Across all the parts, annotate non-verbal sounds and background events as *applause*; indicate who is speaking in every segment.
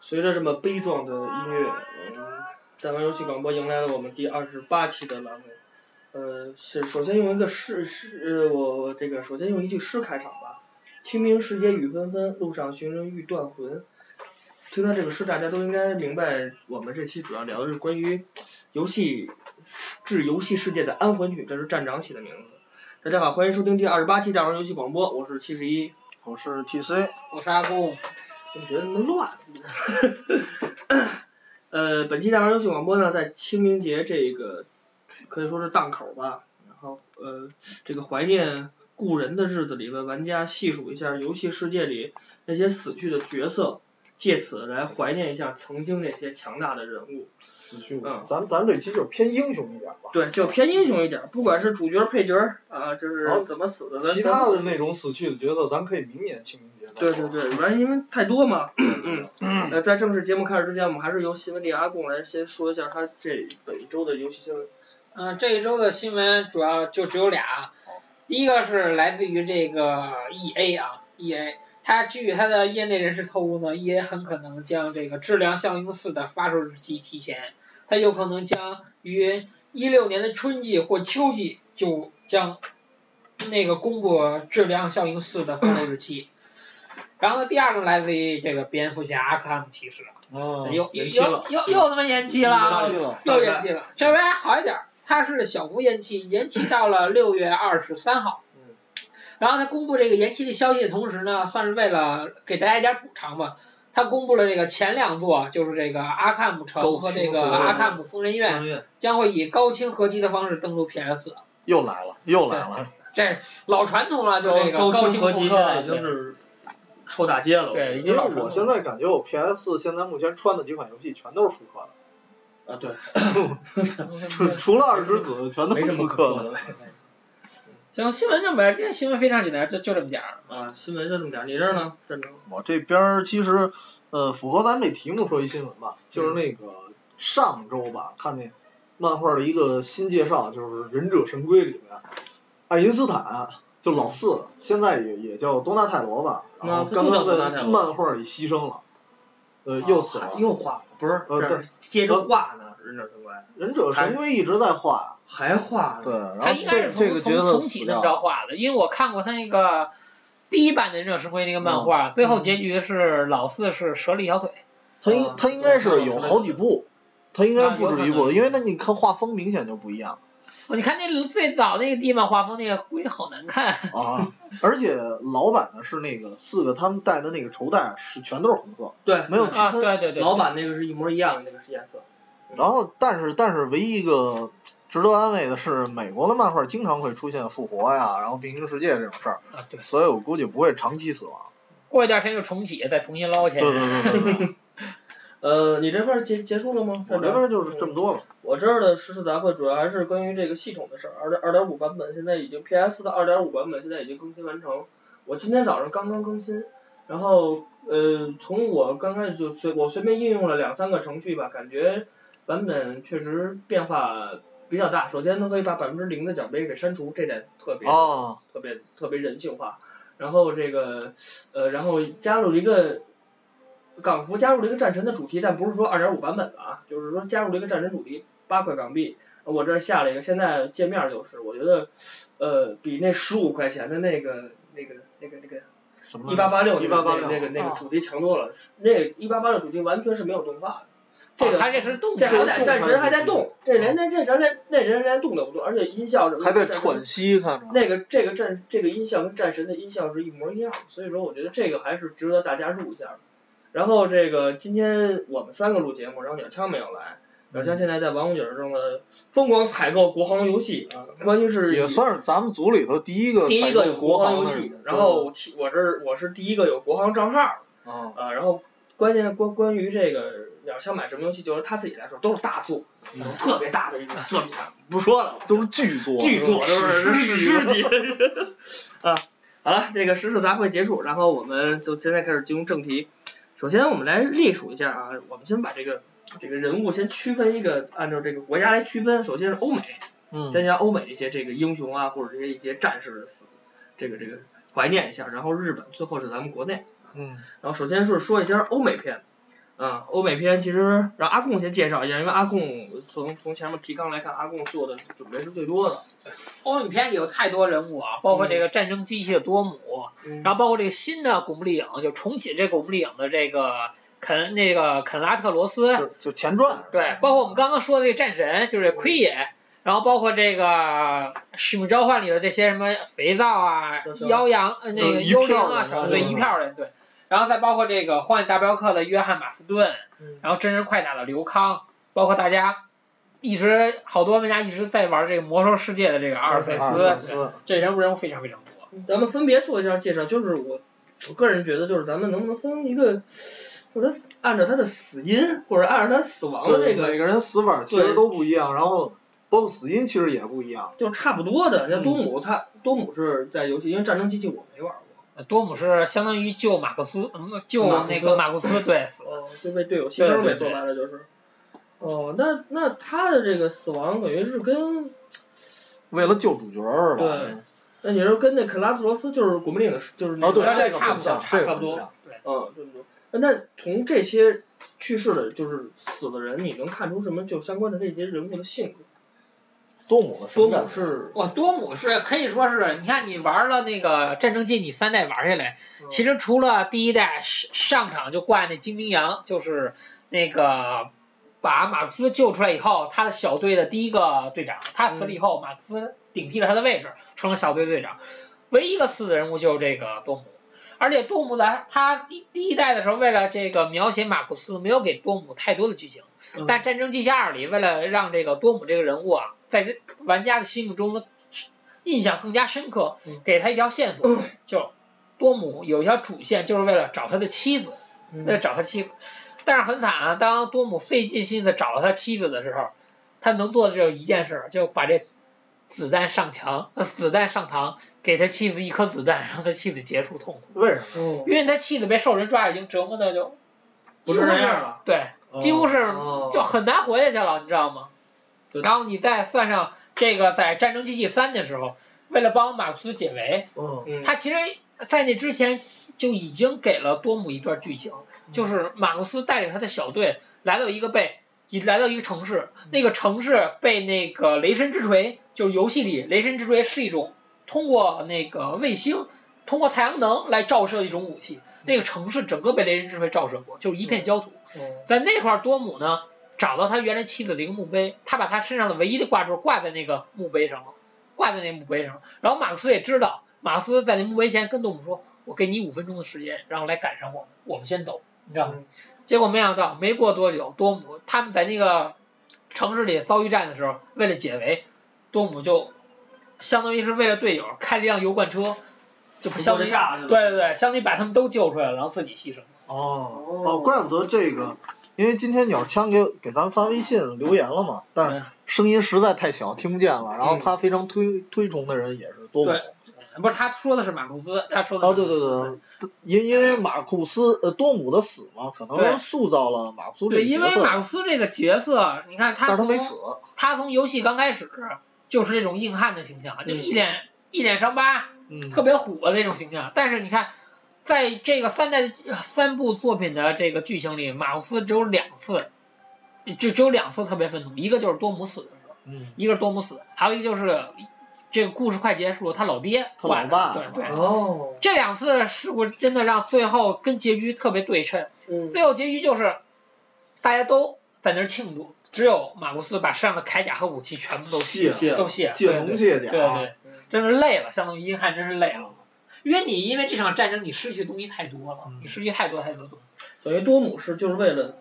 Speaker 1: 随着这么悲壮的音乐，嗯，台湾游戏广播迎来了我们第二十八期的栏目。呃，是首先用一个诗诗，呃，我我这个首先用一句诗开场吧。清明时节雨纷纷，路上行人欲断魂。听到这个诗，大家都应该明白，我们这期主要聊的是关于游戏致游戏世界的安魂曲，这是站长起的名字。大家好，欢迎收听第二十八期《大玩游戏广播》，我是七十一。
Speaker 2: 我是 TC，
Speaker 3: 我是阿公，
Speaker 1: 我觉得那么乱。呃，本期大玩游戏广播呢，在清明节这个可以说是档口吧，然后呃，这个怀念故人的日子里，为玩家细数一下游戏世界里那些死去的角色，借此来怀念一下曾经那些强大的人物。
Speaker 2: 死去
Speaker 1: 嗯
Speaker 2: 咱咱这期就偏英雄一点吧，
Speaker 1: 对，就偏英雄一点，不管是主角、配角儿啊，这是
Speaker 2: 好
Speaker 1: 怎么死的，
Speaker 2: 其他的那种死去的角色，咱可以明年清明节再
Speaker 1: 对
Speaker 2: 说
Speaker 1: 对对，反正因为太多嘛。嗯，呃，在正式节目开始之前，我们还是由新闻里阿贡来先说一下他这本周的游戏新闻。
Speaker 3: 嗯、这一周的新闻主要就只有俩，第一个是来自于这个 E A 啊，E A，它据它的业内人士透露呢，E A 很可能将这个《质量效应四》的发售日期提前，它有可能将于一六年的春季或秋季就将那个公布《质量效应四》的发售日期。然后呢，第二个来自于这个蝙蝠侠阿克汉姆骑士，
Speaker 2: 啊，
Speaker 3: 又又
Speaker 1: 延期了
Speaker 3: 又又又他妈延期了啊，
Speaker 2: 期嗯了，
Speaker 3: 又延期了，这回还好一点儿，它是小幅延期，延期到了六月二十三号。
Speaker 2: 嗯
Speaker 3: 然后他公布这个延期的消息的同时呢，算是为了给大家一点补偿吧。他公布了这个前两座，就是这个阿卡姆城和这个
Speaker 2: 高清合集
Speaker 3: 阿卡姆疯人院，将会以高清合集的方式登陆 PS。
Speaker 2: 又来了，又来了，
Speaker 3: 这老传统了，就这个
Speaker 1: 哦高
Speaker 3: 清
Speaker 1: 清合
Speaker 3: 复
Speaker 1: 集现
Speaker 3: 刻
Speaker 1: 在已经是臭大街了。
Speaker 3: 对，已
Speaker 2: 因
Speaker 3: 经
Speaker 2: 为
Speaker 3: 老传
Speaker 2: 我现
Speaker 3: 统。
Speaker 2: 在感觉我 PS 现在目前穿的几款游戏全都是复刻的，
Speaker 1: 啊对，
Speaker 2: *laughs*
Speaker 1: *laughs*
Speaker 2: 除除了二之子全都
Speaker 1: 没
Speaker 2: 是
Speaker 1: 什么
Speaker 2: 复
Speaker 1: 可
Speaker 2: 刻
Speaker 1: 说
Speaker 2: 的，
Speaker 1: 的。
Speaker 3: 行，新闻就没了，今天新闻非常简单，就就这么点儿。
Speaker 1: 啊，新闻就这么点儿，你这儿呢？站长。
Speaker 2: 我这边儿其实呃符合咱们这题目说一新闻吧，就是那个上周吧看那漫画的一个新介绍，就是《忍者神龟》里面爱因斯坦就老四，现在也也叫多纳泰罗吧，然后
Speaker 1: 啊
Speaker 2: 刚
Speaker 1: 就
Speaker 2: 刚
Speaker 1: 叫多纳泰
Speaker 2: 在
Speaker 1: 罗
Speaker 2: 漫画里牺牲了，呃又死了
Speaker 1: 啊。又画了，不是，
Speaker 2: 呃
Speaker 1: 这儿接着画呢，忍者神龟
Speaker 2: 忍者神龟一直在画，呃
Speaker 1: 还画呢。
Speaker 2: 对，然
Speaker 3: 他
Speaker 2: 后
Speaker 3: 应该
Speaker 2: 这
Speaker 3: 是从
Speaker 2: 这个角
Speaker 3: 从
Speaker 2: 色
Speaker 3: 从
Speaker 2: 死
Speaker 3: 起那么
Speaker 2: 掉
Speaker 3: 着
Speaker 2: 了，
Speaker 3: 画的，因为我看过他那个第一版的《忍者神龟》那个漫画，
Speaker 2: 嗯
Speaker 3: 最后结局是老四是折了一条腿。
Speaker 2: 他应他应该是有好几部，他应该不止一
Speaker 3: 啊有可
Speaker 2: 部，
Speaker 3: 能
Speaker 2: 因为那你看画风明显就不一样。
Speaker 3: 哦，你看那最早那个地漫画风，那个龟好难看。
Speaker 2: 啊，而且老版的是那个四个他们戴的那个绸带是全都是红色，
Speaker 1: 对，
Speaker 2: 没有区
Speaker 3: 啊，
Speaker 2: 分。
Speaker 3: 对对对，
Speaker 1: 老版那个是一模一样的那个是颜色。
Speaker 2: 然后，但是但是唯一一个值得安慰的是，美国的漫画经常会出现复活呀，然后平行世界这种事儿，
Speaker 3: 啊对，
Speaker 2: 所以我估计不会长期死亡。
Speaker 3: 过一段时间又重启，再重新捞起
Speaker 2: 对
Speaker 3: 来。
Speaker 2: 对对 *laughs* 对对，
Speaker 1: 呃，你这块儿结结束了吗？
Speaker 2: 我这边就是这么多了。
Speaker 1: 我这儿的实时杂烩主要还是关于这个系统的事儿，二点二点五版本现在已经 PS 的二点五版本现在已经更新完成，我今天早上刚刚更新，然后呃从我刚开始就随我随便应用了两三个程序吧，感觉版本确实变化比较大。首先它可以把百分之零的奖杯给删除，这点特别
Speaker 2: 哦，
Speaker 1: 特别特别人性化。然后这个呃，然后加入了一个港服加入了一个战神的主题，但不是说二点五版本的啊，就是说加入了一个战神主题，八块港币。我这儿下了一个，现在界面就是，我觉得呃比那十五块钱的那个那个那个那个
Speaker 2: 什
Speaker 1: 一八
Speaker 2: 么？
Speaker 1: 八六
Speaker 2: 1886
Speaker 1: 那个那个
Speaker 3: 哦
Speaker 1: 主题强多了，那一八八六主题完全是没有动画的。这
Speaker 3: 哦
Speaker 1: 个
Speaker 3: 他这是动
Speaker 1: 这好
Speaker 3: 作
Speaker 1: 歹战神还在动，这人连这人连那人连动都不动，而且音效什么的
Speaker 2: 还在
Speaker 1: 战神
Speaker 2: 喘息，看着。
Speaker 1: 那个这个战这个音效跟战神的音效是一模一样，所以说我觉得这个还是值得大家入一下的。然后这个今天我们三个录节目，然后鸟枪没有来，鸟枪现在在王府井正在疯狂采购国行游戏啊，关键是
Speaker 2: 也算是咱们组里头第一个
Speaker 1: 第一个有国
Speaker 2: 国
Speaker 1: 行游
Speaker 2: 的
Speaker 1: 戏
Speaker 2: 人，
Speaker 1: 然后我其我这儿我是第一个有国行账号的
Speaker 2: 对啊，
Speaker 1: 啊，然后关键关关于这个鸟枪买什么游戏，就是他自己来说都是大作，
Speaker 2: 嗯
Speaker 1: 特别大的一个作品，啊不说了。
Speaker 2: 都是巨作，
Speaker 1: 巨作，
Speaker 2: 都
Speaker 1: 是不是？
Speaker 2: 史
Speaker 1: 史诗级 *laughs* 啊！好了，这个时事杂烩结束，然后我们就现在开始进入正题。首先，我们来列数一下啊，我们先把这个这个人物先区分一个，按照这个国家来区分。首先是欧美，
Speaker 2: 嗯
Speaker 1: 先讲欧美一些这个英雄啊，或者这些一些战士的死。这个这个怀念一下，然后日本，最后是咱们国内。
Speaker 2: 嗯
Speaker 1: 然后首先是说一下欧美片，嗯，欧美片其实让阿贡先介绍一下，因为阿贡从从前面提纲来看，阿贡做的准备是最多的。
Speaker 3: 欧美片里有太多人物啊，包括这
Speaker 2: 嗯
Speaker 3: 个战争机器的多姆，
Speaker 1: 嗯
Speaker 3: 然后包括这个新的古墓丽影，就重启这古墓丽影的这个肯那个肯拉特罗斯，
Speaker 2: 就就前传，
Speaker 3: 对，包括我们刚刚说的这个战神，就是奎野，然后包括这个使命召唤里的这些什么肥皂啊
Speaker 1: 就是、
Speaker 3: 妖羊呃那
Speaker 2: 就
Speaker 3: 个
Speaker 2: 是一
Speaker 3: 幽灵
Speaker 2: 票
Speaker 3: 啊
Speaker 2: 人
Speaker 3: 什么
Speaker 2: 啊
Speaker 3: 的，对，
Speaker 2: 就是
Speaker 3: 一票人对，然后再包括这个《荒野大镖客》的约翰马斯顿，
Speaker 1: 嗯
Speaker 3: 然后真人快打的刘康，包括大家一直好多玩家一直在玩这个魔兽世界的这个阿尔塞
Speaker 1: 对
Speaker 2: 阿
Speaker 1: 阿
Speaker 2: 尔
Speaker 1: 尔
Speaker 2: 塞
Speaker 1: 塞
Speaker 3: 斯，
Speaker 2: 斯，
Speaker 3: 这人物人物非常非常多。
Speaker 1: 咱们分别做一下介绍，就是我我个人觉得，就是咱们能不能分一个，或者按照他的死因，或者按照他死亡的这
Speaker 2: 对，
Speaker 1: 个，
Speaker 2: 每个人死法其实都不一样，然后包括死因其实也不一样，
Speaker 1: 就差不多的。像多
Speaker 2: 嗯
Speaker 1: 姆他多姆是在游戏，因为战争机器我没玩过，
Speaker 3: 呃多姆是相当于救马克思，嗯，救
Speaker 2: 马
Speaker 1: 克
Speaker 3: 那
Speaker 1: 思
Speaker 3: 个马库斯，对，死了。
Speaker 1: 哦，就被队友牺牲
Speaker 3: 对对
Speaker 1: 呗，
Speaker 3: 对
Speaker 1: 说白了就是。哦，那那他的这个死亡等于是跟，
Speaker 2: 为了救主角儿吧，
Speaker 1: 对那你说跟那克拉斯罗斯就是古墓丽影的，就是那
Speaker 2: 哦
Speaker 1: 个
Speaker 2: 对，
Speaker 3: 这
Speaker 2: 这个
Speaker 3: 差
Speaker 2: 很
Speaker 3: 不多
Speaker 2: 像，这
Speaker 3: 差
Speaker 2: 个
Speaker 1: 不
Speaker 2: 很
Speaker 1: 多
Speaker 2: 像，
Speaker 1: 嗯，对不对？那从这些去世的，就是死的人，你能看出什么？就相关的这些人物的性格？
Speaker 2: 多姆的
Speaker 1: 多
Speaker 2: 神
Speaker 1: 姆
Speaker 2: 战
Speaker 1: 是，
Speaker 3: 哇，多姆是可以说是，你看你玩了那个战争机，你三代玩下来，其实除了第一代上上场就挂那金兵羊，就是那个把马克思救出来以后，他的小队的第一个队长，他死了以后，马克思顶替了他的位置，成了小队队长。唯一一个死的人物就是这个多姆，而且多姆在他第第一代的时候，为了这个描写马库斯，没有给多姆太多的剧情。
Speaker 1: 嗯
Speaker 3: 但《战争机器二》里，为了让这个多姆这个人物啊，在玩家的心目中的印象更加深刻
Speaker 1: 嗯，
Speaker 3: 给他一条线索，就多姆有一条主线，就是为了找他的妻子，
Speaker 1: 嗯
Speaker 3: 为了找他妻子。但是很惨啊，当多姆费尽心思找到他妻子的时候，他能做的只有一件事，就把这子弹上墙，呃，子弹上膛，给他妻子一颗子弹，让他妻子结束痛苦。
Speaker 2: 为什么？
Speaker 1: 哦，
Speaker 3: 因为他妻子被兽人抓，已经折磨的就
Speaker 1: 不是那样了，
Speaker 3: 对，几乎是
Speaker 1: 哦
Speaker 3: 就很难活下去了，你知道吗？
Speaker 1: 对
Speaker 3: 然后你再算上这个在《战争机器三》的时候，为了帮马克思解围，
Speaker 2: 嗯，
Speaker 1: 嗯
Speaker 3: 他其实在那之前就已经给了多姆一段剧情，就是马克思带着他的小队来到一个被。你来到一个城市，那个城市被那个雷神之锤，就是游戏里雷神之锤是一种通过那个卫星，通过太阳能来照射的一种武器。那个城市整个被雷神之锤照射过，就是一片焦土。
Speaker 1: 哦
Speaker 3: 在那块儿多姆呢找到他原来妻子的一个墓碑，他把他身上的唯一的挂坠挂在那个墓碑上了，挂在那墓碑上了。然后马克思也知道，马克思在那墓碑前跟多姆说：“我给你五分钟的时间，然后来赶上我们，我们先走，你知道吗？”
Speaker 1: 嗯
Speaker 3: 结果没想到，没过多久，多姆他们在那个城市里遭遇战的时候，为了解围，多姆就相当于是为了队友开了一辆油罐车，就不相当于
Speaker 1: 就炸去了
Speaker 3: 对对对，相当于把他们都救出来了，然后自己牺牲。
Speaker 2: 哦
Speaker 1: 哦
Speaker 2: 哦，怪不得这个，因为今天鸟枪给给咱发微信留言了嘛，但是
Speaker 3: 嗯
Speaker 2: 声音实在太小，听不见了。然后
Speaker 3: 嗯
Speaker 2: 他非常推推崇的人也是多姆
Speaker 3: 对。不是他说的是马库斯，他说的
Speaker 2: 哦，
Speaker 3: 是
Speaker 2: 对对对，对因因为马库斯呃多姆的死嘛，可能
Speaker 3: 对
Speaker 2: 是塑造了马库斯这
Speaker 3: 对，
Speaker 2: 个
Speaker 3: 因
Speaker 2: 角
Speaker 3: 为马
Speaker 2: 色，
Speaker 3: 库斯这个角色，你
Speaker 2: 但
Speaker 3: 看他
Speaker 2: 是他
Speaker 3: 从
Speaker 2: 没死。
Speaker 3: 他从游戏刚开始就是这种硬汉的形象，就一脸、一脸伤疤，
Speaker 2: 嗯，
Speaker 3: 特别虎的这种形象。但是你看，在这个三代三部作品的这个剧情里，马库斯只有两次，就只有两次特别愤怒，一个就是多姆死的时候，
Speaker 2: 嗯，
Speaker 3: 一个是多姆死，还有一个就是这个故事快结束，他老爹
Speaker 2: 他老爸
Speaker 3: 对对。
Speaker 1: 哦，
Speaker 3: 这两次事故真的让最后跟结局特别对称，
Speaker 1: 嗯
Speaker 3: 最后结局就是大家都在那儿庆祝，只有马库斯把身上的铠甲和武器全部都卸
Speaker 2: 谢
Speaker 1: 谢
Speaker 3: 都卸了，啊
Speaker 2: 借龙卸
Speaker 3: 对
Speaker 2: 甲，
Speaker 3: 对对，真是累了，相当于硬汉真是累了。因为你因为这场战争，你失去的东西太多了
Speaker 2: 嗯，
Speaker 3: 你失去太多太多东西。
Speaker 1: 等于多姆是就是为了，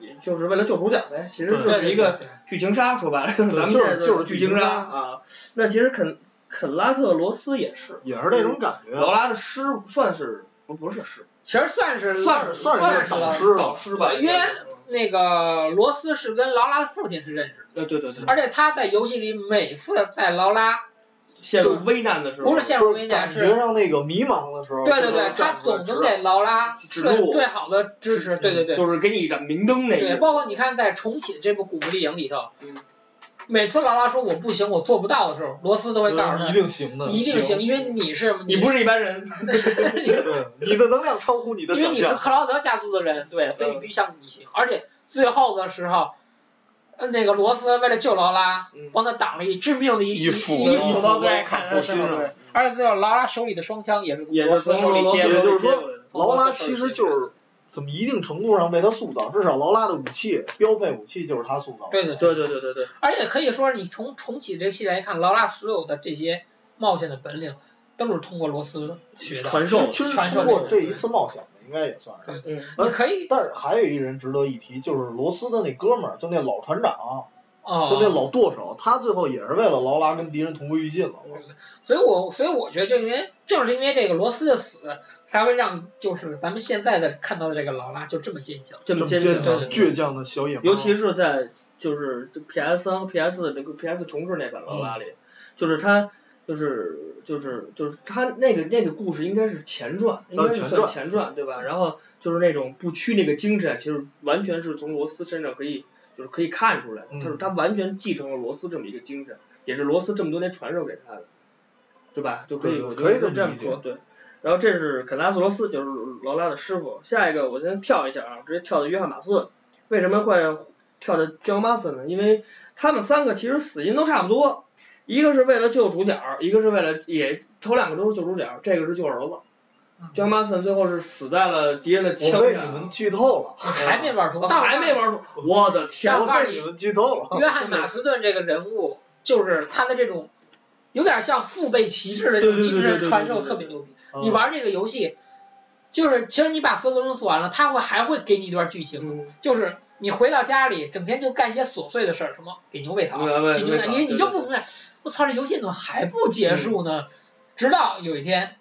Speaker 1: 也就是为了救主角呗，其实
Speaker 2: 对
Speaker 1: 就是一个
Speaker 3: 对对
Speaker 1: 剧情杀，说白了， *laughs* 咱们
Speaker 2: 就是
Speaker 1: 现在
Speaker 2: 就是
Speaker 1: 剧
Speaker 2: 剧
Speaker 1: 情
Speaker 2: 情
Speaker 1: 杀
Speaker 2: 杀
Speaker 1: 啊。那其实肯肯拉特罗斯也是，
Speaker 2: 也是这种感觉。
Speaker 3: 嗯
Speaker 1: 劳拉的师算是不不是师，
Speaker 3: 其实算是
Speaker 2: 算是
Speaker 3: 算
Speaker 2: 算是
Speaker 3: 是
Speaker 2: 导
Speaker 3: 了
Speaker 2: 师了
Speaker 1: 导师吧，
Speaker 3: 对
Speaker 1: 应该
Speaker 3: 因为
Speaker 1: 是
Speaker 3: 那个罗斯是跟劳拉的父亲是认识的，
Speaker 1: 呃对对对，
Speaker 3: 而且他在游戏里每次在劳拉
Speaker 1: 陷入
Speaker 3: 就
Speaker 1: 危难的时候，
Speaker 3: 不是陷入危
Speaker 2: 感
Speaker 3: 难，是
Speaker 2: 觉上那个迷茫的时候，
Speaker 3: 对对
Speaker 2: 就
Speaker 3: 对，
Speaker 2: 能
Speaker 3: 他
Speaker 2: 站出来
Speaker 3: 总
Speaker 2: 指
Speaker 3: 能
Speaker 2: 导
Speaker 3: 给劳拉
Speaker 2: 指
Speaker 3: 最
Speaker 2: 路
Speaker 3: 最好的支持，对对对。
Speaker 1: 就是给你一盏明灯那
Speaker 3: 对，
Speaker 1: 个，
Speaker 3: 包括你看在重启这部《古墓丽影》里头
Speaker 1: 嗯，
Speaker 3: 每次劳拉说我不行，我做不到的时候，罗斯都会告诉
Speaker 2: 你一
Speaker 3: 他，
Speaker 2: 定嗯行的，
Speaker 3: 你一定行，因为你是
Speaker 1: 你不是一般人。
Speaker 2: 对，你的能量超乎你的
Speaker 3: 因为
Speaker 2: 想
Speaker 3: 你是
Speaker 2: 象。
Speaker 3: 克劳德家族的人，对，所以你必须相信你行。而且最后的时候，呃那个罗斯为了救劳拉，
Speaker 1: 嗯
Speaker 3: 帮他挡了一致命的一
Speaker 2: 一斧
Speaker 3: 一
Speaker 2: 子
Speaker 3: 一斧刀，对，
Speaker 1: 一斧
Speaker 3: 砍
Speaker 1: 子
Speaker 3: 在他身上，
Speaker 1: 砍在
Speaker 3: 对。而且最后劳拉手里的双枪也是从
Speaker 1: 也
Speaker 3: 罗
Speaker 1: 是
Speaker 3: 斯
Speaker 1: 从
Speaker 3: 手里
Speaker 1: 罗斯
Speaker 3: 接
Speaker 2: 也
Speaker 3: 的
Speaker 1: 手，里
Speaker 2: 就是说
Speaker 1: 接过来的。
Speaker 2: 劳拉其实就是怎么一定程度上被他塑造，至少劳拉的武器标配武器就是他塑造的。
Speaker 3: 对对对。
Speaker 1: 对对对对对，
Speaker 3: 而且可以说，你从重启这系列来看，劳拉所有的这些冒险的本领，都是通过罗斯学的。
Speaker 1: 传授。
Speaker 2: 其实
Speaker 3: 传说
Speaker 2: 通过
Speaker 3: 这
Speaker 2: 这
Speaker 3: 个
Speaker 2: 一次冒险的，应该也算是。
Speaker 1: 嗯，
Speaker 3: 你可以
Speaker 2: 但是还有一人值得一提，就是罗斯的那哥们儿，就那老船长，
Speaker 3: 哦，
Speaker 1: 呃
Speaker 2: 就那老舵手，他最后也是为了劳拉跟敌人同归于尽了。
Speaker 3: 所以我所以我觉得，就因为正是因为这个罗斯的死，才会让就是咱们现在的看到的这个劳拉就这么坚强。
Speaker 1: 这
Speaker 2: 这么
Speaker 1: 么
Speaker 2: 坚
Speaker 1: 强，
Speaker 3: 强
Speaker 1: 对
Speaker 2: 倔强的小野猫，
Speaker 1: 尤其是在就是 PS 三、PS 那个 PS 重置那版劳拉里，
Speaker 2: 嗯
Speaker 1: 就是他就是就是就是他那个那个故事应该是前传，应该是
Speaker 2: 啊前
Speaker 1: 算
Speaker 2: 传嗯
Speaker 1: 前传对吧？然后就是那种不屈那个精神，其实完全是从罗斯身上可以就是可以看出来的，
Speaker 2: 嗯
Speaker 1: 就是他完全继承了罗斯这么一个精神，也是罗斯这么多年传授给他的，对吧？就可以
Speaker 2: 对
Speaker 1: 我觉
Speaker 2: 可以
Speaker 1: 得就
Speaker 2: 这么
Speaker 1: 这样
Speaker 2: 理解
Speaker 1: 说对。然后这是肯拉斯罗斯，就是劳拉的师傅。下一个我先跳一下啊，直接跳到约翰马斯顿。为什么会跳到 John Mason 呢？因为他们三个其实死因都差不多，一个是为了救主角，一个是为了也头两个都是救主角，这个是救儿子。John Mason 最后是死在了敌人的
Speaker 2: 我
Speaker 1: 枪
Speaker 2: 被
Speaker 1: 下
Speaker 2: 你们剧透了，
Speaker 3: 还没玩通，
Speaker 1: 我还没。哦玩儿，我的天！啊
Speaker 3: 但
Speaker 2: *laughs* 我
Speaker 3: 我告诉
Speaker 2: 被
Speaker 3: 你
Speaker 2: 你们剧透
Speaker 1: *laughs*
Speaker 2: 了。
Speaker 3: 约翰马斯顿这个人物，就是他的这种，有点像父辈骑士的这种
Speaker 1: 对对
Speaker 3: 精
Speaker 1: 对对
Speaker 3: 神
Speaker 1: 对对
Speaker 3: 传
Speaker 1: 对
Speaker 3: 授，
Speaker 1: 对
Speaker 3: 特
Speaker 1: 对
Speaker 3: 别牛逼。你玩这个游戏，就是其实你把所有的东西做完了，他会还会给你一段剧情，
Speaker 1: 嗯
Speaker 3: 就是你回到家里，整天就干一些琐碎的事儿，什么给牛喂草，
Speaker 1: 喂喂
Speaker 3: 挤牛
Speaker 1: 喂
Speaker 3: 奶，
Speaker 1: 草
Speaker 3: 你你
Speaker 1: 对
Speaker 3: 就
Speaker 1: 对
Speaker 3: 不明白，我操，这游戏怎么还不结束呢？
Speaker 1: 嗯
Speaker 3: 直到有一天，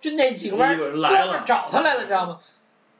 Speaker 3: 就那几个弯
Speaker 1: 一个
Speaker 3: 哥
Speaker 1: 人
Speaker 3: 们
Speaker 1: 来
Speaker 3: 儿
Speaker 1: 了
Speaker 3: 找他来了，你知道吗？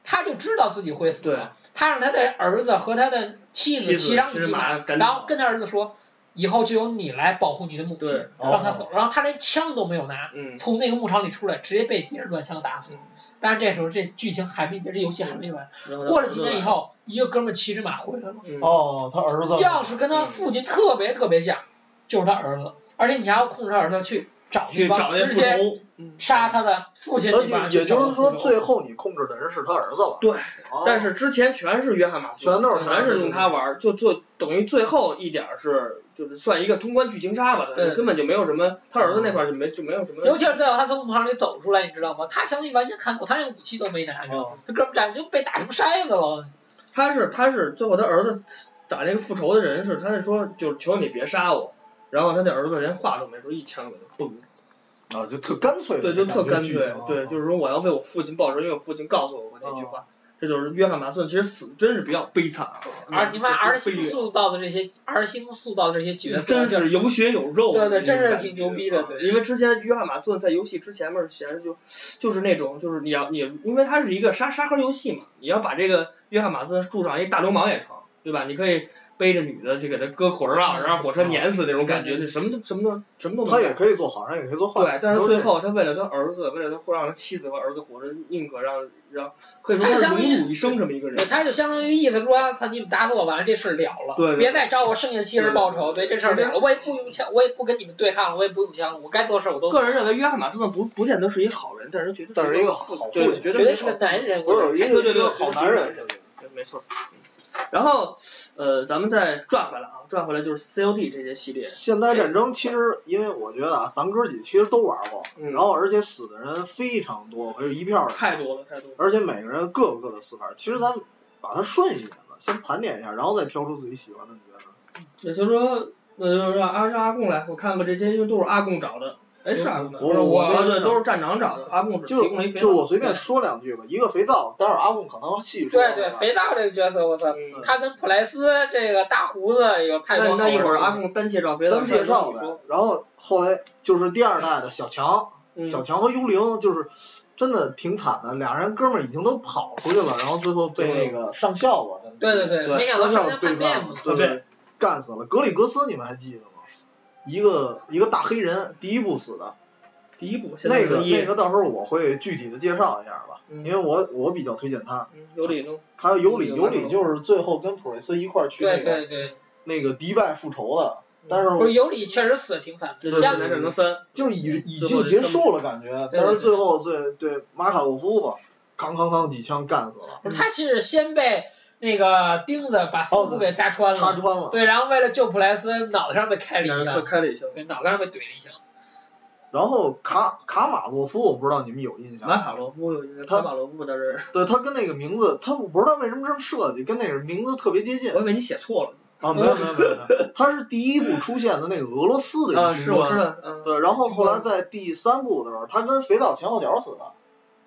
Speaker 3: 他就知道自己会死
Speaker 1: 对
Speaker 3: 了，他让他的儿子和他的妻
Speaker 1: 妻子
Speaker 3: 子骑上一
Speaker 1: 骑着
Speaker 3: 匹
Speaker 1: 马
Speaker 3: 马，
Speaker 1: 赶
Speaker 3: 然
Speaker 1: 走
Speaker 3: 后跟他儿子说，以后就由你来保护你的母亲
Speaker 1: 对，
Speaker 2: 哦
Speaker 3: 让他走。然后他连枪都没有拿，
Speaker 1: 嗯，
Speaker 3: 从那个牧场里出来，直接被敌人乱枪打死。但是这时候这剧情还没结，这游戏还没完。
Speaker 1: 然后他
Speaker 3: 过了几年以后，一个哥们儿骑着马回来了，
Speaker 1: 嗯，
Speaker 2: 哦，他儿子
Speaker 3: 样式跟他父亲特别特别像，就是他儿子，而且你还要控制他儿子去找
Speaker 1: 去
Speaker 3: 帮
Speaker 1: 找那
Speaker 3: 直
Speaker 1: 复
Speaker 3: 接
Speaker 1: 仇，嗯
Speaker 3: 杀他的父亲
Speaker 2: 而
Speaker 3: 那
Speaker 2: 且
Speaker 3: 帮。
Speaker 2: 呃也就是说，
Speaker 3: 最
Speaker 2: 最后你控制的人是他儿子了。
Speaker 1: 对，
Speaker 2: 哦
Speaker 1: 但是之前全是约翰马斯顿，
Speaker 2: 全都是他
Speaker 1: 全是用他玩儿，就做等于最后一点儿是就是算一个通关剧情杀吧，但
Speaker 3: 对
Speaker 1: 是根本就没有什么，他儿子那块儿就没就没有什么。
Speaker 3: 尤其是最后他从牧场里走出来，你知道吗？他相当于完全看透，他连武器都没拿着，
Speaker 2: 哦
Speaker 3: 这哥们儿站就被打成筛子了。
Speaker 1: 他是他是最后他儿子打那个复仇的人是，他是说就是求你别杀我，然后他那儿子连话都没说，一枪给他嘣，
Speaker 2: 啊，就特干脆的
Speaker 1: 对，
Speaker 2: 那
Speaker 1: 就特
Speaker 2: 感觉
Speaker 1: 干
Speaker 2: 剧
Speaker 1: 脆
Speaker 2: 情啊，哦
Speaker 1: 对，就是说我要为我父亲报仇，因为我父亲告诉我过那句话。这就是约翰马斯顿，其实死真是比较悲惨啊，
Speaker 3: 而你妈
Speaker 1: 嗯
Speaker 3: 儿
Speaker 1: 这
Speaker 3: 星
Speaker 1: 这悲
Speaker 3: 塑造的这些儿星塑造的这些角色，
Speaker 1: 真是有血有肉。
Speaker 3: 对对，
Speaker 1: 这
Speaker 3: 真
Speaker 1: 种感
Speaker 3: 是
Speaker 1: 觉啊
Speaker 3: 挺牛逼的，对。
Speaker 1: 因为之前约翰马斯顿在游戏之前面显然就就是那种就是你要你因为它是一个沙沙盒游戏嘛，你要把这个约翰马斯顿树上一大流氓也成，对吧？你可以背着女的就给他搁火车上，然后火车碾死那种感觉，那什么都什么都什么都
Speaker 2: 他
Speaker 1: 能
Speaker 2: 也
Speaker 1: 干。
Speaker 2: 可以做好人，也可以做坏
Speaker 1: 对
Speaker 2: 人，，
Speaker 1: 但是
Speaker 2: 都这
Speaker 1: 最
Speaker 2: 样
Speaker 1: 后他为了他儿子，为了他会让他妻子和儿子活着，宁可让让可以说
Speaker 3: 他
Speaker 1: 他是
Speaker 3: 相当于
Speaker 1: 荣辱一生这么一个人。
Speaker 3: 他就相当于意思说，操，你们打死我，完了这事儿了了，
Speaker 1: 对对
Speaker 3: 别再找我剩下七人报仇，
Speaker 1: 对对
Speaker 3: 对这事儿了了，我也不用枪，我也不跟你们对抗了，我也不用枪了，我该做的事儿我都做
Speaker 1: 个人认为约翰马斯顿不不见得是一好人，但是绝对
Speaker 2: 但是一个好父亲
Speaker 1: 对绝
Speaker 3: 绝对
Speaker 1: 对
Speaker 3: 是
Speaker 1: 好
Speaker 3: 个男人，
Speaker 2: 不
Speaker 3: 我
Speaker 2: 是
Speaker 3: 觉
Speaker 2: 一
Speaker 3: 得
Speaker 1: 对
Speaker 2: 个
Speaker 1: 对
Speaker 2: 一
Speaker 1: 对
Speaker 2: 个好男人，这个
Speaker 1: 对，没错。嗯然后，呃，咱们再转回来啊，转回来就是 COD 这些系列，
Speaker 2: 现代战争其实，因为我觉得啊，咱哥几其实都玩过，
Speaker 1: 嗯
Speaker 2: 然后而且死的人非常多，我是一票人，
Speaker 1: 太多了，太多了。
Speaker 2: 而且每个人各有各的死法。其实咱们把它顺一点吧，先盘点一下，然后再挑出自己喜欢的，你觉得呢？
Speaker 1: 也就是说，呃，就是让阿让阿贡来，我看看这些，因为都是阿贡找的。哎，是阿贡的，
Speaker 2: 我我我
Speaker 1: 啊
Speaker 2: 那
Speaker 1: 对，
Speaker 2: 个
Speaker 1: 都是站长找的，阿贡只提供了一
Speaker 2: 就
Speaker 1: 个
Speaker 2: 就我随便说两句吧，一个肥皂，待会儿阿贡可能细说。
Speaker 3: 对对，肥皂这个角色，我操，
Speaker 1: 嗯
Speaker 3: 他跟普莱斯这个大胡子有太
Speaker 1: 那
Speaker 3: 多好
Speaker 1: 那一
Speaker 3: 玩
Speaker 1: 会儿
Speaker 3: 了
Speaker 1: 阿贡单介绍肥皂，
Speaker 2: 单介绍
Speaker 1: 你说
Speaker 2: 呗，然后后来就是第二代的小强，
Speaker 1: 嗯
Speaker 2: 小强和幽灵就是真的挺惨的，俩人哥们儿已经都跑出去了，然后最后被那个上校吧，真的
Speaker 3: 对对对，
Speaker 1: 对
Speaker 3: 没想到
Speaker 2: 上
Speaker 3: 上
Speaker 2: 校
Speaker 3: 天
Speaker 2: 对
Speaker 3: 叛变
Speaker 2: 半
Speaker 3: 嘛，
Speaker 2: 对
Speaker 1: 对
Speaker 2: 干死了。格里格斯你们还记得吗？一个一个大黑人，第一部死的，
Speaker 1: 第一部，现在
Speaker 2: 那个
Speaker 1: 是一
Speaker 2: 那个到时候我会具体的介绍一下吧，
Speaker 1: 嗯
Speaker 2: 因为我我比较推荐他。
Speaker 1: 嗯有理弄，
Speaker 2: 还有尤里，
Speaker 1: 嗯
Speaker 2: 尤里就是最后跟普瑞斯一块儿去那
Speaker 3: 对
Speaker 2: 个
Speaker 3: 对对，
Speaker 2: 那个迪拜复仇的，
Speaker 1: 嗯
Speaker 2: 但是
Speaker 3: 不是尤里确实死的挺惨的，
Speaker 1: 这
Speaker 2: 对
Speaker 1: 次
Speaker 3: 像
Speaker 1: 才只能三，
Speaker 2: 就是已已
Speaker 1: 最
Speaker 2: 经
Speaker 1: 后
Speaker 2: 结
Speaker 1: 就
Speaker 2: 束了感觉，
Speaker 3: 对
Speaker 2: 但是
Speaker 3: 对
Speaker 2: 最后对对马卡洛夫吧，扛扛扛几枪干死了，
Speaker 3: 不是他是先被那个钉子把腹部给扎穿
Speaker 2: 插
Speaker 3: 了，
Speaker 2: 穿了，
Speaker 3: 对，然后为了救普莱斯，脑袋上被开了
Speaker 1: 两
Speaker 3: 一
Speaker 1: 人各
Speaker 3: 枪，
Speaker 1: 开了一枪。
Speaker 3: 对，脑袋上被怼了一枪。
Speaker 2: 然后卡卡马洛夫，我不知道你们有印象
Speaker 1: 马
Speaker 2: 吗？
Speaker 1: 卡洛夫有一个卡马洛夫在这儿，
Speaker 2: 对他跟那个名字，他我不知道为什么这么设计，跟那个名字特别接近
Speaker 1: 我以为你写错了。
Speaker 2: 啊！没有没有没有，没有他是第一部出现的那个俄罗斯的一
Speaker 1: 啊，
Speaker 2: 个
Speaker 1: 是
Speaker 2: 军
Speaker 1: 我知
Speaker 2: 官，
Speaker 1: 道，嗯，
Speaker 2: 对，然后后来在第三部的时候，他跟肥皂前后脚死的，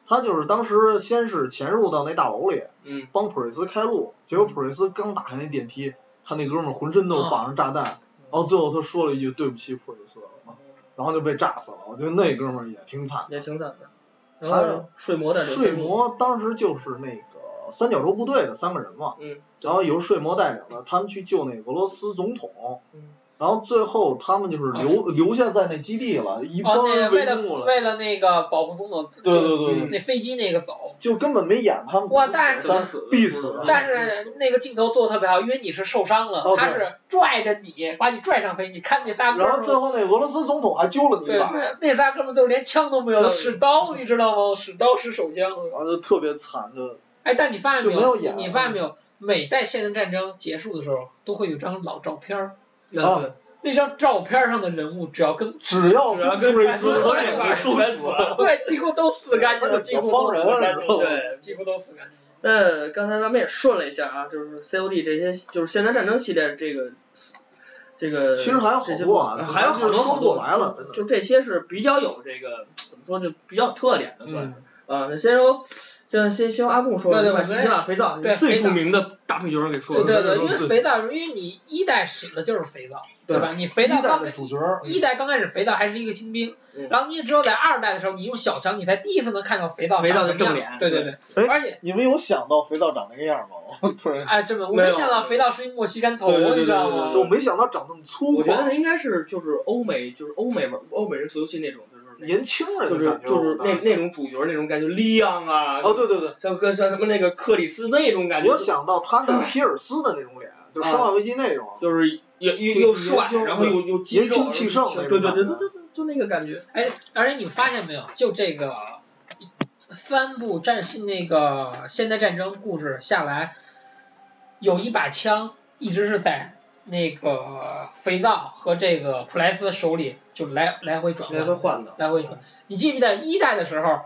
Speaker 2: 他就是当时先是潜入到那大楼里，
Speaker 1: 嗯，
Speaker 2: 帮普瑞斯开路，结
Speaker 3: 嗯
Speaker 2: 果普瑞斯刚打开那电梯，他那哥们儿浑身都
Speaker 3: 啊
Speaker 2: 是绑着炸弹，然后最后他说了一句对不起普瑞斯，然后就被炸死了。我觉得那哥们儿也挺惨。
Speaker 1: 也挺惨的。然
Speaker 2: 还
Speaker 1: 后
Speaker 2: 有
Speaker 1: 睡魔在这儿
Speaker 2: 睡，魔当时就是那个三角洲部队的三个人嘛，
Speaker 1: 嗯，
Speaker 2: 然后由睡魔带领的，他们去救那俄罗斯总统
Speaker 1: 嗯，
Speaker 2: 然后最后他们就是留留下在那基地了，一
Speaker 3: 啊哦，
Speaker 2: 帮
Speaker 3: 那
Speaker 2: 人
Speaker 3: 为
Speaker 2: 围
Speaker 3: 了
Speaker 2: 攻过来，
Speaker 3: 为了那个保护总统，
Speaker 2: 对对对
Speaker 1: 嗯
Speaker 2: 对，
Speaker 3: 那飞机那个走，
Speaker 2: 就根本没演他们
Speaker 3: 哇
Speaker 2: 怎么死
Speaker 3: 但
Speaker 1: 怎
Speaker 2: 但
Speaker 1: 么
Speaker 2: 是
Speaker 1: 死的
Speaker 2: 必
Speaker 1: 不知
Speaker 2: 死
Speaker 1: 道，
Speaker 3: 但是那个镜头做的特别好，因为你是受伤了，
Speaker 2: 啊哦对
Speaker 3: 他是拽着你把你拽上飞，你看那仨哥们
Speaker 2: 然
Speaker 3: 儿
Speaker 2: 后最后那俄罗斯总统还揪了你一
Speaker 3: 对
Speaker 2: 把，
Speaker 3: 对，那仨哥们儿都连枪都没有，
Speaker 1: 枪
Speaker 3: 使刀，你知道吗？使刀使手枪。
Speaker 2: 然啊后就特别惨，就
Speaker 3: 哎，但你发现没
Speaker 2: 就没有
Speaker 3: 你
Speaker 2: 演嗯
Speaker 3: 你发现没有？每代现代战争结束的时候，都会有张老照片儿，
Speaker 1: 啊对
Speaker 3: 那张照片儿上的人物，只
Speaker 2: *laughs*
Speaker 3: 要跟
Speaker 2: 只要
Speaker 1: 只要
Speaker 2: 哦跟
Speaker 1: 跟
Speaker 2: 普瑞
Speaker 1: 普
Speaker 2: 斯
Speaker 1: 瑞斯
Speaker 2: 合
Speaker 1: 在
Speaker 2: 影
Speaker 1: 一块儿
Speaker 2: 都
Speaker 1: 全
Speaker 2: 死
Speaker 1: 死 *laughs*
Speaker 2: 了。
Speaker 3: 对，几乎都死
Speaker 2: *laughs*
Speaker 3: 干净了，几乎都死干净了，
Speaker 2: 方人啊
Speaker 3: 对，几乎都死干净了。
Speaker 1: 那嗯刚才咱们也顺了一下啊，就是 COD 这些，就是现代战争系列这个，这个
Speaker 2: 其实还有好多啊，
Speaker 1: 还有好
Speaker 2: 就是
Speaker 1: 多
Speaker 2: 说
Speaker 1: 好
Speaker 2: 不
Speaker 1: 多
Speaker 2: 过来了，真的。
Speaker 1: 就这些是比较有这个怎么说，就比较有特点的算是。
Speaker 2: 嗯，
Speaker 1: 啊，那先由这先先由阿贡说，
Speaker 3: 对对
Speaker 1: 你把
Speaker 3: 我们
Speaker 1: 你把肥皂
Speaker 3: 对
Speaker 1: 最
Speaker 3: 肥皂
Speaker 1: 著名的大配角儿给说
Speaker 3: 对
Speaker 1: 了。
Speaker 3: 对对，
Speaker 2: 那
Speaker 3: 因
Speaker 2: 时候最
Speaker 3: 为肥皂，因为你一代使的就是肥皂，
Speaker 1: 对
Speaker 3: 对吧？你肥皂
Speaker 2: 一代
Speaker 3: 刚
Speaker 2: 的
Speaker 3: 开
Speaker 2: 主角儿，
Speaker 3: 一代刚开始肥皂还是一个新兵
Speaker 1: 嗯，
Speaker 3: 然后你也只有在二代的时候，你用小强，你才第一次能看到肥皂
Speaker 1: 肥皂
Speaker 3: 长
Speaker 1: 的
Speaker 3: 什么
Speaker 1: 正
Speaker 3: 样
Speaker 1: 脸
Speaker 3: 对对对，
Speaker 2: 哎
Speaker 3: 而且
Speaker 2: 你们有想到肥皂长那个样吗？我突然
Speaker 3: 哎，这么我
Speaker 1: 没有
Speaker 3: 没想到肥皂是一莫西干头，
Speaker 1: 对对对
Speaker 3: 你知道吗
Speaker 1: 对？
Speaker 2: 就没想到长那么粗
Speaker 1: 呃我觉得
Speaker 2: 犷，
Speaker 1: 应该是就是欧美就是欧美文欧美人所游戏那种就是那
Speaker 2: 年轻人
Speaker 1: 就
Speaker 2: 的
Speaker 1: 是
Speaker 2: 感觉。
Speaker 1: 就是
Speaker 2: 我
Speaker 1: 那
Speaker 2: 当时
Speaker 1: 那种主角那种感觉，利昂啊，
Speaker 2: 哦，对对对，
Speaker 1: 像跟像什么那个克里斯那种感觉，
Speaker 2: 我想到他那皮尔斯的那种脸，就
Speaker 1: 啊
Speaker 2: 生化危机那种，
Speaker 1: 就是又又
Speaker 2: 挺
Speaker 1: 又帅
Speaker 2: 年，轻
Speaker 1: 然后又又肌
Speaker 2: 年
Speaker 1: 肉
Speaker 2: 轻气盛那
Speaker 1: 对
Speaker 2: 种
Speaker 1: 对对对
Speaker 2: 感觉
Speaker 1: 对对，就那个感觉。
Speaker 3: 哎，而且你发现没有，就这个三部战信那个现代战争故事下来，有一把枪一直是在那个肥皂和这个普莱斯手里就来来回转
Speaker 1: 来回
Speaker 3: 换，
Speaker 1: 换的，
Speaker 3: 来回转。你记不记得一代的时候？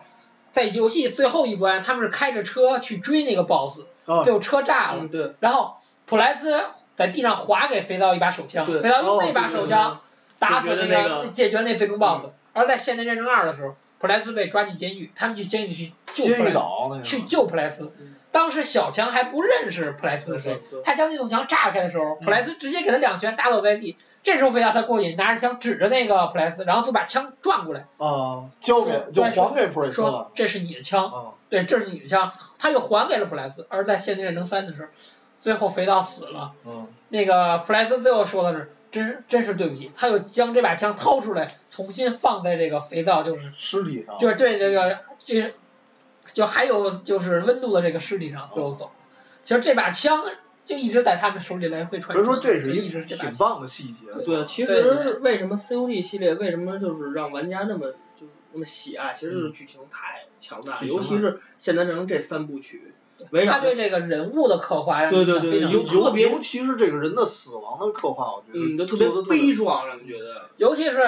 Speaker 3: 在游戏最后一关，他们是开着车去追那个 boss，
Speaker 2: 啊
Speaker 3: 最后车炸了，
Speaker 1: 嗯对，
Speaker 3: 然后普莱斯在地上划给肥皂一把手枪，
Speaker 1: 对
Speaker 3: 肥皂用那
Speaker 2: 哦
Speaker 3: 把
Speaker 2: 对
Speaker 3: 手
Speaker 2: 对
Speaker 3: 枪打
Speaker 1: 解
Speaker 3: 死
Speaker 1: 决了
Speaker 3: 那个
Speaker 1: 那个嗯
Speaker 3: 解决那最终 BOSS。而在《现代战争二》的时候，普莱斯被抓进监狱，他们去监狱去救普
Speaker 2: 监狱
Speaker 3: 莱斯，
Speaker 2: 岛那种。
Speaker 3: 去救普莱斯
Speaker 1: 嗯。
Speaker 3: 当时小强还不认识普莱斯是谁，
Speaker 1: 对
Speaker 3: 他将那栋墙炸开的时候，
Speaker 1: 嗯
Speaker 3: 普莱斯直接给他两拳打倒在地。这时候肥皂才过瘾，拿着枪指着那个普莱斯，然后就把枪转过来，
Speaker 2: 啊，交给就
Speaker 3: 对说
Speaker 2: 还给普瑞斯了
Speaker 3: 说。这是你的枪。
Speaker 2: 啊，
Speaker 3: 对，这是你的枪，他又还给了普莱斯。而在《现代战争三》的时候，最后肥皂死了。
Speaker 2: 嗯，
Speaker 3: 那个普莱斯最后说的是，真真是对不起，他又将这把枪掏出来，重新放在这个肥皂，就是
Speaker 2: 尸体上。
Speaker 3: 就是对这个这，就还有就是温度的这个尸体上最后走。其实这把枪就一直在他们手里来回传。
Speaker 2: 所以说这是
Speaker 3: 一
Speaker 2: 一
Speaker 3: 直这把
Speaker 2: 挺
Speaker 3: 枪。
Speaker 2: 棒的细节。
Speaker 1: 对，其
Speaker 3: 对对
Speaker 1: 实为什么 COD 系列为什么就是让玩家那么就那么喜爱，其实就是剧嗯情太强大，了，
Speaker 2: 剧情
Speaker 1: 尤其是现代战争这三部曲，围
Speaker 3: 他
Speaker 1: 绕
Speaker 3: 对这个人物的刻画让
Speaker 1: 对
Speaker 3: 你
Speaker 1: 对
Speaker 3: 想非
Speaker 1: 对
Speaker 3: 常
Speaker 2: 尤
Speaker 1: 有特
Speaker 2: 尤
Speaker 1: 别
Speaker 2: 尤其是这个人的死亡的刻画，我觉得
Speaker 1: 嗯，就特别
Speaker 2: 做得特
Speaker 1: 悲
Speaker 2: 别
Speaker 1: 壮，让人觉得
Speaker 3: 尤其是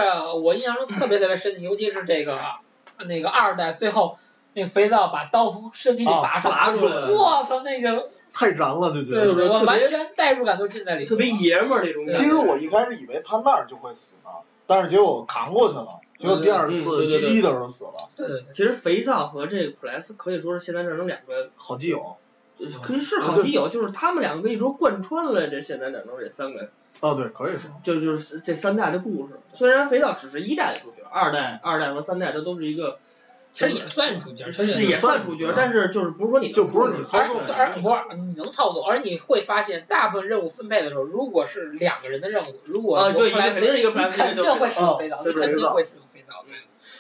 Speaker 3: 我印象中特别特别深的，尤其是这个那个二代最后那个肥皂把刀从身体里
Speaker 2: 啊
Speaker 3: 拔出
Speaker 1: 哦
Speaker 3: 来，
Speaker 1: 拔出来
Speaker 3: 我操那个，
Speaker 2: 太燃了，对
Speaker 3: 对
Speaker 1: 就是
Speaker 2: 对。
Speaker 3: 对，我
Speaker 1: 特
Speaker 3: 完
Speaker 1: 别
Speaker 3: 全代入感都尽在里头
Speaker 1: 特别爷们儿那种感觉。
Speaker 2: 其实我一开始以为他那儿就会死呢，但是结果扛过去了，结果第二
Speaker 1: 嗯
Speaker 2: 次
Speaker 1: 对对对
Speaker 2: GG 的时候死了，
Speaker 3: 对对对，
Speaker 1: 其实肥皂和这个普莱斯可以说是现代战争两个，
Speaker 2: 好基友。
Speaker 1: 呃可是是好基友，就是他们两个可以说贯穿了这现代战争这三个，
Speaker 2: 哦，对，可以说。
Speaker 1: 就就是这三代的故事。虽然肥皂只是一代的主角，二代、二代和三代它都是一个，
Speaker 3: 其实也算主角，其
Speaker 1: 是
Speaker 3: 实
Speaker 1: 也算
Speaker 2: 算
Speaker 1: 主
Speaker 2: 主
Speaker 1: 角
Speaker 2: 角，
Speaker 1: 但是就是不是说你能
Speaker 2: 就不是你
Speaker 1: 控制
Speaker 2: 操
Speaker 3: 而
Speaker 2: 纵
Speaker 1: 的
Speaker 3: 而不是你能操作，而你会发现大部分任务分配的时候，如果是两个人的任务，如果
Speaker 1: 啊，
Speaker 3: 有
Speaker 1: 对，
Speaker 3: 普
Speaker 1: 一个
Speaker 3: 莱
Speaker 1: 肯
Speaker 3: 斯
Speaker 1: 定是一个普
Speaker 3: 你
Speaker 1: 莱斯，
Speaker 3: 肯定会使用肥皂，
Speaker 2: 对
Speaker 3: 你肯定会使用肥皂，对。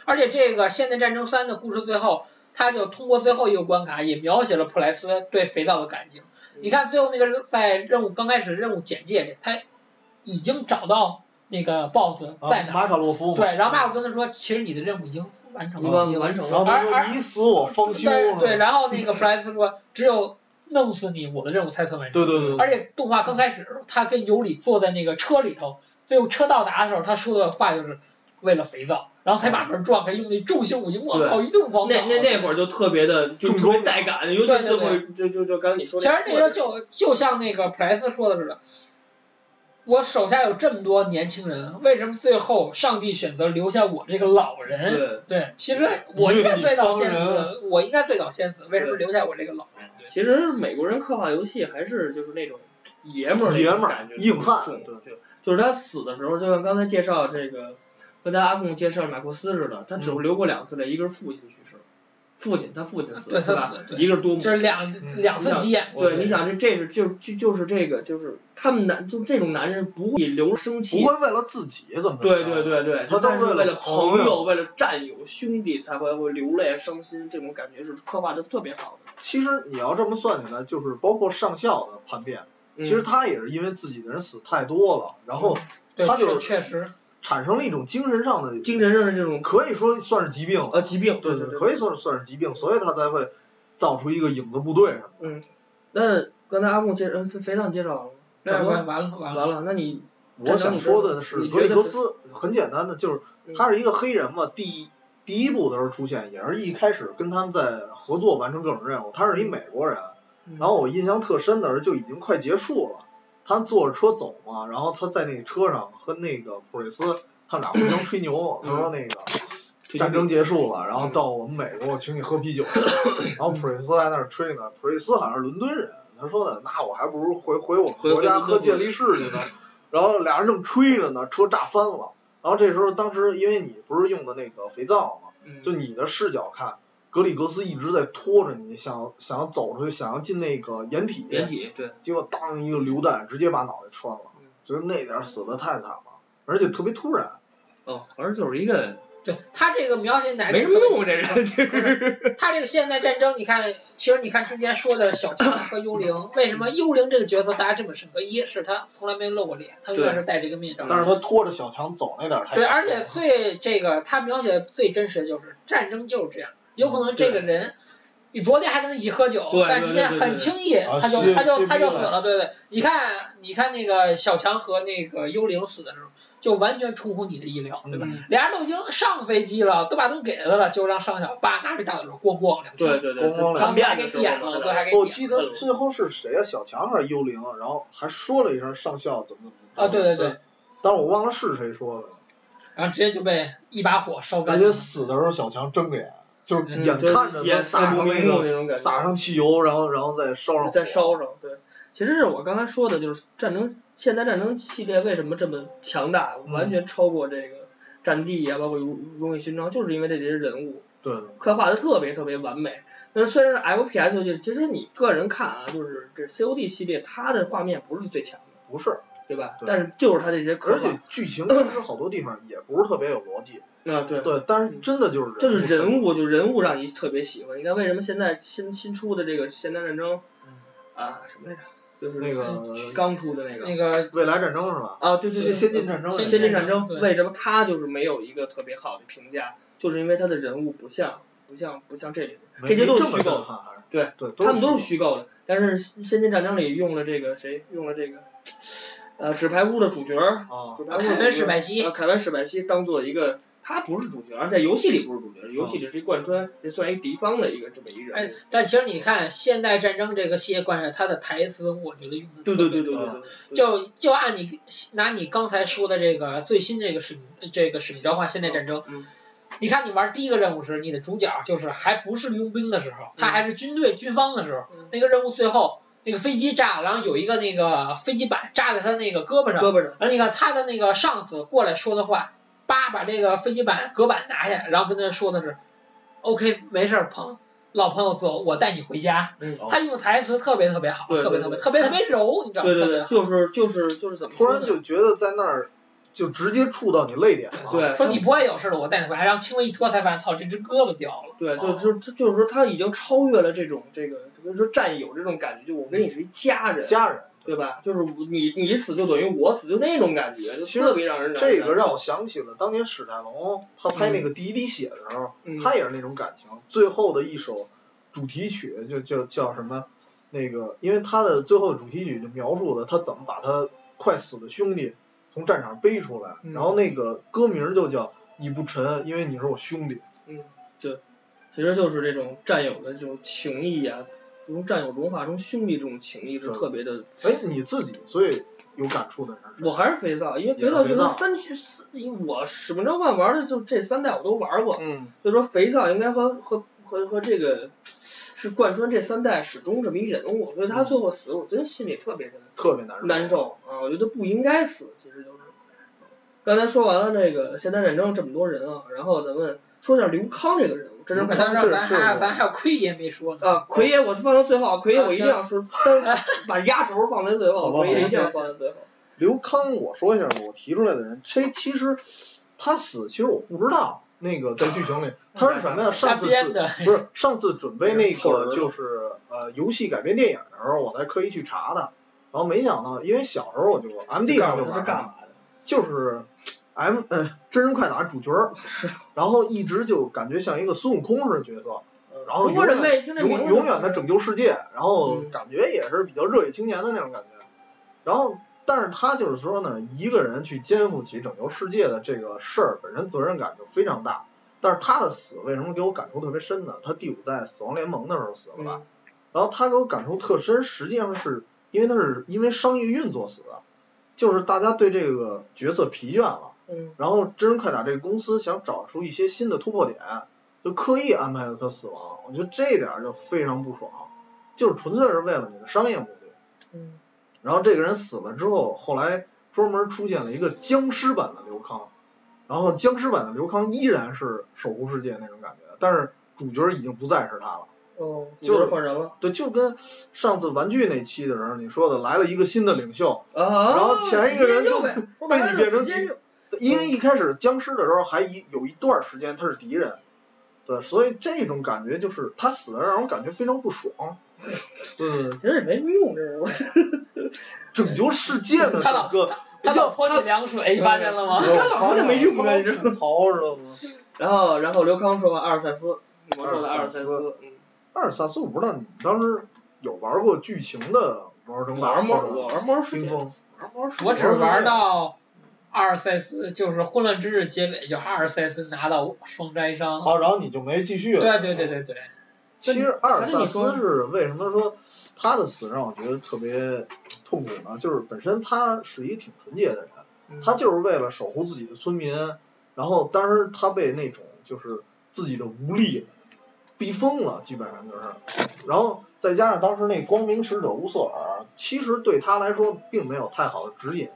Speaker 3: 而且这个《现代战争三》的故事最后，他就通过最后一个关卡，也描写了普莱斯对肥皂的感情。你看最后那个在任务刚开始任务简介里，他已经找到那个 BOSS 在哪儿。
Speaker 2: 啊马卡洛夫嘛，
Speaker 3: 对，然后马可跟他说，其实你的任务已经完成
Speaker 1: 你
Speaker 3: 了。
Speaker 1: 完完成
Speaker 2: 然后
Speaker 1: 了，
Speaker 2: 他
Speaker 3: 而
Speaker 2: 说
Speaker 3: 而
Speaker 2: 你死我方休，
Speaker 3: 对对，
Speaker 2: 是吧
Speaker 3: 然后那个布莱斯说，只有弄死你，我的任务才算完成。
Speaker 2: 对对对对，
Speaker 3: 而且动画刚开始，他跟尤里坐在那个车里头，最后车到达的时候，他说的话就是为了肥皂，然后才把门撞开，用那重型武器，我
Speaker 1: 对
Speaker 3: 操，一顿狂
Speaker 1: 那
Speaker 3: 搞。
Speaker 1: 那那会儿就特别的，就
Speaker 2: 重
Speaker 1: 特别
Speaker 2: 装
Speaker 1: 带感，尤其
Speaker 3: 对
Speaker 1: 是
Speaker 3: 对
Speaker 1: 最
Speaker 3: 对
Speaker 1: 后就就就刚才你说
Speaker 3: 其实那时
Speaker 1: 个
Speaker 3: 候就就像那个普莱斯说的似的，我手下有这么多年轻人，为什么最后上帝选择留下我这个老人？
Speaker 1: 对，
Speaker 3: 对，其实我应该最早先
Speaker 2: 你方
Speaker 3: 死，我应该最早先死，为什么
Speaker 1: 对
Speaker 3: 留下我这个老人？对
Speaker 1: 其实美国人刻画游戏还是就是那种爷们儿
Speaker 2: 爷
Speaker 1: 那
Speaker 2: 们
Speaker 1: 种
Speaker 2: 儿
Speaker 1: 感觉
Speaker 2: 硬汉，
Speaker 1: 重
Speaker 2: 对，
Speaker 1: 就就是他死的时候，就像刚才介绍这个，跟大家阿贡介绍马库斯似的，他只
Speaker 2: 嗯
Speaker 1: 留过两次泪，一个是父亲去世，父亲他父亲死
Speaker 3: 对
Speaker 1: 了，
Speaker 3: 他
Speaker 1: 是
Speaker 3: 死
Speaker 1: 吧？
Speaker 3: 对
Speaker 1: 一个是多姆，
Speaker 3: 这是两
Speaker 2: 嗯
Speaker 3: 两次急眼过。
Speaker 1: 对，你想这这是就是就就是这个就是他们男就这种男人不会留生
Speaker 2: 不
Speaker 1: 气，
Speaker 2: 会为了自己怎么着，
Speaker 1: 对对对对，
Speaker 2: 他都
Speaker 1: 但是
Speaker 2: 为了
Speaker 1: 为了
Speaker 2: 朋
Speaker 1: 朋
Speaker 2: 友
Speaker 1: 友、为了战友、兄弟才会会流泪伤心，这种感觉是刻画的特别好的。
Speaker 2: 其实你要这么算起来，就是包括上校的叛变，
Speaker 1: 嗯
Speaker 2: 其实他也是因为自己的人死太多了，然后
Speaker 3: 对，
Speaker 2: 他就是
Speaker 3: 确确实，
Speaker 2: 产生了一种精神上的，
Speaker 1: 精神上的这种
Speaker 2: 可以说算是疾病了，
Speaker 1: 呃疾病，
Speaker 2: 对
Speaker 1: 对对，
Speaker 2: 可以算是算是疾病，所以他才会造出一个影子部队什么的。
Speaker 1: 那刚才阿贡介嗯肥肥皂介绍完了，
Speaker 3: 那
Speaker 1: 差不多
Speaker 3: 完完了完了。
Speaker 1: 完了，那你
Speaker 2: 我想说的是，
Speaker 1: 你
Speaker 2: 格
Speaker 1: 觉得
Speaker 2: 里格斯很简单的，就是
Speaker 1: 嗯
Speaker 2: 他是一个黑人嘛，第一第一部的时候出现，也是一开始跟他们在合作完成各种任务。他是一美国人，
Speaker 1: 嗯
Speaker 2: 然后我印象特深的是就已经快结束了，他坐着车走嘛，然后他在那个车上和那个普瑞斯他们俩互相吹牛，他说那个战争结束了，然后到我们美国，我请你喝啤酒。然后普瑞斯在那儿吹呢，普瑞斯好像是伦敦人，他说的，那我还不如回回我们国家喝健力士去呢。 *laughs* 然后俩人正吹着呢，车炸翻了。然后这时候，当时因为你不是用的那个肥皂嘛，
Speaker 1: 嗯
Speaker 2: 就你的视角看，格里格斯一直在拖着你，想想要走出去，想要进那个掩体，
Speaker 1: 人体对，
Speaker 2: 结果当一个榴弹直接把脑袋穿了
Speaker 1: 嗯，
Speaker 2: 觉得那点儿死的太惨了，而且特别突然。
Speaker 1: 哦，反正就是一个
Speaker 3: 对他这个描写乃
Speaker 1: 没什么用，这人这
Speaker 3: 不是他这个现代战争，你看，其实你看之前说的小青和幽灵，为什么幽灵这个角色大家这么深刻？一是他从来没露过脸，他永远是戴着一个面罩。
Speaker 2: 但是他拖着小强走那点儿太
Speaker 3: 嗯对，而且最这个他描写的最真实的就是战争就是这样，有可能这个人，你昨天还跟他一起喝酒，
Speaker 1: 嗯对对
Speaker 3: 但今天
Speaker 1: 对对
Speaker 3: 很
Speaker 1: 对
Speaker 3: 轻易
Speaker 2: 啊
Speaker 3: 他就
Speaker 2: 歇
Speaker 3: 他就
Speaker 2: 歇
Speaker 3: 他就
Speaker 2: 逼
Speaker 3: 死
Speaker 2: 了
Speaker 3: 了，对对。你看你看那个小强和那个幽灵死的时候，就完全出乎你的意料，对吧？
Speaker 1: 嗯
Speaker 3: 俩人都已经上飞机了，都把东西给他了，就让上校叭拿着大嘴咣咣两
Speaker 1: 对
Speaker 3: 枪，
Speaker 1: 对对，
Speaker 2: 光光
Speaker 3: 然
Speaker 1: 叛
Speaker 3: 后
Speaker 1: 变
Speaker 3: 还
Speaker 1: 的
Speaker 3: 给
Speaker 1: 时候
Speaker 3: 点了，对，还给
Speaker 1: 啊
Speaker 2: 我
Speaker 3: 点。
Speaker 2: 记得最后是谁啊？小强还是幽灵？然后还说了一声上校怎么怎么着
Speaker 3: 啊，对对对，
Speaker 2: 但是我忘了是谁说的了。
Speaker 3: 然后直接就被一把火烧干
Speaker 2: 而。且死的时候小强睁着眼，就是
Speaker 1: 嗯
Speaker 2: 眼
Speaker 1: 就是
Speaker 2: 看着他
Speaker 1: 眼
Speaker 2: 撒
Speaker 1: 死不
Speaker 2: 上那
Speaker 1: 瞑目
Speaker 2: 个
Speaker 1: 那种感觉，
Speaker 2: 撒上汽油，然后然后再烧上火
Speaker 1: 再烧上，对。其实是我刚才说的，就是战争现代战争系列为什么这么强大，
Speaker 2: 嗯
Speaker 1: 完全超过这个战地啊，包括如荣誉勋章，就是因为这些人物
Speaker 2: 对，
Speaker 1: 刻画的特别特别完美。但是虽然是 FPS 游戏，其实你个人看啊，就是这 COD 系列它的画面不是最强的，
Speaker 2: 不是，
Speaker 1: 对吧？
Speaker 2: 对
Speaker 1: 但是就是它这些刻
Speaker 2: 而
Speaker 1: 画，
Speaker 2: 且剧情其实好多地方也不是特别有逻辑。
Speaker 1: 啊对，
Speaker 2: 对，但是真的就是
Speaker 1: 就是
Speaker 2: 物
Speaker 1: 人物，就人物让你特别喜欢。你看为什么现在新新出的这个《现代战争》
Speaker 2: 嗯
Speaker 1: 啊什么来着？就是
Speaker 2: 那个
Speaker 1: 刚出的那个
Speaker 3: 那个
Speaker 2: 未来战争是吧？
Speaker 1: 啊，对对对，
Speaker 2: 先先进战争，
Speaker 3: 先
Speaker 1: 先进战争
Speaker 3: 对
Speaker 1: 为什么他就是没有一个特别好的评价，就是因为他的人物不像不像不像这里，
Speaker 2: 没
Speaker 1: 这些都是
Speaker 2: 没么
Speaker 1: 虚构的
Speaker 2: 震撼还是
Speaker 1: 对
Speaker 2: 对，
Speaker 1: 他们都是
Speaker 2: 虚
Speaker 1: 虚构的。但是先进战争里用了这个谁用了这个，呃，纸牌屋的主角儿，
Speaker 2: 构啊
Speaker 1: 纸牌
Speaker 3: 凯
Speaker 1: 屋的
Speaker 3: 文
Speaker 1: 主
Speaker 3: 史
Speaker 1: 角
Speaker 3: 派西
Speaker 1: 啊，凯文史派西当做一个。他不是主角，在游戏里不是主角，游戏里是一贯穿，也算一敌方的一个这么一人
Speaker 3: 哎
Speaker 1: 物。，
Speaker 3: 但其实你看现代战争这个系列观察，它的台词我觉得用的
Speaker 1: 对对对对啊对对，
Speaker 3: 就就按你拿你刚才说的这个最新这个使命这个使命召唤现代战争，
Speaker 1: 嗯
Speaker 3: 你看你玩第一个任务时，你的主角就是还不是佣兵的时候，他还是军队军方的时候，
Speaker 1: 嗯
Speaker 3: 那个任务最后那个飞机炸了，然后有一个那个飞机板炸在他那个胳膊上，
Speaker 1: 胳膊上，
Speaker 3: 然后你看他的那个上司过来说的话，叭把这个飞机板隔板拿下来，然后跟他说的是，OK 没事儿朋老朋友走，我带你回家。
Speaker 1: 嗯
Speaker 2: 哦
Speaker 3: 他用的台词特别特别好，
Speaker 1: 对对
Speaker 3: 特别
Speaker 1: 对
Speaker 3: 特别特别特别柔，你知道吗？
Speaker 1: 对对
Speaker 3: 特别
Speaker 1: 对，
Speaker 3: 好
Speaker 1: 就是就是就是怎么
Speaker 2: 突
Speaker 1: 说
Speaker 2: 然
Speaker 1: 呢？
Speaker 2: 就觉得在那儿就直接触到你泪点了。
Speaker 1: 对
Speaker 3: 啊说你不会有事的，我带你回来。然后轻微一拖，才发现操，这只胳膊掉了。
Speaker 1: 对，就
Speaker 2: 哦
Speaker 1: 是就就是说他已经超越了这种这个，就是说战友这种感觉，就我跟你是一家人，
Speaker 2: 家人，
Speaker 1: 对吧？就是你你死就等于我死，就那种感觉，就
Speaker 2: 其实
Speaker 1: 特别让人难
Speaker 2: 这
Speaker 1: 受
Speaker 2: 个让我想起了当年史泰龙他拍那个《第一滴血》的时候，
Speaker 1: 嗯
Speaker 2: 他也是那种感情。最后的一首主题曲就就叫什么？那个，因为他的最后主题曲就描述了他怎么把他快死的兄弟从战场背出来，
Speaker 1: 嗯
Speaker 2: 然后那个歌名就叫《你不沉，因为你是我兄弟》。
Speaker 1: 其实就是这种战友的这种情谊啊，这种战友融化成兄弟这种情谊是
Speaker 2: 对
Speaker 1: 特别的。
Speaker 2: 哎，你自己最有感触的人是谁？
Speaker 1: 我还是肥皂，因为
Speaker 2: 也
Speaker 1: 肥
Speaker 2: 是
Speaker 1: 皂就
Speaker 2: 肥
Speaker 1: 是
Speaker 2: 皂
Speaker 1: 三区四，我使命召唤玩的就这三代我都玩过，
Speaker 2: 嗯，
Speaker 1: 所以说肥皂应该和和和和这个是贯穿这三代始终这么一人物，所以他最后死，我真心里特别的
Speaker 2: 特别难受。
Speaker 1: 难受啊，我觉得不应该死，其实就是。刚才说完了这个现代战争这么多人啊，然后咱们说一下刘康这个人物，这人
Speaker 2: 刘
Speaker 1: 物
Speaker 2: 康
Speaker 3: 当时咱
Speaker 2: 这这
Speaker 3: 还咱还有奎爷没说
Speaker 2: 呃
Speaker 3: 呢。
Speaker 1: 啊，奎爷我是放到最后，奎爷
Speaker 3: 啊
Speaker 1: 我一定
Speaker 3: 行
Speaker 1: 要是把压轴放在最
Speaker 2: 好
Speaker 1: 后，
Speaker 2: 吧
Speaker 1: 奎爷
Speaker 2: 好吧
Speaker 1: 一定要
Speaker 3: 行
Speaker 1: 放在最后。
Speaker 2: 刘康，我说一下吧，我提出来的人，这其实他死，其实我不知道那个在剧情里他是什么呀？
Speaker 3: 瞎
Speaker 2: 上次
Speaker 3: 编
Speaker 2: 准
Speaker 3: 的，
Speaker 2: 不是上次准备那
Speaker 1: 凑人
Speaker 2: 个
Speaker 1: 儿
Speaker 2: 就是呃游戏改编电影的时候，我才刻意去查的，然后没想到，因为小时候我就 M D
Speaker 1: 就告
Speaker 2: 上
Speaker 1: 诉
Speaker 2: 就
Speaker 1: 我他是
Speaker 2: 玩
Speaker 1: 干
Speaker 2: 了，
Speaker 1: 嘛的？
Speaker 2: 就是 M 呃真人快打主角儿，然后一直就感觉像一个孙悟空似的角色，
Speaker 1: 嗯
Speaker 2: 然后
Speaker 1: 中国人呗，听这名
Speaker 2: 永
Speaker 1: 字
Speaker 2: 永远的拯救世界，然后
Speaker 1: 嗯
Speaker 2: 感觉也是比较热血青年的那种感觉。然后，但是他就是说呢，一个人去肩负起拯救世界的这个事儿，本身责任感就非常大。但是他的死为什么给我感触特别深呢？他第五代死亡联盟的时候死了吧？
Speaker 1: 嗯
Speaker 2: 然后他给我感触特深，实际上是因为他是因为商业运作死的，就是大家对这个角色疲倦了。
Speaker 1: 嗯
Speaker 2: 然后真人快打这个公司想找出一些新的突破点，就刻意安排了他死亡，我觉得这点儿就非常不爽，就是纯粹是为了你的商业目的。
Speaker 1: 嗯，
Speaker 2: 然后这个人死了之后，后来专门出现了一个僵尸版的刘康，然后僵尸版的刘康依然是守护世界那种感觉，但是主角已经不再是他了。
Speaker 1: 哦，
Speaker 2: 就是
Speaker 1: 换人了
Speaker 2: 对，就跟上次玩具那期的时候你说的，来了一个新的领袖，
Speaker 1: 啊。然
Speaker 2: 后前一个人就 *laughs* 被你变成
Speaker 1: 奸
Speaker 2: 因
Speaker 1: 嗯
Speaker 2: 为一开始僵尸的时候还一有一段时间他是敌人，对，所以这种感觉就是他死了让我感觉非常不爽。嗯，
Speaker 1: 其实也没什么用，这人物。
Speaker 2: *laughs* 拯救世界呢，
Speaker 3: 他老
Speaker 2: 整个
Speaker 3: 他老
Speaker 2: 要
Speaker 3: 泼你凉水，你发现了吗？
Speaker 1: 他老说就没用啊你知道吗 *laughs*
Speaker 2: 吐槽知道吗？
Speaker 1: *laughs* 然后然后刘康说完阿尔萨斯，我说了
Speaker 2: 阿
Speaker 1: 阿
Speaker 2: 尔
Speaker 1: 尔萨
Speaker 2: 萨斯
Speaker 1: 斯，嗯，
Speaker 2: 阿尔萨斯，我不知道你们当时有玩过剧情的王者争霸
Speaker 1: 嗯玩
Speaker 2: 或
Speaker 1: 猫
Speaker 2: 者
Speaker 1: 我玩猫世
Speaker 2: 冰
Speaker 1: 界，
Speaker 2: 封，
Speaker 3: 我只玩到阿尔塞斯，就是混乱之日结尾，就是阿尔塞斯拿到双摘伤。
Speaker 2: 好，哦然后你就没继续了。
Speaker 3: 对对对对对，
Speaker 2: 其实阿尔萨
Speaker 1: 还
Speaker 2: 斯是为什么说他的死让我觉得特别痛苦呢？就是本身他是一个挺纯洁的人，
Speaker 1: 嗯
Speaker 2: 他就是为了守护自己的村民，然后当时他被那种就是自己的无力逼疯了，基本上就是，然后再加上当时那光明使者乌索尔，其实对他来说并没有太好的指引，
Speaker 1: 嗯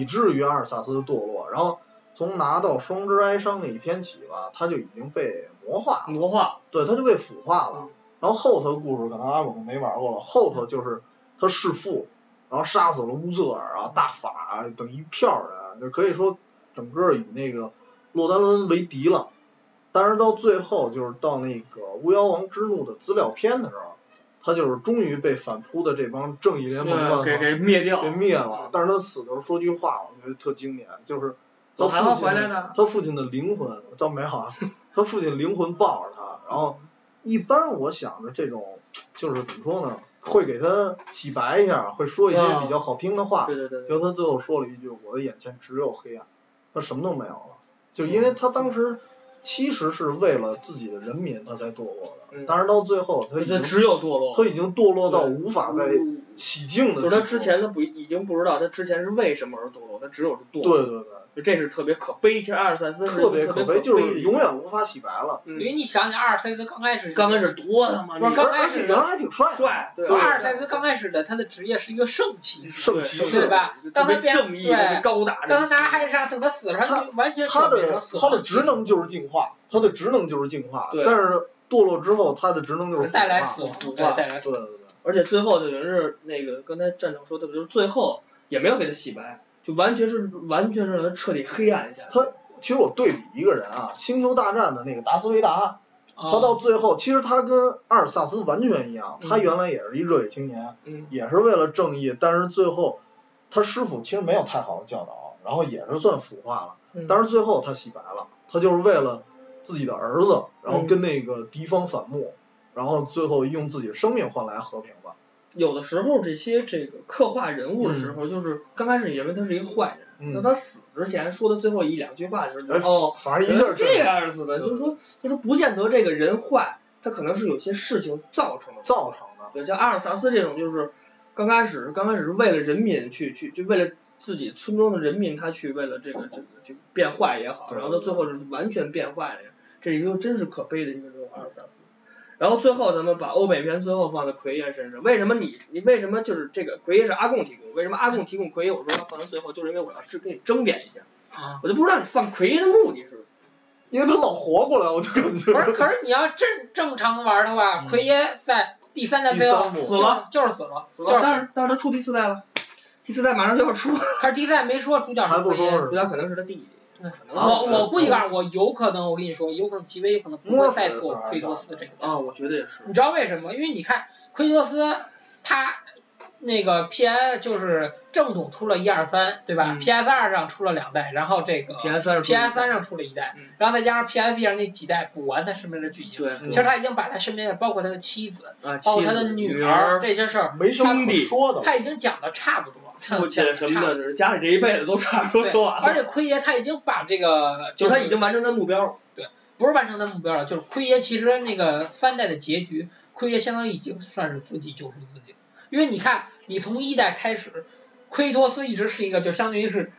Speaker 2: 以至于阿尔萨斯堕落，然后从拿到双之哀伤那一天起吧，他就已经被哦魔化了。
Speaker 1: 魔化，
Speaker 2: 对，他就被腐化了
Speaker 1: 嗯。
Speaker 2: 然后后头故事可能阿广没玩过了，后头就是他弑父，然后杀死了乌瑟尔啊、大法啊等一票人，就可以说整个与那个洛丹伦为敌了。但是到最后，就是到那个巫妖王之怒的资料片的时候，他就是终于被反扑的这帮正义联盟
Speaker 1: 嗯
Speaker 2: 的
Speaker 1: 给给灭掉
Speaker 2: 给，灭了。但是他死的时候说句话，我觉得特经典，就是他
Speaker 1: 我还会
Speaker 2: 父亲
Speaker 1: 回
Speaker 2: 的
Speaker 1: 来的。
Speaker 2: 他父亲的灵魂倒没好啊，他父亲灵魂抱着他，然后一般我想着这种就是怎么说呢，会给他洗白一下，会说一些
Speaker 1: 嗯
Speaker 2: 比较好听的话，
Speaker 1: 对对对对，
Speaker 2: 就他最后说了一句：“我的眼前只有黑暗，他什么都没有了。”就因为他当时其实是为了自己的人民他才堕落的，
Speaker 1: 嗯
Speaker 2: 但是到最后他已
Speaker 1: 这
Speaker 2: 经
Speaker 1: 只有堕落。
Speaker 2: 他已经堕落到无法再洗净
Speaker 1: 就
Speaker 2: 的地步，
Speaker 1: 是他之前他不已经不知道他之前是为什么而堕落，他只有是堕
Speaker 2: 对
Speaker 1: 落，
Speaker 2: 对对。
Speaker 1: 就这是特别可悲。其实阿尔萨斯是一个
Speaker 2: 特别
Speaker 1: 可
Speaker 2: 可
Speaker 1: 悲，
Speaker 2: 悲，就是永远无法洗白了。
Speaker 3: 因为你想想阿尔塞斯刚开始，
Speaker 1: 刚开始多他妈
Speaker 3: 嗯不是刚
Speaker 2: 而
Speaker 3: 开
Speaker 2: 而
Speaker 3: 始
Speaker 2: 且原来还挺帅的，
Speaker 1: 帅，对
Speaker 2: 对
Speaker 3: 阿尔塞斯刚开始的他的职业是一个圣骑士，
Speaker 2: 圣骑士
Speaker 3: 对吧当他
Speaker 1: 特别
Speaker 3: 变
Speaker 1: 正义，
Speaker 3: 对
Speaker 1: 特别高大，
Speaker 3: 当他拿海上等他死了，他就完全
Speaker 2: 他
Speaker 3: 转变
Speaker 2: 的
Speaker 3: 成死
Speaker 2: 他
Speaker 3: 亡
Speaker 2: 的职能就是净化，他的职能就是净化，
Speaker 1: 对
Speaker 2: 但是堕落之后，他的职能就是
Speaker 3: 带来死
Speaker 2: 死
Speaker 3: 亡，
Speaker 1: 腐
Speaker 3: 对，
Speaker 1: 化
Speaker 3: 带来
Speaker 2: 对
Speaker 3: 死亡。
Speaker 2: 对对，
Speaker 1: 而且最后等于是那个刚才站长说的，就是最后也没有给他洗白，就完全是完全是让他彻底黑暗一下。
Speaker 2: 他其实我对比一个人啊，《星球大战》的那个达斯维达，
Speaker 3: 嗯
Speaker 2: 他
Speaker 3: 哦
Speaker 2: 到最后，其实他跟阿尔萨斯完全一样，
Speaker 1: 嗯
Speaker 2: 他原来也是一热血青年，
Speaker 1: 嗯
Speaker 2: 也是为了正义，但是最后他师傅其实没有太好的教导，然后也是算腐化了，
Speaker 1: 嗯，
Speaker 2: 但是最后他洗白了，他就是为了自己的儿子，然
Speaker 3: 嗯
Speaker 2: 后跟那个敌方反目，然后最后用自己的生命换来和平吧。
Speaker 1: 有的时候这些这个刻画人物的时候，就是刚开始你认为他是一个坏人，
Speaker 2: 嗯
Speaker 1: 那，他死之前说的最后一两句话就是、
Speaker 2: 哎
Speaker 1: 哦，
Speaker 2: 反正一下
Speaker 1: 原来是这样子的，
Speaker 2: 对
Speaker 1: 就是说就是不见得这个人坏，他可能是有些事情造成的。
Speaker 2: 造成的，
Speaker 1: 对，像阿尔萨斯这种就是刚开始刚开始是为了人民去去就为了自己村庄的人民他去为了这个这个就变坏也好，
Speaker 2: 对
Speaker 1: 然后到最后就是完全变坏了，这一个真是可悲的一个人物阿尔萨斯。然后最后咱们把欧美片最后放在奎爷身上，为什么你你为什么就是这个奎爷是阿贡提供，为什么阿贡提供奎爷？我说要放到最后，就是因为我要争跟你争辩一下，
Speaker 3: 啊，
Speaker 1: 我就不知道你放奎爷的目的是什么。
Speaker 2: 因为他老活过来，我就感觉
Speaker 3: 可是可是你要正正常的玩的话，
Speaker 2: 嗯
Speaker 3: 奎爷在第三代
Speaker 2: 第
Speaker 3: 最后
Speaker 2: 三部
Speaker 1: 死了
Speaker 3: 就，就是死了，
Speaker 1: 死了
Speaker 3: 就是
Speaker 1: 哦但是但是他出第四代了，第四代马上就要出了，
Speaker 3: 可是第三代没说主
Speaker 2: *laughs*
Speaker 3: 角
Speaker 2: 还
Speaker 3: 是
Speaker 2: 不
Speaker 3: 奎
Speaker 2: 说嗯
Speaker 3: 爷。
Speaker 1: 主
Speaker 2: 是
Speaker 1: 角可能是他弟弟。
Speaker 3: 嗯
Speaker 1: 啊
Speaker 3: 我我估计
Speaker 1: 啊
Speaker 3: 告诉我，有可能，我跟你说，有可能极为有可能不
Speaker 2: 莫
Speaker 3: 会
Speaker 2: 菲
Speaker 3: 再
Speaker 2: 斯
Speaker 3: 做
Speaker 2: 还是
Speaker 3: 奎托
Speaker 2: 吧
Speaker 3: 斯这个角色。
Speaker 1: 啊，我觉得也是。
Speaker 3: 你知道为什么？因为你看奎托斯他那个 PS 就是正统出了一二三，对吧、
Speaker 1: 嗯
Speaker 3: p s 二上出了两代，然后这个
Speaker 1: P S 二
Speaker 3: PS 三上出了一代，
Speaker 1: 嗯
Speaker 3: 然后再加上 PSP 上那几代补完他身边的剧情。
Speaker 1: 对，
Speaker 2: 嗯
Speaker 3: 其实他已经把他身边的，包括他的妻子，
Speaker 1: 啊，
Speaker 3: 包括
Speaker 1: 妻
Speaker 3: 他的
Speaker 1: 子女
Speaker 3: 儿，这些事儿，
Speaker 2: 没什么
Speaker 1: 兄
Speaker 2: 可
Speaker 1: 弟
Speaker 2: 说的了。
Speaker 3: 他已经讲的差不多，
Speaker 1: 父
Speaker 3: 讲
Speaker 1: 亲
Speaker 3: 得
Speaker 1: 什
Speaker 3: 差
Speaker 1: 么
Speaker 3: 不
Speaker 1: 的，
Speaker 3: 多
Speaker 1: 就是家里这一辈子都差不多说完
Speaker 3: 对而
Speaker 1: 了。
Speaker 3: 且奎爷他已经把这个，
Speaker 1: 就是他已经完成他目标了。
Speaker 3: 不是完成他目标了，就是奎爷其实那个三代的结局，奎爷相当于已经算是自己救赎自己了，因为你看，你从一代开始，奎托斯一直是一个就相当于是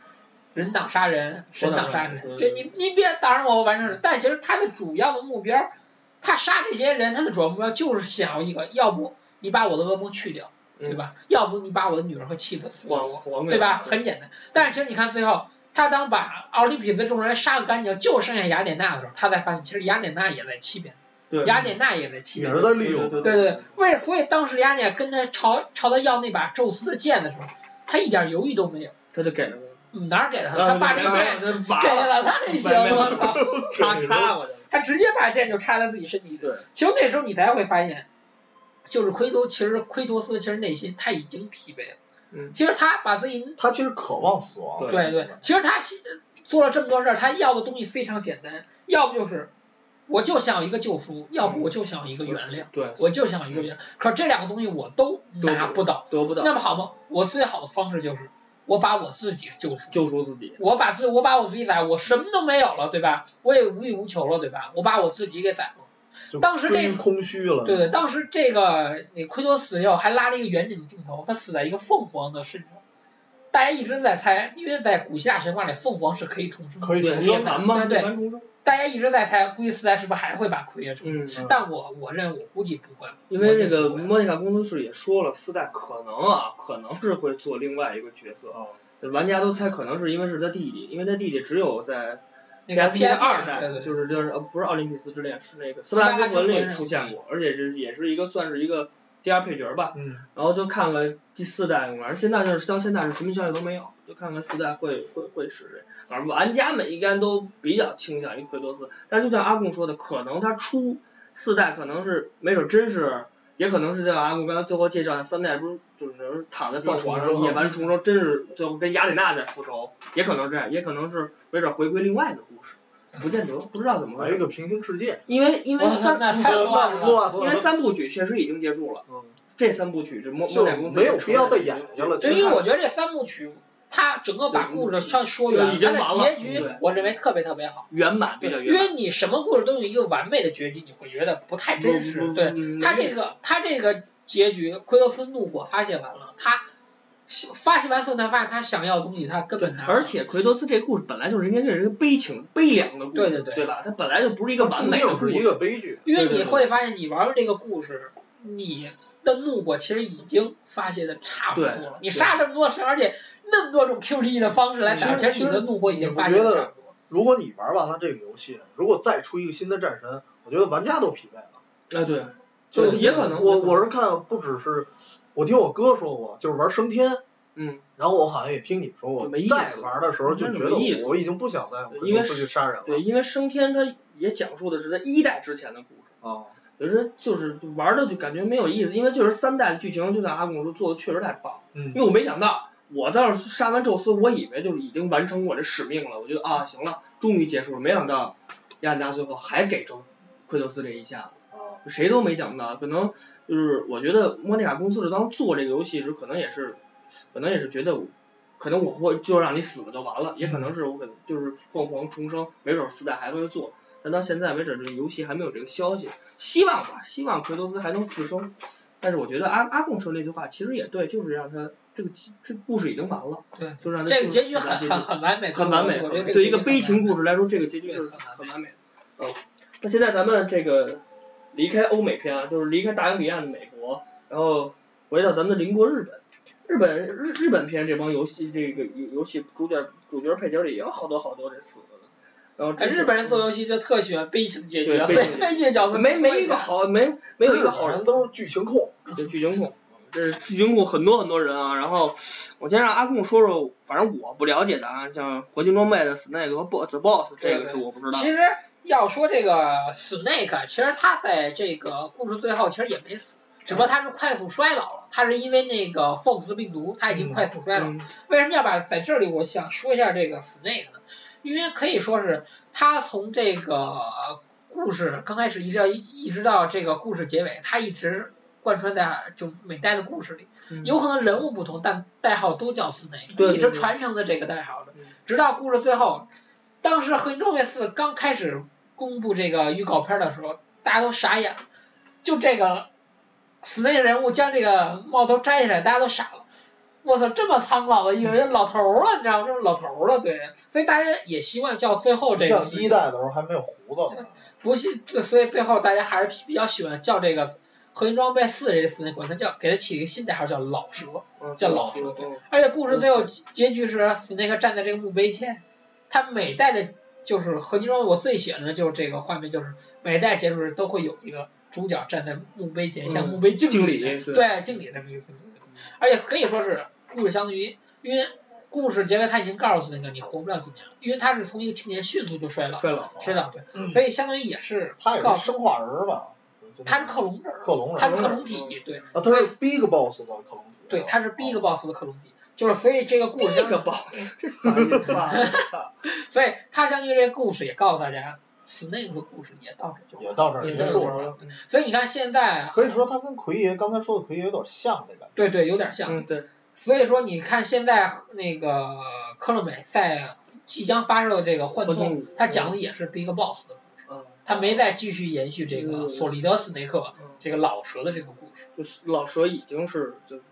Speaker 3: 人挡杀人，神挡杀
Speaker 1: 我挡杀
Speaker 3: 神，
Speaker 1: 人
Speaker 3: 就你你别挡着我，我完成了，但其实他的主要的目标，他杀这些人，他的主要目标就是想要一个，要不你把我的噩梦去掉，
Speaker 1: 嗯
Speaker 3: 对吧？要不你把我的女儿和妻子复活
Speaker 1: 黄黄
Speaker 3: 对吧？很简单。但是其实你看最后，他当把奥林匹斯众人杀个干净，就剩下雅典娜的时候，他才发现其实雅典娜也在欺骗，
Speaker 1: 对
Speaker 3: 雅典娜也在欺
Speaker 2: 也
Speaker 3: 骗。
Speaker 2: 是在利用，
Speaker 1: 对
Speaker 3: 对对对，为所以当时雅典跟他朝朝他要那把宙斯的剑的时候，他一点犹豫都没有，
Speaker 1: 他就给了
Speaker 3: 嗯哪儿给了他？
Speaker 1: 他，
Speaker 3: 他把这剑
Speaker 1: 这拔
Speaker 3: 给
Speaker 1: 了，
Speaker 3: 了他，这行
Speaker 1: 没没 *laughs*
Speaker 3: 我操！
Speaker 1: 插插过去了。
Speaker 3: 他直接把剑就插在自己身体里。
Speaker 1: 对，
Speaker 3: 其实那时候你才会发现，就是奎托，其实奎托斯其实内心他已经疲惫了。
Speaker 1: 嗯
Speaker 3: 其实他把自己
Speaker 2: 他其实渴望死亡。
Speaker 1: 对
Speaker 3: 对对，其实他西做了这么多事儿，他要的东西非常简单，要不就是我就想要一个救赎，要不我就想要一个原谅，
Speaker 1: 对，
Speaker 3: 我就想要一个原谅。可是这两个东西我都拿不到，
Speaker 1: 得不到
Speaker 3: 那么好吗？我最好的方式就是我把我自己救赎。
Speaker 1: 救赎自己。
Speaker 3: 我把自我把我自己宰，我什么都没有了，对吧？我也无欲无求了，对吧？我把我自己给宰了。
Speaker 2: 就
Speaker 3: 当时这
Speaker 2: 归于空虚了。
Speaker 3: 对对，当时这个那奎托死以后还拉了一个远景镜头，他死在一个凤凰的身上。大家一直在猜，因为在古希腊神话里，凤凰是可以重生的。
Speaker 2: 可以
Speaker 1: 对，
Speaker 2: 重
Speaker 1: 涅槃
Speaker 2: 生的。
Speaker 1: 嘛，
Speaker 3: 对
Speaker 1: 涅槃重生。
Speaker 3: 大家一直在猜，估计四代是不是还会把奎爷出？
Speaker 1: 嗯，
Speaker 2: 嗯
Speaker 3: 但我我认为我估计不会了，
Speaker 1: 因为这
Speaker 3: 我
Speaker 1: 个
Speaker 3: 认为不会
Speaker 1: 莫妮卡工作室也说了，四代可能啊，可能是会做另外一个角色。啊
Speaker 2: 哦
Speaker 1: 玩家都猜可能是因为是他弟弟，因为他弟弟只有在
Speaker 3: 那个
Speaker 1: PS 二
Speaker 3: 对
Speaker 1: 代
Speaker 3: 对
Speaker 1: 就是就是呃不是奥林匹斯之恋，是那个斯
Speaker 3: 斯
Speaker 1: 拉
Speaker 3: 拉
Speaker 1: 之
Speaker 3: 之
Speaker 1: 魂里
Speaker 3: 魂
Speaker 1: 出现过，而且是也是一个算是一个第二配角吧。
Speaker 2: 嗯，
Speaker 1: 然后就看看第四代，反正现在就是到现在是什么消息都没有，就看看四代会会会是谁。反正玩家们应该都比较倾向于奎托斯，但是就像阿贡说的，可能他出四代可能是没准真是，也可能是像阿贡刚才最后介绍的三代不是就是躺在病床上
Speaker 2: 嗯
Speaker 1: 夜晚重生，真是最后跟雅典娜在复仇，也可能是这样，也可能是没准回归另外一个故事，不见得，不知道怎么
Speaker 2: 来
Speaker 1: 回
Speaker 2: 一
Speaker 1: 事。
Speaker 2: 个平行世界。
Speaker 1: 因为因为
Speaker 3: 哇
Speaker 1: 三
Speaker 3: 那太乱
Speaker 2: 了
Speaker 3: 了。
Speaker 1: 因为三部曲确实已经结束了。
Speaker 2: 嗯
Speaker 1: 这三部曲，这莫
Speaker 2: 就
Speaker 1: 莫奈公司
Speaker 2: 没有必要再演下去了
Speaker 3: 所以我觉得这三部曲，它整个把故事上说圆
Speaker 1: 对已
Speaker 3: 了，
Speaker 1: 经
Speaker 3: 它
Speaker 1: 完了
Speaker 3: 的结局
Speaker 1: 对
Speaker 3: 我认为特别特别好。
Speaker 1: 圆满比较
Speaker 3: 因
Speaker 1: 圆满。
Speaker 3: 为你什么故事都有一个完美的结局，你会觉得不太真实。对，
Speaker 1: 对
Speaker 3: 他这个他这个结局，奎托斯怒火发泄完了，他发泄完之后，他发现他想要的东西他根本拿不到。
Speaker 1: 而且奎托斯这故事本来就是应该是一个悲情悲凉的故事，
Speaker 3: 对对对
Speaker 1: 吧？它本来就不是一个完美的故
Speaker 2: 是一
Speaker 1: 事，
Speaker 2: 个悲剧。
Speaker 3: 因为
Speaker 1: 对对对
Speaker 3: 你会发现，你玩完这个故事，你的怒火其实已经发泄的差不多了。你杀这么多神，而且那么多种 QTE 的方式来打，
Speaker 2: 其实
Speaker 3: 其实你的怒火已经发泄
Speaker 2: 我觉
Speaker 3: 的
Speaker 2: 得
Speaker 3: 差不多了。
Speaker 2: 如果你玩完了这个游戏，如果再出一个新的战神，我觉得玩家都疲惫了。
Speaker 1: 啊对，
Speaker 2: 就
Speaker 1: 对也可能
Speaker 2: 我我是看不只是，我听我哥说过，就是玩升天，
Speaker 1: 嗯，
Speaker 2: 然后我好像也听你说过，
Speaker 1: 就没意思
Speaker 2: 再玩的时候就觉得
Speaker 1: 没意思
Speaker 2: 我我已经不想再回
Speaker 1: 因
Speaker 2: 头
Speaker 1: 为
Speaker 2: 出去杀人了
Speaker 1: 对，因为升天它也讲述的是在一代之前的故事，
Speaker 2: 啊。
Speaker 1: 有时候就是玩的就感觉没有意思，因为就是三代的剧情，就像阿贡说做的确实太棒，
Speaker 2: 嗯
Speaker 1: 因为我没想到。我当时杀完宙斯，我以为就是已经完成我的使命了，我觉得啊，行了，终于结束了。没想到亚历山大最后还给宙奎托斯这一下子，
Speaker 2: 啊，
Speaker 1: 谁都没想到，可能就是我觉得莫妮卡公司当做这个游戏时，可能也是，可能也是觉得我，可能我会就让你死了就完了，也可能是我可能就是凤凰重生，没准四代还会做，但到现在为止，这个游戏还没有这个消息，希望吧，希望奎托斯还能复生。但是我觉得阿阿贡说那句话其实也对，就是让他这个这故事已经完了，
Speaker 3: 对，
Speaker 1: 就让他
Speaker 3: 这个
Speaker 1: 进入
Speaker 3: 结局
Speaker 1: 复杂
Speaker 3: 很很很完美，
Speaker 1: 很完美
Speaker 3: 我觉得，
Speaker 1: 对
Speaker 3: 这结
Speaker 1: 一
Speaker 3: 局
Speaker 1: 个
Speaker 3: 很
Speaker 1: 悲情
Speaker 3: 完
Speaker 1: 故事来说，这个结局
Speaker 3: 对
Speaker 1: 是
Speaker 3: 很
Speaker 1: 很完美的。哦，那现在咱们这个离开欧美片啊，就是离开大洋彼岸的美国，然后回到咱们的邻国日本。日本日日本片这帮游戏这个游游戏主角主角配角里也有好多好多这死的了，然后
Speaker 3: 美。哎
Speaker 1: 这
Speaker 3: 日本人做游戏就特喜欢悲情结局啊，所
Speaker 1: 对
Speaker 3: 以
Speaker 1: 悲情
Speaker 3: 悲剧角色
Speaker 1: 嗯没没一个好没没有一个好
Speaker 2: 好
Speaker 1: 人
Speaker 2: 人都是剧情控，
Speaker 1: 这巨鲸控，这是巨鲸控很多很多人啊。然后我先让阿贡说说，反正我不了解的啊，像合金装备的 Snake 和 Bo- The Boss 这个是我不知道的。
Speaker 3: 其实要说这个 Snake，啊其实他在这个故事最后其实也没死，只不过他是快速衰老了，他是因为那个 Fox 病毒，他已经快速衰老。
Speaker 1: 嗯
Speaker 3: 为什么要把在这里我想说一下这个 Snake 呢？因为可以说是他从这个呃故事刚开始一直到一直到这个故事结尾，他一直贯穿在就每代的故事里。
Speaker 1: 嗯
Speaker 3: 有可能人物不同，但代号都叫 Snake，
Speaker 1: 对对
Speaker 3: 一直
Speaker 1: 对
Speaker 3: 传承的这个代号的
Speaker 1: 嗯，
Speaker 3: 直到故事最后，当时《合金装备四》刚开始公布这个预告片的时候，大家都傻眼了，就这个 Snake 人物将这个帽头摘下来，大家都傻了。我操，这么苍老的一个老头儿了，你知道吗？这是老头儿了，对，所以大家也习惯叫最后这个
Speaker 2: 像一代的时候还没有胡子呢。
Speaker 3: 不信，所以最后大家还是比较喜欢叫这个合金装备四这四那管它叫给它起一个新代号叫老蛇，
Speaker 1: 嗯
Speaker 3: 叫老鼠
Speaker 1: 对
Speaker 3: 而且故事最
Speaker 1: 嗯
Speaker 3: 后结局是 Snake 站在这个墓碑前，他每代的就是合金装，我最喜欢的就是这个画面，就是每代结束时都会有一个主角站在墓碑
Speaker 1: 嗯
Speaker 3: 前，像墓碑敬
Speaker 1: 敬
Speaker 3: 礼，
Speaker 1: 礼对
Speaker 3: 对敬礼这么一个姿势而且可以说是故事相当于，因为故事结尾他已经告诉那个你活不了几年了，因为他是从一个青年迅速就衰老，
Speaker 1: 衰老嗯了。
Speaker 3: 衰老对，所以相当于也是
Speaker 2: 嗯他也
Speaker 3: 告
Speaker 2: 是
Speaker 3: 诉
Speaker 2: 生化人儿吧？
Speaker 1: 嗯
Speaker 3: 他是克隆人，
Speaker 2: 克隆人，
Speaker 3: 他是克隆体，对
Speaker 2: 啊，他是 Big Boss 的克隆体。
Speaker 3: 对，他是 Big Boss 的克隆体，就是所以这个故事
Speaker 1: 这
Speaker 3: 相
Speaker 1: 个 boss，这啥意思 *laughs* 啊？
Speaker 3: 所以他相当于这故事也告诉大家，Snake 的故事也到这就
Speaker 2: 也到
Speaker 1: 嗯
Speaker 2: 这儿
Speaker 3: 也
Speaker 2: 结
Speaker 3: 到这
Speaker 2: 束
Speaker 3: 儿
Speaker 2: 了。
Speaker 3: 了。所以你看现在啊
Speaker 2: 可以说他跟奎爷刚才说的奎爷有点像这个。
Speaker 3: 对对有点像，
Speaker 1: 嗯，对，
Speaker 3: 所以说你看现在那个科乐美在呃即将发售的这个《幻
Speaker 1: 幻
Speaker 3: 动
Speaker 1: 动》，
Speaker 3: 它讲的也是 Big Boss 的，
Speaker 1: 嗯，
Speaker 3: 它没再继续延续这个
Speaker 1: 嗯
Speaker 3: 索利德斯内克
Speaker 1: 嗯
Speaker 3: 这个老蛇的这个故事。
Speaker 1: 就是老蛇已经是就是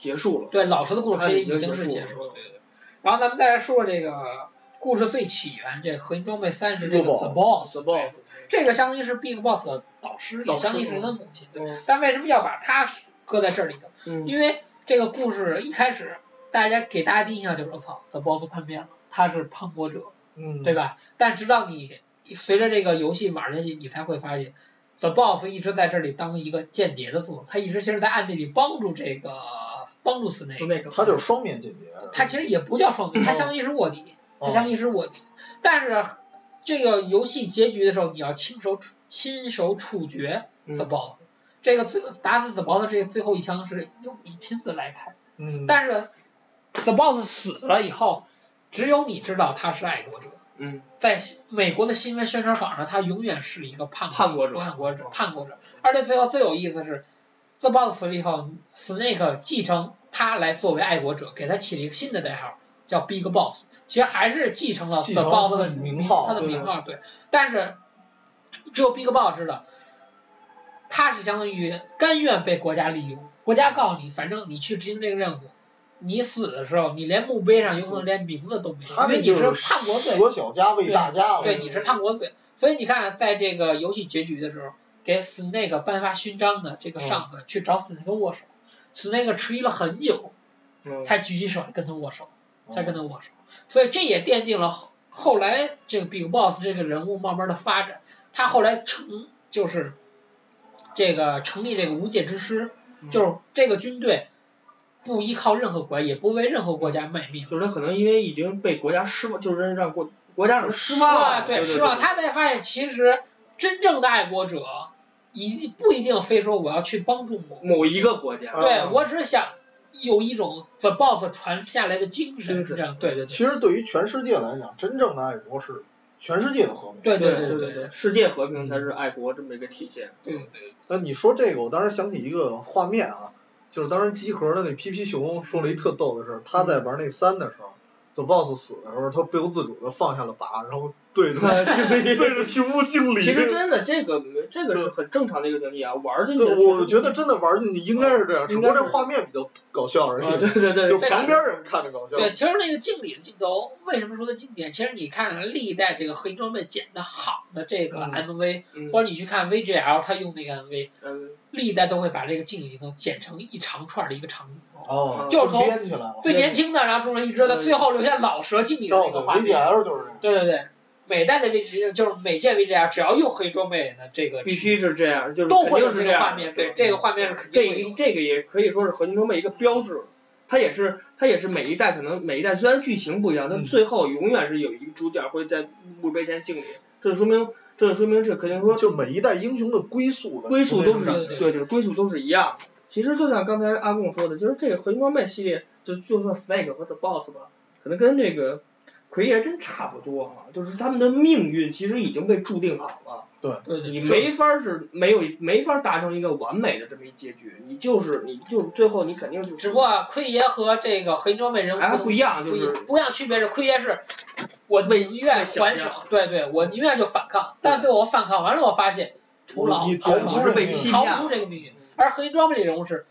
Speaker 1: 结束了。
Speaker 3: 对，老蛇的故事可以已经是
Speaker 1: 已经
Speaker 3: 结
Speaker 1: 结束
Speaker 3: 束了
Speaker 1: 了。
Speaker 3: 对对对。然后咱们再来说说这个故事最起源，这合金装备三是这个
Speaker 2: Snowball
Speaker 3: The Boss，
Speaker 1: The boss，
Speaker 3: 这个相当于是 Big Boss 的导师，也
Speaker 1: 导师
Speaker 3: 相当于是他的母亲。
Speaker 1: 嗯
Speaker 3: 但为什么要把它搁在这里呢？
Speaker 1: 嗯
Speaker 3: 因为这个故事一开始，大家给大家第一印象就是我操，The Boss 叛变了，他是叛国者，
Speaker 2: 嗯
Speaker 3: 对吧？但直到你随着这个游戏玩下去，你才会发现，The Boss 一直在这里当一个间谍的作用，他一直其实在暗地里帮助这个帮助 Snake，
Speaker 1: 就那个，
Speaker 2: 他就是双面间谍。
Speaker 3: 他其实也不叫双面，他相当于是卧底，
Speaker 2: 哦
Speaker 3: 他相当于是卧底。但是这个游戏结局的时候，你要亲手处亲手处决
Speaker 1: 嗯
Speaker 3: The Boss，、这个最打死 The Boss 这个最后一枪是由你亲自来开。
Speaker 2: 嗯，
Speaker 3: 但是 The Boss 死了以后，只有你知道他是爱国者。
Speaker 1: 嗯，
Speaker 3: 在新美国的新闻宣传稿上，他永远是一个叛
Speaker 1: 叛国者
Speaker 3: 叛国者，叛国者。而且最后最有意思是，The Boss 死了以后，Snake 继承他来作为爱国者，给他起了一个新的代号，叫 Big Boss。其实还是继承了
Speaker 2: 继
Speaker 3: The
Speaker 2: 承了
Speaker 3: Boss
Speaker 2: 他的名号
Speaker 3: 他的
Speaker 1: 对
Speaker 3: 名号对。但是只有 Big Boss 知道，他是相当于甘愿被国家利用，国家告诉你，反正你去执行这个任务。你死的时候，你连墓碑上有可能连名字都没有，
Speaker 2: 他
Speaker 3: 因为
Speaker 2: 这
Speaker 3: 你
Speaker 2: 就是
Speaker 3: 叛国罪，
Speaker 2: 舍小家为大家了。嗯
Speaker 3: 对，你是叛国罪。所以你看，在这个游戏结局的时候，给 Snake 颁发勋章的这个上
Speaker 2: 嗯
Speaker 3: 司去找 Snake 握手、s n a k e 迟疑了很久，
Speaker 1: 嗯
Speaker 3: 才举起手来跟他握手，
Speaker 2: 嗯
Speaker 3: 才跟他握手。所以这也奠定了后后来这个 Big Boss 这个人物慢慢的发展，他后来成就是这个成立这个无界之师，
Speaker 1: 嗯
Speaker 3: 就是这个军队。不依靠任何国家，也不为任何国家卖命。
Speaker 1: 就是他可能因为已经被国家失望，就是让国国家所失望
Speaker 3: 啊
Speaker 1: 了，
Speaker 3: 对，
Speaker 1: 对
Speaker 3: 失望。他才发现，其实真正的爱国者，一定不一定非说我要去帮助某国。
Speaker 1: 某一个国家，
Speaker 2: 啊
Speaker 3: 对我只是想有一种 The Boss 传下来的精
Speaker 1: 精
Speaker 3: 神，
Speaker 1: 神
Speaker 3: 这样对对对
Speaker 2: 其实对于全世界来讲，真正的爱国是全世界的和平。
Speaker 3: 对
Speaker 1: 对
Speaker 3: 对
Speaker 1: 对
Speaker 3: 对
Speaker 1: 对，世界和平才是爱国这么一个体现。
Speaker 3: 对，
Speaker 2: 那你说这个，我当时想起一个画面啊，就是当时集合的那皮皮熊说了一特逗的事儿，他在玩那三的时候，The Boss 死的时候，他不由自主的放下了靶，然后对
Speaker 3: *laughs*
Speaker 2: 着 *laughs* 对着屏幕敬礼。
Speaker 1: 其实真的，这个这个是很正常的一个经历啊，玩儿进去
Speaker 2: 对，
Speaker 1: 的。
Speaker 2: 我觉得真的玩进去应该是这样，只不过
Speaker 1: 应该
Speaker 2: 这
Speaker 1: 是
Speaker 2: 画面比较搞笑而
Speaker 1: 啊，
Speaker 2: 已，
Speaker 1: 对对对，
Speaker 2: 就
Speaker 3: 对
Speaker 2: 旁边人看着搞笑。
Speaker 3: 对，其实那个敬礼的镜头，为什么说它经典？其实你看历代这个黑装备剪的好的这个
Speaker 1: 嗯
Speaker 3: MV，、
Speaker 1: 嗯
Speaker 3: 或者你去看 VGL 他用那个 MV，
Speaker 1: 嗯
Speaker 3: 历代都会把这个敬礼镜头剪成一长串的一个长镜头。
Speaker 2: 哦，
Speaker 3: 就是从
Speaker 2: 编起来了。
Speaker 3: 最年轻的，然后中了一只的，
Speaker 1: 嗯
Speaker 3: 最后留下老蛇敬礼的那个
Speaker 2: 哦
Speaker 3: 画
Speaker 2: 对
Speaker 3: 面。
Speaker 2: ，VGL 就是这样。
Speaker 3: 对对对，每代的 VGL 就是每届 VGL，只要用黑装备的这个
Speaker 1: 必须是这样，就是
Speaker 3: 都
Speaker 1: 肯
Speaker 3: 会有
Speaker 1: 定
Speaker 3: 这
Speaker 1: 是
Speaker 3: 个
Speaker 1: 样
Speaker 3: 画
Speaker 1: 的。
Speaker 3: 面，
Speaker 1: 是
Speaker 3: 对
Speaker 1: 吧
Speaker 3: 这个画面是肯
Speaker 1: 这
Speaker 3: 定会有
Speaker 1: 一
Speaker 3: 的。
Speaker 1: 这个也可以说是合金装备一个标志，它也是它也是每一代可能每一代虽然剧情不一样，但
Speaker 2: 嗯
Speaker 1: 最后永远是有一个主角会在墓碑前敬礼，这就说明这就说明这肯定说
Speaker 2: 就每一代英雄的归宿的
Speaker 1: 归宿都是
Speaker 3: 对对对
Speaker 1: 对对归宿都是一样的。其实就像刚才阿贡说的，就是这个合金装备系列，就就算 Snake 和 The Boss 吧，可能跟这个奎爷真差不多啊，就是他们的命运其实已经被注定好了。
Speaker 3: 对对
Speaker 1: 你
Speaker 3: 对，
Speaker 1: 没法儿是没有没法儿达成一个完美的这么一结局，你就是你就最后你肯定就是
Speaker 3: 只不过啊奎爷和这个黑装备人物
Speaker 1: 还哎不一样，
Speaker 3: 不
Speaker 1: 就
Speaker 3: 一
Speaker 1: 是
Speaker 3: 不一样，区别是奎爷是，我宁愿还手，对对，我宁愿就反抗，但最后我反抗完了，我发现徒劳，
Speaker 2: 你
Speaker 3: 逃
Speaker 1: 不
Speaker 2: 逃
Speaker 3: 不
Speaker 1: 出
Speaker 3: 出
Speaker 1: 被欺
Speaker 3: 逃
Speaker 1: 骗
Speaker 3: 不出这个命运。而黑装备里人物是，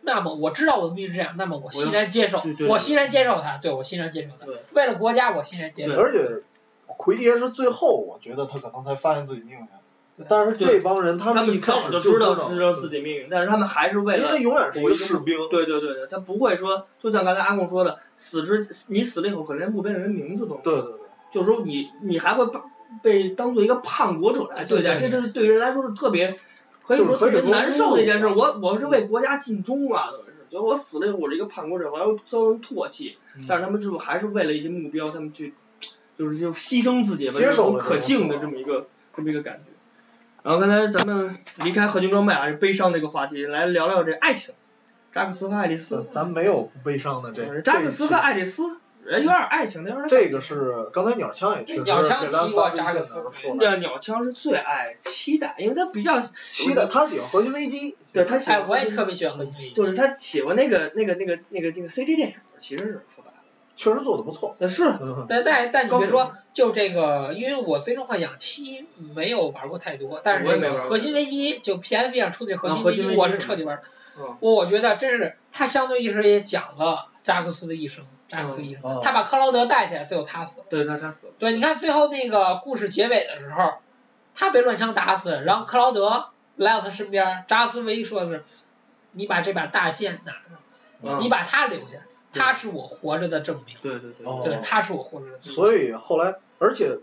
Speaker 3: 那么我知道我的命运是这样，那么我欣然接受
Speaker 1: 对对，对
Speaker 3: 我欣然接受它，对我欣然接受它
Speaker 1: 对，
Speaker 3: 为了国家我欣然接受。
Speaker 1: 对
Speaker 2: 而且奎爷是最后，我觉得他可能才发现自己命
Speaker 3: 对
Speaker 2: 运。但是这帮人，他
Speaker 1: 他
Speaker 2: 们一
Speaker 1: 们
Speaker 2: 开
Speaker 1: 早
Speaker 2: 始
Speaker 1: 就
Speaker 2: 知
Speaker 1: 知
Speaker 2: 道
Speaker 1: 道知道自己命运，但是他们还是为
Speaker 2: 因为他
Speaker 1: 了。
Speaker 2: 永远是一个士兵。
Speaker 1: 对对对对，他不会说，就像刚才阿贡说的，死之你死了以后，可能连墓碑的人名字都没有，
Speaker 2: 对对对，
Speaker 1: 就是说你你还会被被当做一个叛国者来对待，
Speaker 3: 对对
Speaker 1: 这是对人来说是特别可以说特别难受的一件事。我我是为国家尽忠啊，等于是，就是我死了以后我是一个叛国者，好像遭人唾弃，
Speaker 2: 嗯
Speaker 1: 但是他们最后还是为了一些目标，他们去就是就牺牲自己吧，
Speaker 2: 接受
Speaker 1: 有种可敬的这么一个这么一个感觉。然后刚才咱们离开合金装备啊，这悲伤的一个话题，来聊聊这爱情，扎克斯和爱丽丝
Speaker 2: 咱。咱没有不悲伤的这。
Speaker 1: 扎克斯和
Speaker 2: 嗯这一期
Speaker 1: 爱丽丝，人有点爱情，但有点
Speaker 2: 这个是刚才鸟枪也确实
Speaker 3: 鸟枪
Speaker 2: 给咱
Speaker 3: 提过
Speaker 2: 发微信
Speaker 3: 扎克
Speaker 2: 的
Speaker 3: 斯
Speaker 2: 时候说的，
Speaker 1: 那鸟枪是最爱期待，因为他比较
Speaker 2: 期待他喜欢核心危机，
Speaker 1: 对他喜
Speaker 3: 哎
Speaker 1: 欢，，
Speaker 3: 我也特别喜欢核心利益，
Speaker 1: 就是他喜欢那个那个那个那个那个 CG 电影，其实是说白了，
Speaker 2: 确实做的不错。
Speaker 1: 那是
Speaker 2: 嗯，
Speaker 3: 但但但你
Speaker 1: 高
Speaker 3: 别
Speaker 1: 手
Speaker 3: 说，就这个，因为我最终幻想七没有玩过太多，但是
Speaker 1: 我
Speaker 3: 这
Speaker 1: 也没
Speaker 3: 个
Speaker 1: 玩过
Speaker 3: 核心危机就 PSP 上出的核
Speaker 1: 啊
Speaker 3: 心
Speaker 1: 核
Speaker 3: 危
Speaker 1: 心
Speaker 3: 机，
Speaker 1: 危机
Speaker 3: 我是
Speaker 1: 是吗
Speaker 3: 彻底玩儿
Speaker 1: 嗯。
Speaker 3: 我我觉得真是，他相对意识也讲了扎克斯的一生，扎克斯一生，
Speaker 2: 哦
Speaker 3: 他把克劳德带起来，最后他死了。
Speaker 1: 对他他死了，
Speaker 3: 对，你看最后那个故事结尾的时候，他被乱枪打死，然后克劳德来到他身边，扎克斯唯一说的是，你把这把大剑拿上，
Speaker 1: 嗯
Speaker 3: 你把他留下，他是我活着的证明。
Speaker 1: 对对对，
Speaker 2: 哦
Speaker 3: 对，他是我活着的证明。
Speaker 2: 所以后来，而且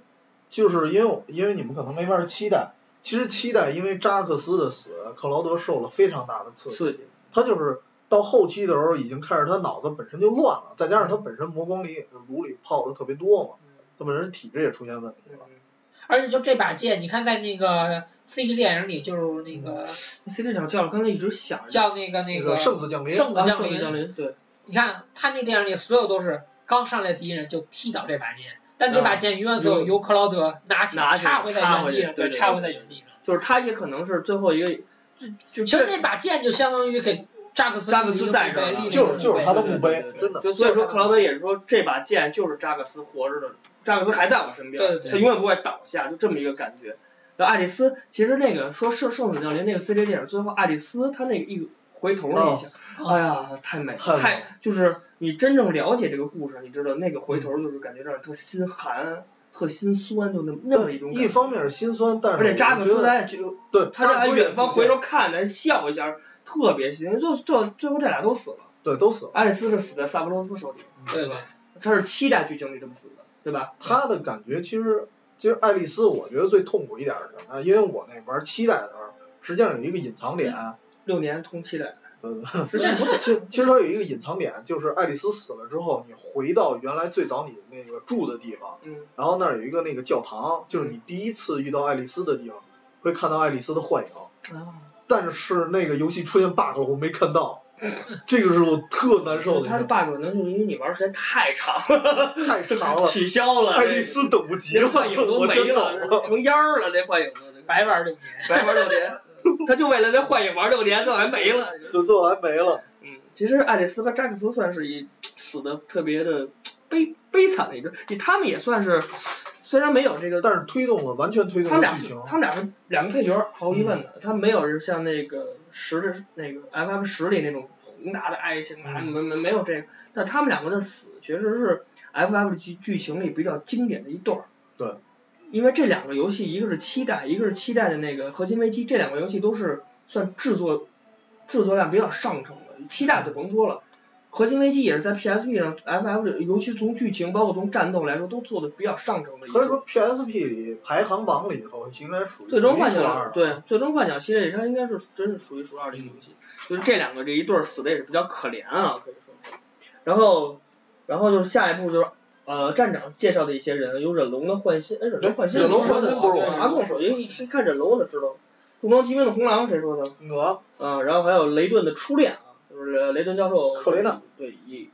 Speaker 2: 就是因为我因为你们可能没法期待，其实期待因为扎克斯的死，克劳德受了非常大的刺激。
Speaker 1: 刺激，
Speaker 2: 他就是到后期的时候已经开始，他脑子本身就乱了，再加上他本身魔光里炉里泡的特别多嘛，他本身体质也出现问题了。
Speaker 1: 嗯
Speaker 3: 而且就这把剑，你看在那个 CG 电影里，就是那个
Speaker 1: CG 厂叫了，刚才一直想着
Speaker 3: 叫那个那个，
Speaker 2: 圣子降临，
Speaker 3: 圣
Speaker 1: 啊
Speaker 3: 降
Speaker 1: 圣
Speaker 3: 临
Speaker 1: 子降临，对，
Speaker 3: 你看他那电影里所有都是刚上来敌人就踢倒这把剑，但这把剑永远最后由克劳德拿起
Speaker 1: 嗯拿
Speaker 3: 来
Speaker 1: 起来
Speaker 3: 插回在
Speaker 1: 插
Speaker 3: 原
Speaker 1: 回
Speaker 3: 地
Speaker 1: 去
Speaker 3: 上，
Speaker 1: 对对
Speaker 3: 插
Speaker 1: 对
Speaker 3: 回在
Speaker 1: 对
Speaker 3: 原地上。
Speaker 1: 就是他也可能是最后一个，就就
Speaker 3: 其实那把剑就相当于给扎克斯
Speaker 1: 扎克斯在这儿
Speaker 3: 立了
Speaker 1: 呢
Speaker 3: 一个
Speaker 2: 就是就是
Speaker 3: 墓碑
Speaker 2: 他的
Speaker 1: 对对
Speaker 2: 墓碑
Speaker 1: 对对，对
Speaker 2: 真的。
Speaker 1: 就所以说克劳德也是说这把剑就是扎克斯活着的，扎克斯还在我身边，
Speaker 3: 对对对
Speaker 1: 他永远不会倒下，就这么一个感觉。然后爱丽丝其实那个说圣圣子降临那个 CG 电影，最后爱丽丝她那个一回头那一下，
Speaker 3: 哦
Speaker 1: 哎呀太美了，
Speaker 2: 太美了
Speaker 1: 太就是你真正了解这个故事，你知道那个回头就是感觉让人特心寒、特心酸，就那么那么一种感觉。
Speaker 2: 嗯一方面是心酸，但是
Speaker 1: 而且扎克斯
Speaker 2: 我觉得
Speaker 1: 他就
Speaker 2: 对
Speaker 1: 他在
Speaker 2: 扎克斯也
Speaker 1: 远方回头看咱笑一下，特别心疼。就就最后这俩都死了，
Speaker 2: 对都死了。
Speaker 1: 爱丽丝是死在萨博罗斯手里，
Speaker 3: 对对，
Speaker 1: 他是期待剧情里这么死的，对吧？
Speaker 2: 他的感觉其实，其实爱丽丝我觉得最痛苦一点是什么呀？因为我那玩期待的时候，实际上有一个隐藏点，
Speaker 1: 六年通期的，
Speaker 2: *laughs* 对对，实际 *laughs* 其其实它有一个隐藏点，就是爱丽丝死了之后，你回到原来最早你那个住的地方， *laughs*
Speaker 1: 嗯
Speaker 2: 然后那儿有一个那个教堂，就是你第一次遇到爱丽丝的地方，会看到爱丽丝的幻影。
Speaker 1: 啊，
Speaker 2: 但是那个游戏出现 bug 了，我没看到，这个是我特难受
Speaker 1: 就
Speaker 2: 的。
Speaker 1: 它的 bug 可能就是因为你玩儿时间太长了，
Speaker 2: 太长
Speaker 1: *laughs*
Speaker 2: 了，
Speaker 1: 取消了。
Speaker 2: 爱丽丝等不及
Speaker 1: 这
Speaker 2: 了，
Speaker 1: 幻影都
Speaker 2: 我
Speaker 1: 没
Speaker 2: 先走
Speaker 1: 了，成烟儿了，这幻影都
Speaker 3: 白玩六年。
Speaker 1: 白玩六
Speaker 2: *laughs*
Speaker 1: 年，他就为了这幻影玩六年，后来没了。
Speaker 2: 就做完没了。
Speaker 1: 嗯，其实爱丽丝和扎克斯算是一死的特别的悲悲惨的一对，你他们也算是虽然没有这个，
Speaker 2: 但是推动了，完全推
Speaker 1: 他
Speaker 2: 动
Speaker 1: 们
Speaker 2: 了
Speaker 1: 俩
Speaker 2: 剧情。嗯
Speaker 1: 他们俩是两个配角儿，毫无疑问的，他们没有是像那个十的那个 FM 十里那种宏大的爱情啊，
Speaker 2: 嗯
Speaker 1: 没没没有这个，但他们两个的死确实是 FF 剧剧情里比较经典的一段儿。
Speaker 2: 对。
Speaker 1: 因为这两个游戏，一个是七代，一个是七代的那个《合金危机》，这两个游戏都是算制作制作量比较上乘的。七代就甭说了，《合金危机》也是在 PSP 上 FF 里，尤其从剧情包括从战斗来说，都做的比较上乘的一个。
Speaker 2: 可以说 PSP 里排行榜里头应该属于
Speaker 1: 最终幻
Speaker 2: 数一数二
Speaker 1: 想
Speaker 2: 的，
Speaker 1: 对最终幻想系列，它应该是真是数一数二的一个游戏。就是这两个这一对儿死的也是比较可怜啊，可以说。然后，然后就是下一步就是呃站长介绍的一些人，有忍龙的幻心，哎忍龙幻心，
Speaker 2: 忍龙
Speaker 1: 说
Speaker 2: 幻
Speaker 1: 的
Speaker 2: 心不是我
Speaker 1: 啊，跟我说，一一看忍龙我就知道。重装骑兵的红狼谁说的？
Speaker 2: 我
Speaker 1: 啊，然后还有雷顿的初恋啊，就是雷顿教授。
Speaker 2: 克雷纳。
Speaker 1: 对，一一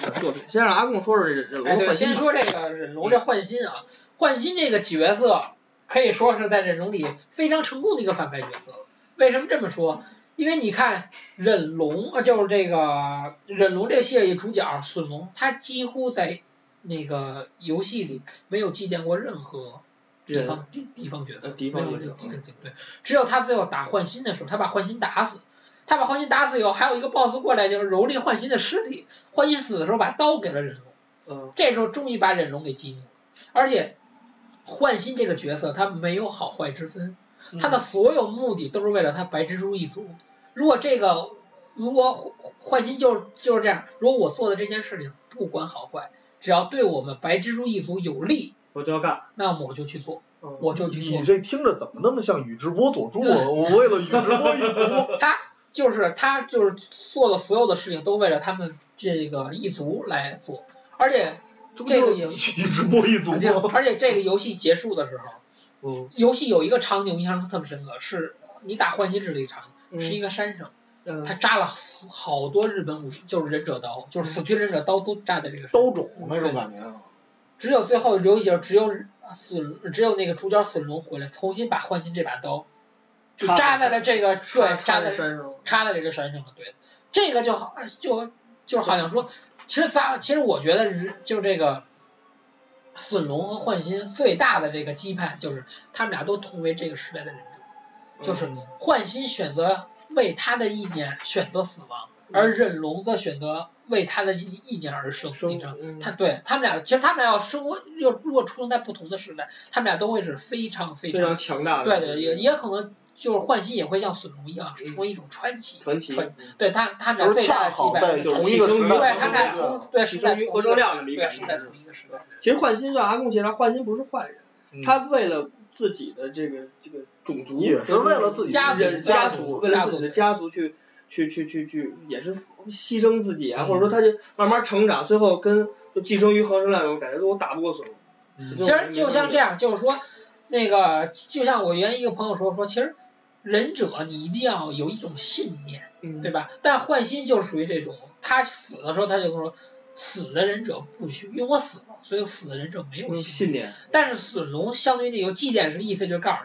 Speaker 1: 本作品。先让阿贡说说这忍龙
Speaker 3: 哎，对，
Speaker 1: 幻心
Speaker 3: 先
Speaker 1: 吧。
Speaker 3: 说这个忍龙这幻心啊，幻心这个角色可以说是在忍龙里非常成功的一个反派角色了。为什么这么说？因为你看忍龙，呃，就是这个忍龙这个系列主角隼龙，他几乎在那个游戏里没有祭奠过任何敌
Speaker 1: 人
Speaker 3: 方敌敌方角色，
Speaker 1: 呃敌方
Speaker 3: 没有
Speaker 1: 角色
Speaker 3: 敌敌对，只有他最后打幻心的时候，他把幻心打死。他把幻心打死以后，还有一个 BOSS 过来，就是蹂躏幻心的尸体。幻心死的时候，把刀给了忍龙。
Speaker 1: 嗯，
Speaker 3: 这时候终于把忍龙给激怒了，而且幻心这个角色他没有好坏之分，
Speaker 1: 嗯
Speaker 3: 他的所有目的都是为了他白蜘蛛一族。如果这个如果幻幻心就是就是这样，如果我做的这件事情不管好坏，只要对我们白蜘蛛一族有利，
Speaker 1: 我就要干。
Speaker 3: 那么我就去做，
Speaker 1: 嗯
Speaker 3: 我就去做
Speaker 2: 你。这听着怎么那么像宇智波佐助啊？我为了宇智波
Speaker 3: *laughs*
Speaker 2: 一族，
Speaker 3: 他就是他就是做的所有的事情都为了他们这个一族来做，而且
Speaker 2: 这不
Speaker 3: 这个
Speaker 2: 就是
Speaker 3: 也
Speaker 2: 宇智波一族
Speaker 3: 而且
Speaker 2: 吗？
Speaker 3: 而且这个游戏结束的时候。
Speaker 2: 嗯，
Speaker 3: 游戏有一个场景我印象特别深刻，是你打幻心之力场景，
Speaker 1: 嗯
Speaker 3: 是一个山上，
Speaker 1: 嗯
Speaker 3: 他扎了好多日本武士，就是忍者刀，就是死去忍者刀都扎在这个山上。
Speaker 2: 刀冢那种感觉啊。
Speaker 3: 只有最后游戏就只有隼，只有那个主角隼龙回来，重新把幻心这把刀就扎在了这个对，扎在
Speaker 1: 山上。
Speaker 3: 插在这个山上了。对，这个就好就就好像说，其实咱其实我觉得人就这个隼龙和幻心最大的这个羁绊就是他们俩都同为这个时代的忍者。就是
Speaker 1: 嗯
Speaker 3: 幻心选择为他的意念选择死亡，
Speaker 1: 嗯
Speaker 3: 而忍龙则选择为他的意意念而生。你
Speaker 1: 生
Speaker 3: 知道吗，
Speaker 1: 嗯
Speaker 3: 他对他们俩，其实他们俩要生活，又如果出生在不同的时代，他们俩都会是非常非
Speaker 1: 非常
Speaker 3: 常
Speaker 1: 强大的，
Speaker 3: 对对，也也可能就是幻心也会像隼龙一样成为一种传奇。
Speaker 1: 传奇，
Speaker 3: 传对他，他们
Speaker 2: 就是
Speaker 3: 俩最大
Speaker 2: 恰
Speaker 3: 的羁
Speaker 2: 好在
Speaker 3: 绊，
Speaker 1: 就是
Speaker 2: 同一个时
Speaker 1: 寄生于
Speaker 2: 代，
Speaker 3: 对他们俩同对
Speaker 1: 寄
Speaker 3: 是在
Speaker 1: 生于
Speaker 3: 同一
Speaker 1: 何周亮的一个
Speaker 3: 对是在
Speaker 1: 感觉。
Speaker 3: 同一个时代。
Speaker 1: 其实幻心就像阿贡介绍，幻心不是坏人，
Speaker 2: 嗯
Speaker 1: 他为了自己的这个这个种族，
Speaker 2: 也是为了自己
Speaker 3: 家族
Speaker 1: 人
Speaker 2: 家
Speaker 1: 族，
Speaker 2: 族
Speaker 1: 为了自己的家族去去去去去，也是牺牲自己啊，或者说他就慢慢成长，最后跟就寄生于何周亮，我感觉我打不过手。
Speaker 2: 嗯
Speaker 3: 其实就像这样，就是说，那个就像我原来一个朋友说说，其实忍者你一定要有一种信念，
Speaker 1: 嗯
Speaker 3: 对吧？但幻心就属于这种，他死的时候他就跟我说，死的忍者不许，因为我死了，所以死的忍者没有
Speaker 1: 嗯信
Speaker 3: 信念。
Speaker 1: 念，
Speaker 3: 但是隼龙相对于那个祭奠时，意思就是告诉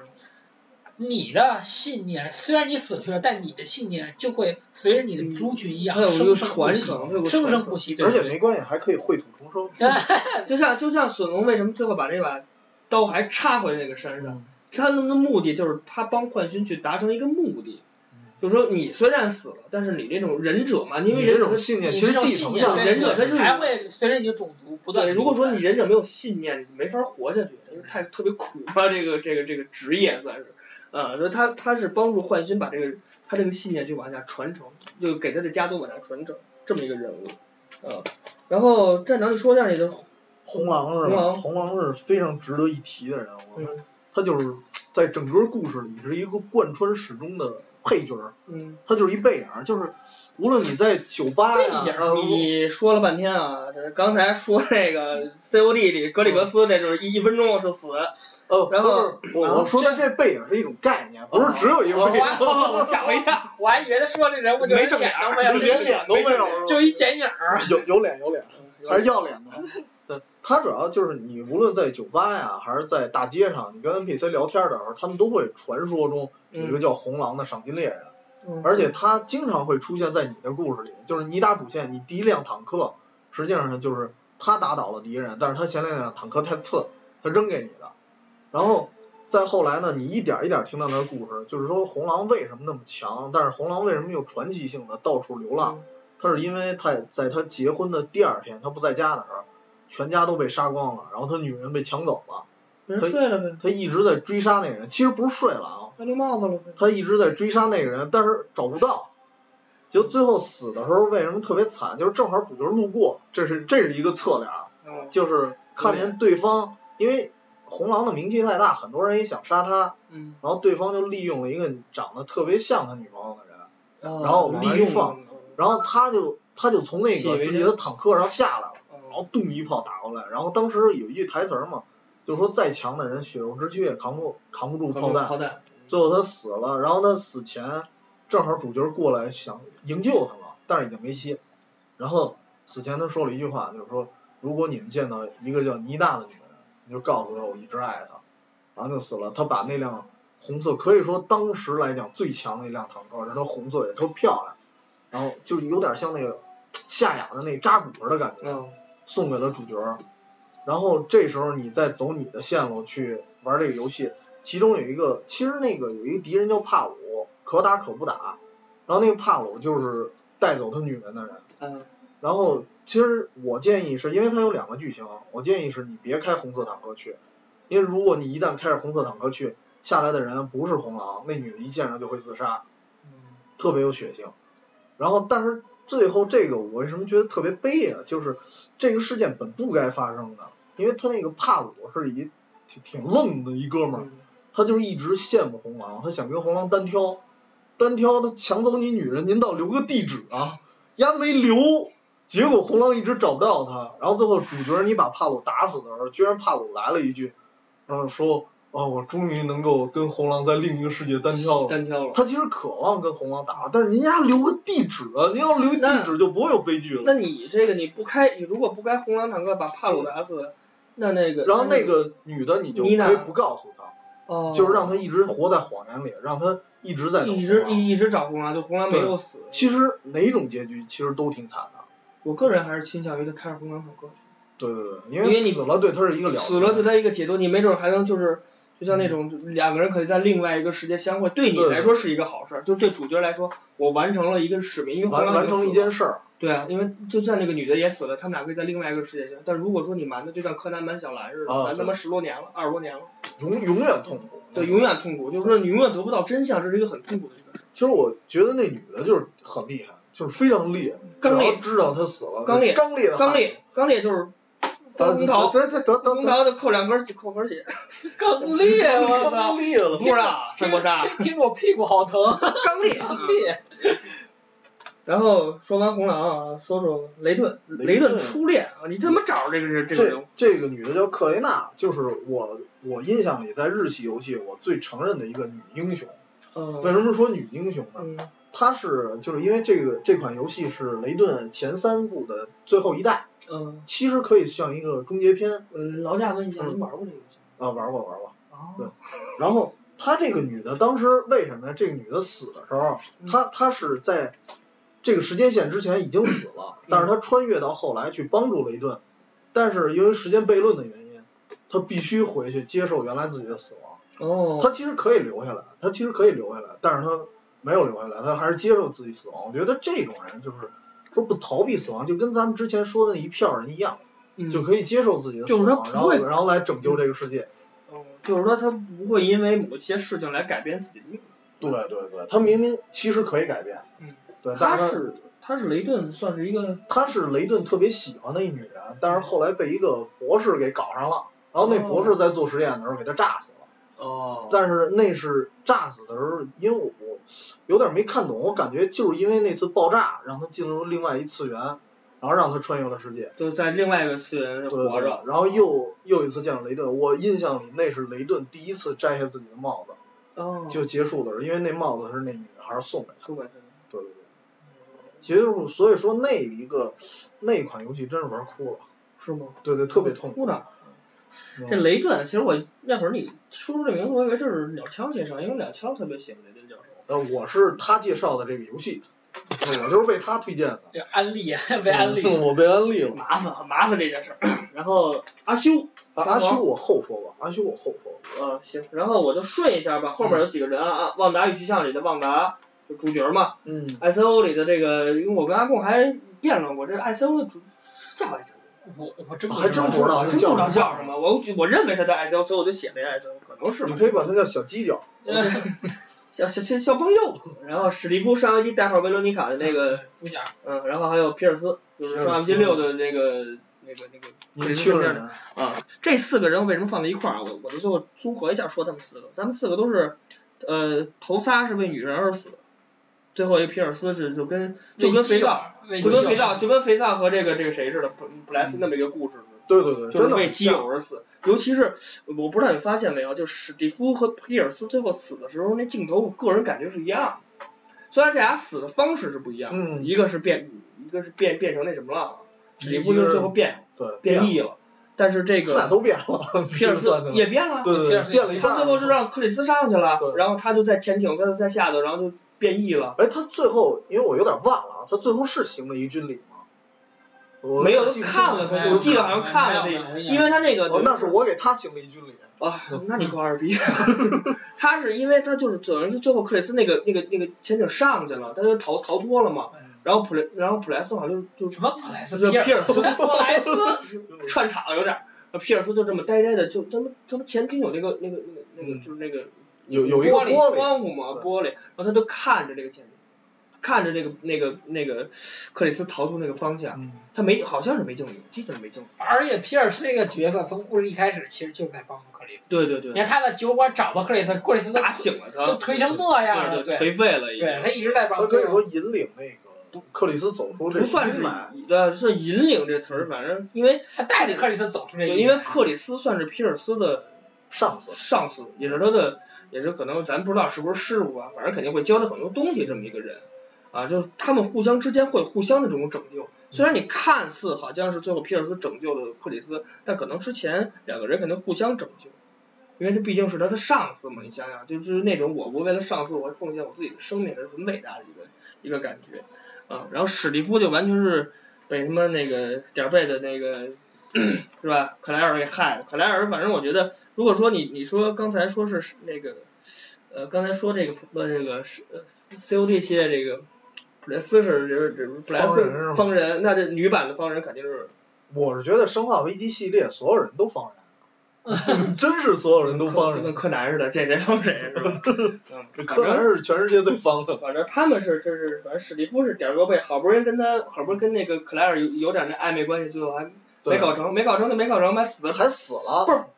Speaker 3: 你，你的信念虽然你死去了，但你的信念就会随着你的族群一
Speaker 1: 嗯
Speaker 3: 样
Speaker 1: 它有一个
Speaker 3: 生生不
Speaker 1: 传
Speaker 3: 息，
Speaker 1: 承，它有个
Speaker 3: 生
Speaker 1: 传
Speaker 3: 生
Speaker 1: 承
Speaker 3: 不息，
Speaker 2: 嗯
Speaker 3: 对
Speaker 2: 而
Speaker 3: 不
Speaker 2: 且
Speaker 3: 对？
Speaker 2: 没关系，还可以绘土重生。
Speaker 1: 就像就像隼龙为什么最后把这把刀还插回那个山
Speaker 3: 嗯
Speaker 1: 上，他们的目的就是他帮幻军去达成一个目的，就是说你虽然死了，但是你这种忍者嘛，因为
Speaker 2: 你
Speaker 1: 忍
Speaker 2: 这
Speaker 1: 者
Speaker 2: 种
Speaker 1: 他
Speaker 2: 信念
Speaker 3: 你
Speaker 2: 其实
Speaker 3: 这种
Speaker 2: 继
Speaker 3: 信
Speaker 2: 承
Speaker 3: 念
Speaker 2: 下
Speaker 1: 对
Speaker 2: 来，
Speaker 1: 忍者他是
Speaker 3: 还会随着你的种族不断地
Speaker 1: 对，
Speaker 3: 流传。
Speaker 1: 如果说你忍者没有信念，你没法活下去，因为太特别苦吧，这个这个这个职业算是，呃，所以他他是帮助幻军把这个他这个信念去往下传承，就给他的家族往下传承这么一个人物，呃，然后站长你说一下你的，
Speaker 2: 红狼是
Speaker 1: 红
Speaker 2: 吧？
Speaker 1: 狼
Speaker 2: 红狼是非常值得一提的人物，啊
Speaker 1: 嗯
Speaker 2: 他就是在整个故事里是一个贯穿始终的配角儿，
Speaker 1: 嗯，
Speaker 2: 他就是一背影儿，就是无论你在酒吧呀，呃
Speaker 1: 你说了半天啊，这刚才说那个 COD 里格里格斯，这就是一一分钟就死，
Speaker 2: 呃，
Speaker 1: 然后
Speaker 2: 不是我我说的这背影儿是一种概念，不是只有一个
Speaker 3: 我
Speaker 2: 背影
Speaker 3: *laughs* 我
Speaker 2: 儿，
Speaker 1: 我吓我一跳，
Speaker 3: 我还以为他说这人物就
Speaker 1: 没
Speaker 3: 一
Speaker 1: 正
Speaker 3: 脸
Speaker 1: 眼
Speaker 3: 都没有，
Speaker 2: 一点脸都没有，
Speaker 3: 就一剪影儿。
Speaker 2: 有有脸有脸，还是要脸的。对，他主要就是你无论在酒吧呀，还是在大街上，你跟 NPC 聊天的时候，他们都会传说中有一个叫红狼的赏金猎人，
Speaker 1: 嗯
Speaker 2: 而且他经常会出现在你的故事里，就是你打主线，你第一辆坦克实际上就是他打倒了敌人，但是他前两辆坦克太次，他扔给你的。然后再后来呢，你一点一点听到他的故事，就是说红狼为什么那么强，但是红狼为什么又传奇性的到处流浪？他是因为他在他结婚的第二天，他不在家的时候，全家都被杀光了，然后他女人被抢走了，
Speaker 1: 别人睡了呗，
Speaker 2: 他一直在追杀那个人，其实不是睡了啊，
Speaker 1: 戴绿帽子了呗，
Speaker 2: 他一直在追杀那个人，但是找不到。就最后死的时候，为什么特别惨？就是正好主角路过，这是这是一个策略啊，
Speaker 1: 嗯
Speaker 2: 就是看见对方，因为红狼的名气太大，很多人也想杀他，
Speaker 1: 嗯，
Speaker 2: 然后对方就利用了一个长得特别像他女朋友的人，
Speaker 1: 然
Speaker 2: 然后往那
Speaker 1: 利
Speaker 2: 一
Speaker 1: 用
Speaker 2: 放
Speaker 1: 了，
Speaker 2: 然后他就他就从那
Speaker 1: 信以
Speaker 2: 个
Speaker 1: 为
Speaker 2: 自己
Speaker 1: 真
Speaker 2: 的坦克上下来了，然
Speaker 1: 嗯
Speaker 2: 后咚一炮打过来，然后当时有一句台词儿嘛，就说再强的人血肉之躯也扛不扛不住炮弹，
Speaker 1: 炮弹，
Speaker 2: 最后他死了，然后他死前正好主角过来想营救他嘛，但是已经没戏。然后死前他说了一句话，就是说如果你们见到一个叫妮娜的女人，你就告诉她我一直爱她，然后就死了。他把那辆红色可以说当时来讲最强的一辆坦克，然后它红色也特漂亮，然后就有点像那个夏雅的那扎古儿的感觉。
Speaker 1: 嗯，
Speaker 2: 送给了主角儿，然后这时候你再走你的线路去玩这个游戏，其中有一个，其实那个有一个敌人叫帕鲁，可打可不打，然后那个帕鲁就是带走他女人的人，
Speaker 1: 嗯，
Speaker 2: 然后其实我建议是因为它有两个剧情，我建议是你别开红色坦克去，因为如果你一旦开着红色坦克去，下来的人不是红狼，那女的一见着就会自杀，特别有血性。然后，但是最后这个我为什么觉得特别悲啊？就是这个事件本不该发生的，因为他那个帕鲁是一挺挺愣的一哥们儿，
Speaker 1: 嗯
Speaker 2: 他就是一直羡慕红狼，他想跟红狼单挑，单挑他抢走你女人，您倒留个地址啊，丫没留。结果红狼一直找不到他，然后最后主角你把帕鲁打死的时候，居然帕鲁来了一句，然后说：“哦，我终于能够跟红狼在另一个世界单挑了。”
Speaker 1: 嗯单挑了。
Speaker 2: 他其实渴望跟红狼打，但是您家留个地址啊，您要留地址就不会有悲剧了。
Speaker 1: 那你这个你不开，你如果不开红狼坦克把帕鲁打死，那那个，
Speaker 2: 然后那
Speaker 1: 个，
Speaker 2: 个女的你就可
Speaker 1: 妮娜
Speaker 2: 以不告诉她，
Speaker 1: 哦，
Speaker 2: 就是让她一直活在谎言里，让她一直在等
Speaker 1: 一直
Speaker 2: 红狼。
Speaker 1: 一一直找红狼，就红狼没有死。
Speaker 2: 其实哪种结局其实都挺惨的。
Speaker 1: 我个人还是倾向于他开着红狼坦克，
Speaker 2: 对对对，
Speaker 1: 因为你
Speaker 2: 死了对她是一个了结。
Speaker 1: 死了对他一个解脱，你没准还能就是。就像那种两个人可以在另外一个世界相会，对你
Speaker 2: 对
Speaker 1: 来说是一个好事儿，就对主角来说，我完成了一个使命，因为红
Speaker 2: 完
Speaker 1: 狼
Speaker 2: 完
Speaker 1: 已经
Speaker 2: 成了
Speaker 1: 死
Speaker 2: 一件事儿，
Speaker 1: 对啊，因为就算那个女的也死了，他们俩可以在另外一个世界相。但如果说你瞒的就像柯南瞒小兰似的，
Speaker 2: 啊
Speaker 1: 瞒他
Speaker 2: 对嗯
Speaker 1: 妈十多年了，二十多年了，
Speaker 2: 永永远痛苦。
Speaker 1: 对，永远痛苦，就是说你永远得不到真相，这是一个很痛苦的一个事。
Speaker 2: 其实我觉得那女的就是很厉害，就是非常烈，
Speaker 1: 刚烈
Speaker 2: 只要知道她死了，
Speaker 1: 刚烈
Speaker 2: 刚烈的
Speaker 1: 刚
Speaker 2: 汉
Speaker 1: 烈，刚烈就是
Speaker 2: 得
Speaker 1: 翻红桃，
Speaker 2: 得得得得
Speaker 1: 翻红桃就扣两根扣分血，
Speaker 3: *laughs* 更烈，我操
Speaker 2: 刚！烈了，
Speaker 1: 不知道 *laughs* 三国杀
Speaker 3: 听听着我屁股
Speaker 1: *laughs*
Speaker 3: 好疼，
Speaker 1: 刚烈。
Speaker 3: *laughs* 刚烈。
Speaker 1: 然后说完红狼啊，说说雷顿，雷
Speaker 2: 雷顿
Speaker 1: 顿初恋啊，你他妈找着这个人这个人
Speaker 2: 这这个女的叫克雷娜，就是我我印象里在日系游戏我最承认的一个女英雄。
Speaker 1: 物，
Speaker 2: 为什么说女英雄呢？
Speaker 1: 嗯嗯
Speaker 2: 她是就是因为这个这款游戏是雷顿前三部的最后一代，
Speaker 1: 嗯，
Speaker 2: 其实可以像一个终结篇
Speaker 1: 呃劳驾问一下，
Speaker 2: 嗯
Speaker 1: 您玩过这个游戏吗？
Speaker 2: 啊，玩过玩过。对
Speaker 1: 哦，
Speaker 2: 然后她这个女的当时为什么呀？这个女的死的时候，
Speaker 1: 嗯
Speaker 2: 她她是在这个时间线之前已经死了，
Speaker 1: 嗯
Speaker 2: 但是她穿越到后来去帮助雷顿，但是由于时间悖论的原因，她必须回去接受原来自己的死亡。
Speaker 1: 哦，
Speaker 2: 他其实可以留下来，他其实可以留下来，但是他没有留下来，他还是接受自己死亡。我觉得这种人就是说不逃避死亡，就跟咱们之前说的那一票人一样，
Speaker 1: 嗯
Speaker 2: 就可以接受自己的死
Speaker 1: 就是他
Speaker 2: 亡，
Speaker 1: 不
Speaker 2: 然后
Speaker 1: 会
Speaker 2: 然后来拯救这个世界。
Speaker 1: 哦就是说他不会因为某些事情来改变自己的命运。
Speaker 2: 对对对，他明明其实可以改变，
Speaker 1: 嗯，
Speaker 2: 对，
Speaker 1: 他
Speaker 2: 但是
Speaker 1: 是他是雷顿，算是一个
Speaker 2: 他是雷顿特别喜欢的一女人，
Speaker 1: 哦
Speaker 2: 但是后来被一个博士给搞上了，然后那博士在做实验的时候给他炸死了。哦。但是那是炸死的时候，因为我有点没看懂，我感觉就是因为那次爆炸让他进入另外一次元，然后让他穿越了世界。
Speaker 1: 就是在另外一个次元
Speaker 2: 对对对
Speaker 1: 活着。
Speaker 2: 然后又又一次见到雷顿，我印象里那是雷顿第一次摘下自己的帽子
Speaker 1: 哦，
Speaker 2: 就结束的时候，因为那帽子是那女孩送给他。
Speaker 1: 宿管是吧
Speaker 2: 对对对。其实我所以说那一个那一款游戏真是玩哭了，
Speaker 1: 是吗？
Speaker 2: 对对，特别痛苦。
Speaker 1: 哭呢。这
Speaker 2: 嗯
Speaker 1: 雷顿，其实我那会儿你说出这名字，我以为这是鸟枪先生，因为鸟枪特别喜欢雷顿教授。
Speaker 2: 呃，我是他介绍的这个游戏，我就是被他推 *laughs* 荐的。
Speaker 3: 就安利，被安利。
Speaker 2: 嗯我被安利了。
Speaker 1: 麻烦，很麻烦这件事儿。 *clears throat* 然后阿修，
Speaker 2: 啊
Speaker 1: 三
Speaker 2: 阿
Speaker 1: 国
Speaker 2: 修我后说吧，阿修我后说吧。
Speaker 1: 呃，行，然后我就顺一下吧。后面有几个人啊，啊旺达与巨像里的旺达就主角嘛
Speaker 2: 嗯，
Speaker 1: ，S O 里的这个，因为我跟阿贡还辩论过，这 S O 的主是叫 S O，
Speaker 3: 我我真
Speaker 2: 嗯还真
Speaker 3: 道
Speaker 2: 不知道
Speaker 1: 真不知道叫什么。我我认为他叫 S O，所以我就写了 S O，可能是吧
Speaker 2: 你。可以管他叫小犄角。
Speaker 3: *laughs*
Speaker 1: 小小小小朋友，然后史蒂夫上一季代号维罗妮卡的那个，
Speaker 3: 主角，
Speaker 1: 嗯，然后还有皮尔斯，就是
Speaker 2: 皮尔斯
Speaker 1: 双面金六的那个那个那个
Speaker 2: 年轻人，
Speaker 1: 啊，这四个人为什么放在一块儿啊？我我就最后综合一下说他们四个，咱们四个都是，呃，头仨是为女人而死，最后一皮尔斯是就跟就跟肥皂，
Speaker 3: 为基
Speaker 1: 就
Speaker 3: 友，
Speaker 1: 跟肥皂就跟肥皂和这个这个谁似的，布布莱斯那么一个故事，
Speaker 2: 对对
Speaker 1: 就
Speaker 2: 对，
Speaker 1: 是
Speaker 2: 嗯真的
Speaker 1: 为基友而死。尤其是我不知道你发现没有，就是史蒂夫和皮尔斯最后死的时候，那镜头我个人感觉是一样的，虽然这俩死的方式是不一样，
Speaker 2: 嗯
Speaker 1: 一个是变一个是变变成那什么了，史蒂夫
Speaker 2: 一个
Speaker 1: 就是最后变
Speaker 2: 对
Speaker 1: 变
Speaker 2: 了，
Speaker 1: 异了，但是这
Speaker 2: 他俩
Speaker 1: 个
Speaker 2: 都变
Speaker 1: *laughs*
Speaker 2: 了。
Speaker 1: 皮尔斯也变了，
Speaker 2: 对对对，
Speaker 3: 皮尔斯
Speaker 2: 变了一
Speaker 1: 他
Speaker 2: 半。
Speaker 1: 最后是让克里斯上去了，
Speaker 2: 对
Speaker 1: 然后他就在潜艇，他就在下头，然后就变异了。
Speaker 2: 哎，他最后，因为我有点忘了，啊，他最后是行了一军礼吗？我
Speaker 1: 没有，都
Speaker 2: 记不清
Speaker 1: 看了，
Speaker 2: 了
Speaker 1: 他
Speaker 3: 没有
Speaker 1: 我记得好像看了
Speaker 3: 没有没有
Speaker 1: 这，
Speaker 3: 没有
Speaker 1: 因为他那个
Speaker 2: 哦，那是我给他行了一军礼。
Speaker 1: 啊，那你够二逼。 *laughs* 他是因为他就是等于是最后克里斯那个那个那个潜艇上去了，他就逃逃脱了嘛。然后普莱然后普莱斯好像就就
Speaker 3: 什么普莱斯
Speaker 1: 就是
Speaker 3: 皮
Speaker 1: 皮尔斯
Speaker 3: 普莱斯，
Speaker 1: 串场有点儿，皮尔斯就这么呆呆的，就他们他们前厅有那个那个那个那个
Speaker 2: 嗯
Speaker 1: 就是那个
Speaker 2: 有有一个
Speaker 3: 玻璃
Speaker 2: 玻璃，
Speaker 1: 窗户嘛
Speaker 2: 对
Speaker 1: 玻璃，然后他就看着这个潜艇，看着那个那个那个克里斯逃出那个方向，
Speaker 2: 嗯
Speaker 1: 他没好像是没镜头，记得是没镜头。
Speaker 3: 而且皮尔斯这个角色从故事一开始其实就在帮助克里斯。
Speaker 1: 对对
Speaker 3: 你
Speaker 1: 对，
Speaker 3: 看他在酒馆找到克里斯，克里斯都
Speaker 1: 打醒了他，
Speaker 3: 都颓成那样
Speaker 1: 对
Speaker 3: 了，
Speaker 1: 对，
Speaker 3: 对
Speaker 1: 颓废了已经。
Speaker 3: 对，他一直在帮
Speaker 2: 他
Speaker 3: 助
Speaker 2: 可以说引领那个克里斯走出这
Speaker 1: 不
Speaker 2: 个
Speaker 1: 算是
Speaker 2: 阴霾。
Speaker 1: 呃是引领这词儿，反正因为
Speaker 3: 他带着克里斯走出这一
Speaker 1: 对
Speaker 3: 步，
Speaker 1: 因为克里斯算是皮尔斯的
Speaker 2: 上司，
Speaker 1: 上司，也是他的，也是可能咱不知道是不是师傅啊，反正肯定会教他很多东西这么一个人，啊，就是他们互相之间会互相的这种拯救。虽然你看似好像是最后皮尔斯拯救了克里斯，但可能之前两个人肯定互相拯救，因为他毕竟是他的上司嘛。你想想，就是那种我我为了上司我会奉献我自己的生命，这是很伟大的一个一个感觉啊。然后史蒂夫就完全是被他妈那个点儿背的那个是吧？克莱尔给害了。克莱尔反正我觉得如果说你你说刚才说是那个，呃，刚才说这个呃这个是呃 C O D 系列这个普莱斯是这这普莱
Speaker 2: 方人是
Speaker 1: 斯
Speaker 2: 吗
Speaker 1: 方人，那这女版的方人肯定是
Speaker 2: 我是觉得《生化危机》系列所有人都方然，真是所有人都方
Speaker 1: 就 *laughs*
Speaker 2: 然
Speaker 1: 跟。柯南似的，见谁方谁是
Speaker 2: *laughs*
Speaker 1: 吧？嗯，
Speaker 2: 这
Speaker 1: 反
Speaker 2: 柯南
Speaker 1: 正
Speaker 2: 是全世界最方的。
Speaker 1: 反正他们是这是反正史蒂夫是点儿过背，好不容易跟他好不容易跟那个克莱尔有有点那暧昧关系，最后还没
Speaker 2: 对，
Speaker 1: 搞成，没搞成就没搞成，还死的
Speaker 2: 还死了。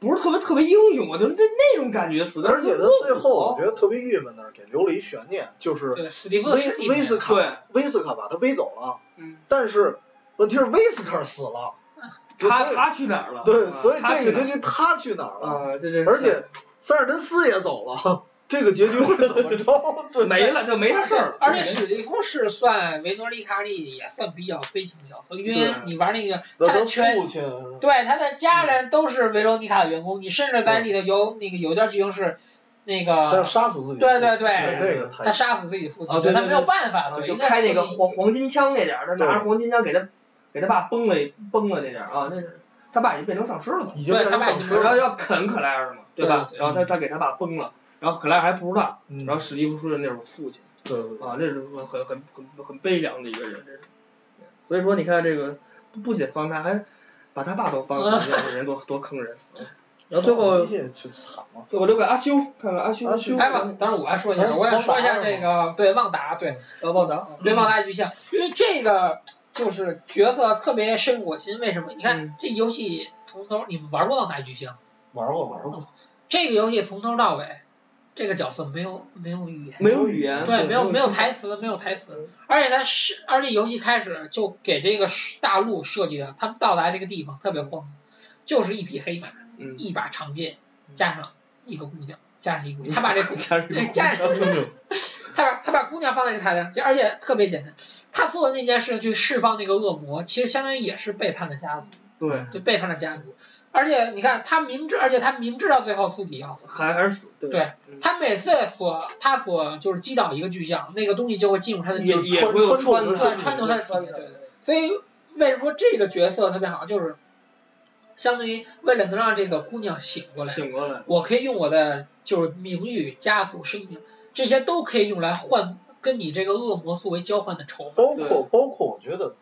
Speaker 1: 不是特别特别英勇，啊我就那那种感觉死的，
Speaker 2: 而且他最后我
Speaker 1: 哦
Speaker 2: 觉得特别郁闷的是，给留了一悬念，就是
Speaker 3: 对史蒂夫的尸体
Speaker 2: 威威斯
Speaker 1: 对
Speaker 2: 卡，威斯卡把他背走了，
Speaker 1: 嗯
Speaker 2: 但是问题是威斯卡死了，
Speaker 1: *laughs* 他
Speaker 2: 所以
Speaker 1: 他去哪儿了？
Speaker 2: 对，所以
Speaker 1: 他
Speaker 2: 这
Speaker 1: 去
Speaker 2: 个
Speaker 1: 哪儿
Speaker 2: 结局他去哪儿了？
Speaker 1: 啊，这这
Speaker 2: 而且塞尔登斯也走了， *laughs* 这个结局会怎么着？对，
Speaker 1: 没了就没啥事儿，
Speaker 3: 而且史蒂夫是算维多利卡利也算比较悲情角色，因为
Speaker 1: 对
Speaker 3: 你玩那个
Speaker 2: 那
Speaker 3: 他
Speaker 2: 他
Speaker 3: 的全
Speaker 2: 父亲
Speaker 3: 对他的家
Speaker 1: 嗯
Speaker 3: 人都是维罗妮卡的员工，你甚至在里头有那个有一段剧情是那
Speaker 2: 他要
Speaker 3: 个
Speaker 2: 杀死自己，
Speaker 3: 啊对对
Speaker 2: 那
Speaker 3: 对，
Speaker 2: 那个
Speaker 3: 他
Speaker 2: 太
Speaker 3: 杀死自己的父亲，
Speaker 1: 啊对对
Speaker 3: 他没有办法，对，
Speaker 1: 就
Speaker 3: 应该
Speaker 1: 开那
Speaker 3: 是
Speaker 1: 个
Speaker 3: 自己
Speaker 1: 黄黄金枪那点儿，他
Speaker 2: 对
Speaker 1: 拿着黄金枪给他给他爸崩了一崩了那点儿啊，那是他爸已经变成丧尸了嘛，
Speaker 2: 已经变成丧尸
Speaker 3: 对
Speaker 1: 然后
Speaker 2: 了，
Speaker 1: 要啃克莱尔嘛，对吧？
Speaker 3: 对
Speaker 1: 然后他他给他爸崩了，然后克莱尔还不知道，
Speaker 2: 嗯
Speaker 1: 然后史蒂夫说的那种父亲
Speaker 2: 对对对
Speaker 1: 啊，这是很很很很很悲凉的一个人，这是。所以说你看这个不不仅方他，还把他爸都方了，这个人多多坑人。啊然后最后
Speaker 2: 一切去惨了，
Speaker 1: 我留给阿修看看阿修，
Speaker 2: 阿修
Speaker 3: 哎，
Speaker 1: 啊
Speaker 3: 旺，当然我还说一下，
Speaker 2: 哎
Speaker 3: 我也说一
Speaker 2: 旺
Speaker 3: 下
Speaker 2: 达
Speaker 3: 这个对旺达，对
Speaker 1: 呃旺达，
Speaker 3: 对旺达局限，因为这个就是角色特别深入我心。为什么？你看、
Speaker 1: 嗯
Speaker 3: 这游戏从头，你们玩过旺达局限吗？
Speaker 2: 玩过玩过，
Speaker 3: 这个游戏从头到尾，这个角色没有没有语言，
Speaker 1: 嗯没有语言，
Speaker 3: 对，没有没有
Speaker 1: 情
Speaker 3: 台词，没有台词，而且他是，而且游戏开始就给这个大陆设计的，他们到达这个地方特别荒芜，就是一匹黑马，
Speaker 1: 嗯，
Speaker 3: 一把长剑，加上一个姑娘，加上一个姑娘，他把这姑
Speaker 1: 加入
Speaker 3: 对加上
Speaker 2: 听听，
Speaker 3: 他把他把姑娘放在这台上，就而且特别简单，他做的那件事去释放那个恶魔，其实相当于也是背叛了家族，
Speaker 1: 对，
Speaker 3: 对，背叛了家族，而且你看他明知，而且他明知道最后自己要死。
Speaker 1: 还还是死，对
Speaker 3: 对他每次所他所就是击倒一个巨像，那个东西就会进入他的
Speaker 1: 也
Speaker 3: 记忆
Speaker 1: 也会有
Speaker 2: 穿
Speaker 1: 穿
Speaker 2: 透的
Speaker 3: 对，
Speaker 2: 身
Speaker 1: 的，
Speaker 2: 体
Speaker 3: 穿透他的体内。对，所以为什么说这个角色特别好，就是相当于为了能让这个姑娘醒过来，
Speaker 1: 醒过来，
Speaker 3: 我可以用我的就是名誉、家族、生命这些都可以用来换跟你这个恶魔作为交换的筹码。
Speaker 2: 包括包括我觉得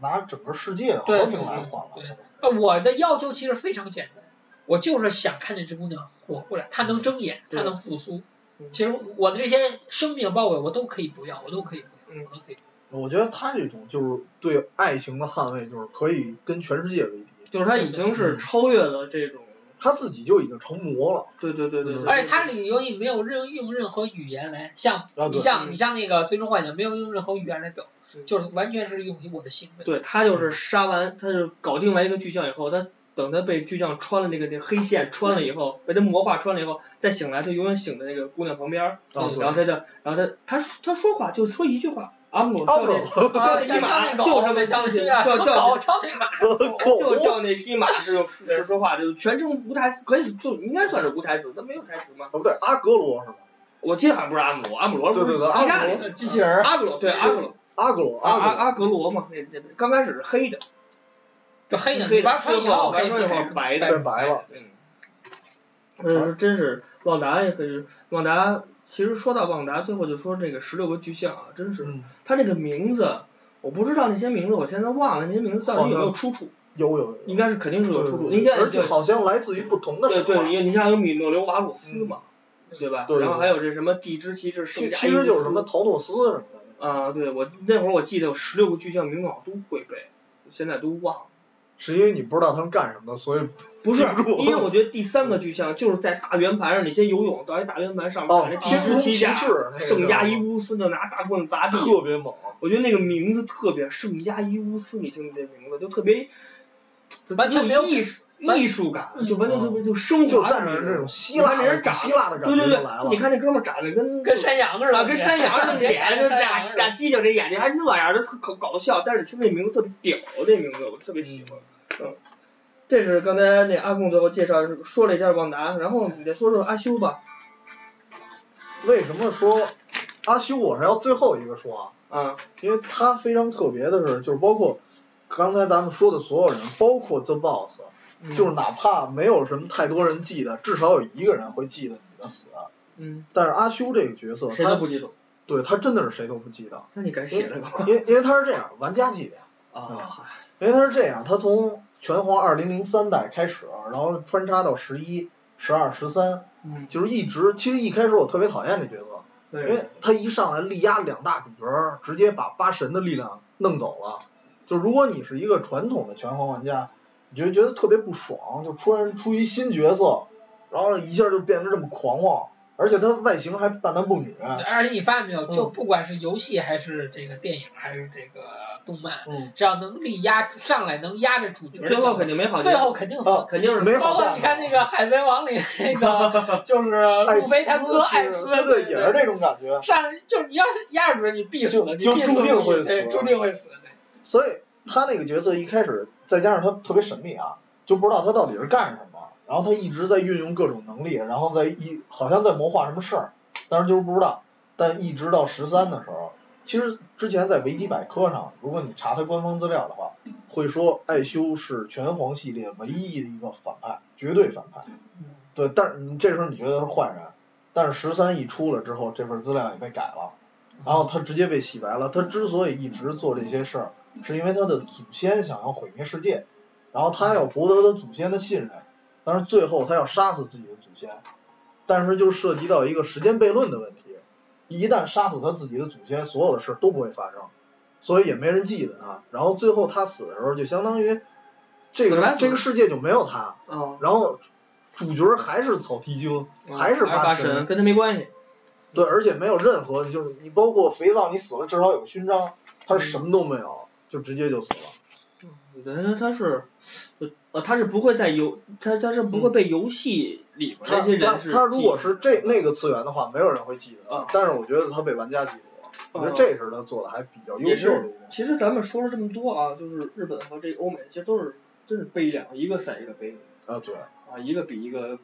Speaker 2: 拿整个世界和平来换
Speaker 3: 对
Speaker 2: 了，
Speaker 3: 呃，我的要求其实非常简单，我就是想看这只姑娘活过来，她能睁眼，
Speaker 1: 对
Speaker 3: 她能复苏
Speaker 1: 嗯。
Speaker 3: 其实我的这些生命包围我都可以不要，我都可以不
Speaker 1: 嗯
Speaker 3: 要，我都可以不
Speaker 2: 我觉得他这种就是对爱情的捍卫，就是可以跟全世界为敌，
Speaker 1: 就是他已经是超越了这种，
Speaker 2: 他自己就已经成魔了。
Speaker 1: 对对对对对，
Speaker 3: 要。而且它里游戏没有任用任何语言来，像
Speaker 2: 啊，
Speaker 3: 你
Speaker 2: 对，
Speaker 3: 像你像那个《最终幻想》没有用任何语言来表
Speaker 1: 嗯，
Speaker 3: 就是完全是用我的行
Speaker 1: *laughs*
Speaker 3: 为。
Speaker 1: 对他就是杀完，他就搞定完一个巨像以后，他等他被巨像穿了那个那个黑线穿了以后，被他魔化穿了以后，再醒来，他永远醒在那个姑娘旁边儿，
Speaker 2: 啊对
Speaker 1: 然后他就，然后他他说他说话就说一句话，阿姆
Speaker 2: 阿
Speaker 1: 叫
Speaker 2: 布
Speaker 1: 那
Speaker 2: 罗
Speaker 1: 叫
Speaker 3: 啊，
Speaker 1: 那
Speaker 3: 教
Speaker 1: 匹马，
Speaker 3: 那狗，
Speaker 1: 就他
Speaker 3: 对
Speaker 1: 们
Speaker 3: 教那
Speaker 1: 就
Speaker 3: 匹啊马，什
Speaker 1: 叫
Speaker 3: 么
Speaker 1: 叫
Speaker 3: 狗，
Speaker 1: *laughs*
Speaker 3: 教那
Speaker 2: *laughs*
Speaker 3: 马。
Speaker 1: 就
Speaker 2: 狗
Speaker 1: 叫那匹马是是说话，就全程无台词，可以是就应该算是无台词，他没有台词吗？
Speaker 2: 哦不对，阿格罗是吧？
Speaker 1: 我记得好像不是阿姆罗，阿姆罗不
Speaker 2: 对
Speaker 1: 是
Speaker 2: 对对，
Speaker 1: 希
Speaker 2: 阿
Speaker 1: 腊
Speaker 2: 格
Speaker 1: 人
Speaker 2: 罗，
Speaker 3: 机器人儿，
Speaker 1: 阿格罗对阿格罗
Speaker 2: 阿格罗，
Speaker 1: 阿阿
Speaker 2: 阿
Speaker 1: 阿格罗嘛，那那刚开始是黑的，
Speaker 3: 就黑的，
Speaker 1: 黑
Speaker 3: 你
Speaker 1: 的
Speaker 3: 玩穿以
Speaker 1: 最后
Speaker 3: 后可以
Speaker 1: 玩穿以后白
Speaker 2: 格
Speaker 1: 的
Speaker 2: 罗变白了。
Speaker 1: 嗯，嗯，真是旺达也可以，旺达其实说到旺达，最后就说这个十六个巨像啊，真是
Speaker 2: 嗯，
Speaker 1: 他这个名字，我不知道那些名字，我现在忘了那些名字到底有没有出处，
Speaker 2: 有有有
Speaker 1: 应该是肯定是有
Speaker 2: 对
Speaker 1: 出处，
Speaker 2: 对
Speaker 1: 你看
Speaker 2: 而且好像来自于不同的
Speaker 1: 对
Speaker 2: 神
Speaker 1: 对，
Speaker 2: 话，
Speaker 1: 你你像有米诺流瓦鲁斯嘛，对吧？
Speaker 2: 嗯对对对
Speaker 1: 然后还有这什么地之骑士
Speaker 2: 其
Speaker 1: 圣甲
Speaker 2: 其
Speaker 1: 伊
Speaker 2: 实
Speaker 1: 乌
Speaker 2: 就是
Speaker 1: 斯
Speaker 2: 什么陶诺斯什么的。
Speaker 1: 啊，对我那会儿我记得有十六个巨像名字好像都会背，现在都忘了。
Speaker 2: 是因为你不知道他们干什么的，所以
Speaker 1: 不是
Speaker 2: 记不住，
Speaker 1: 因为我觉得第三个巨像就是在大圆盘上，你先游泳到一大圆盘上面，把
Speaker 2: 哦
Speaker 1: 那，地
Speaker 2: 天
Speaker 1: 之
Speaker 2: 空骑
Speaker 1: 骑
Speaker 2: 士
Speaker 1: 甲
Speaker 2: 那个
Speaker 1: 圣加伊乌斯就拿大棍子砸地，
Speaker 2: 特别猛，
Speaker 1: 我觉得那个名字特别圣加伊乌斯，你听这名字就特别，就
Speaker 3: 完全没有
Speaker 1: 艺术艺术感，就完全特别就升
Speaker 2: 嗯就
Speaker 1: 华
Speaker 2: 带
Speaker 1: 的
Speaker 2: 着那
Speaker 1: 那种。
Speaker 2: 种希腊
Speaker 1: 你看那人
Speaker 2: 的
Speaker 1: 长
Speaker 2: 希腊的感
Speaker 1: 对
Speaker 2: 觉
Speaker 1: 对
Speaker 2: 就来
Speaker 1: 对，
Speaker 2: 了
Speaker 1: 你。看那哥们儿长得跟
Speaker 3: 跟山羊似
Speaker 1: 啊
Speaker 3: 的，
Speaker 1: 跟山羊似的， *laughs* 脸就
Speaker 3: 跟山
Speaker 1: 俩
Speaker 3: 羊
Speaker 1: 俩犄角这眼睛还那样，就特搞搞笑。但是你听这名字特别屌，这名字我特别喜欢。嗯，这是刚才那阿贡最后介绍说了一下旺达，然后你再说说阿修吧。
Speaker 2: 为什么说阿修我是要最后一个说啊？
Speaker 1: 啊，
Speaker 2: 因为他非常特别的是，就是包括刚才咱们说的所有人，包括 The Boss，就是
Speaker 1: 嗯
Speaker 2: 哪怕没有什么太多人记得，至少有一个人会记得你的死。啊
Speaker 1: 嗯，
Speaker 2: 但是阿修这个角色，
Speaker 1: 谁都
Speaker 2: 他
Speaker 1: 不记住。
Speaker 2: 对他真的是谁都不记得，
Speaker 1: 那你该写了吧？
Speaker 2: 因为因为他是这样，玩家记得。
Speaker 1: 啊，
Speaker 2: 因为他是这样，他从拳皇二零零三代开始，然后穿插到十一、十二、十三，
Speaker 1: 嗯，
Speaker 2: 就是一直。其实一开始我特别讨厌这角色，因
Speaker 1: 对
Speaker 2: 为他一上来力压两大主角，直接把八神的力量弄走了。就如果你是一个传统的拳皇玩家，你就觉得特别不爽，就突然出一新角色，然后一下就变得这么狂妄，而且他外形还半男不女。
Speaker 3: 而且你发现没有，
Speaker 2: 嗯
Speaker 3: 就不管是游戏还是这个电影还是这个动漫，
Speaker 2: 嗯，
Speaker 3: 只要能力压上来能压着主角的
Speaker 1: 最
Speaker 3: 角
Speaker 1: 后
Speaker 3: 色，
Speaker 1: 肯定没好结
Speaker 3: 最
Speaker 1: 果，
Speaker 3: 后肯定
Speaker 2: 啊
Speaker 3: 死。
Speaker 1: 肯定是
Speaker 2: 没
Speaker 3: 包
Speaker 2: 好下
Speaker 3: 括
Speaker 2: 场
Speaker 3: 你看那个《海贼王》里那个就是
Speaker 2: 艾
Speaker 3: 呃路
Speaker 2: 斯
Speaker 3: 飞他哥
Speaker 2: 是
Speaker 3: 艾斯，
Speaker 2: 对对，也是
Speaker 3: 对
Speaker 2: 这种感觉。
Speaker 3: 上来就是你要是压着主角，你必死，
Speaker 2: 就
Speaker 3: 你必
Speaker 2: 就
Speaker 3: 死
Speaker 2: 注定会
Speaker 3: 对
Speaker 2: 死
Speaker 3: 注定会死。对
Speaker 2: 所以他那个角色一开始，再加上他特别神秘啊，就不知道他到底是干什么。然后他一直在运用各种能力，然后在一好像在谋划什么事儿，但是就是不知道。但一直到十三的时候，其实之前在维基百科上，如果你查他官方资料的话，会说艾修是拳皇系列唯一的一个反派，绝对反派。对，但是你这时候你觉得他是坏人，但是十三一出了之后，这份资料也被改了，然后他直接被洗白了。他之所以一直做这些事儿，是因为他的祖先想要毁灭世界，然后他要博得他祖先的信任，但是最后他要杀死自己的祖先，但是就涉及到一个时间悖论的问题，一旦杀死他自己的祖先，所有的事都不会发生，所以也没人记得他。然后最后他死的时候，就相当于这
Speaker 1: 本来
Speaker 2: 个
Speaker 1: 死
Speaker 2: 这个世界就没有他，
Speaker 1: 啊，
Speaker 2: 然后主角还是草剃精，
Speaker 1: 嗯
Speaker 2: 还是八
Speaker 1: 八
Speaker 2: 神
Speaker 1: 神，跟他没关系。
Speaker 2: 对，而且没有任何就是你包括肥皂，你死了至少有个勋章，他是什么都没有，就直接就死了。
Speaker 1: 人他是，呃，他是不会在游，他他是不会被游戏里边
Speaker 2: 他
Speaker 1: 那些
Speaker 2: 他
Speaker 1: 人是
Speaker 2: 他如果
Speaker 1: 记
Speaker 2: 是这那个次元的话，没有人会记得
Speaker 1: 啊，
Speaker 2: 但是我觉得他被玩家记住了，我觉得
Speaker 1: 啊
Speaker 2: 这是他做的还比较优秀的一点。
Speaker 1: 其实咱们说了这么多啊，就是日本和这个欧美，其实都是真是悲凉，一个赛一个悲
Speaker 2: 啊，对，
Speaker 1: 啊，一个比一个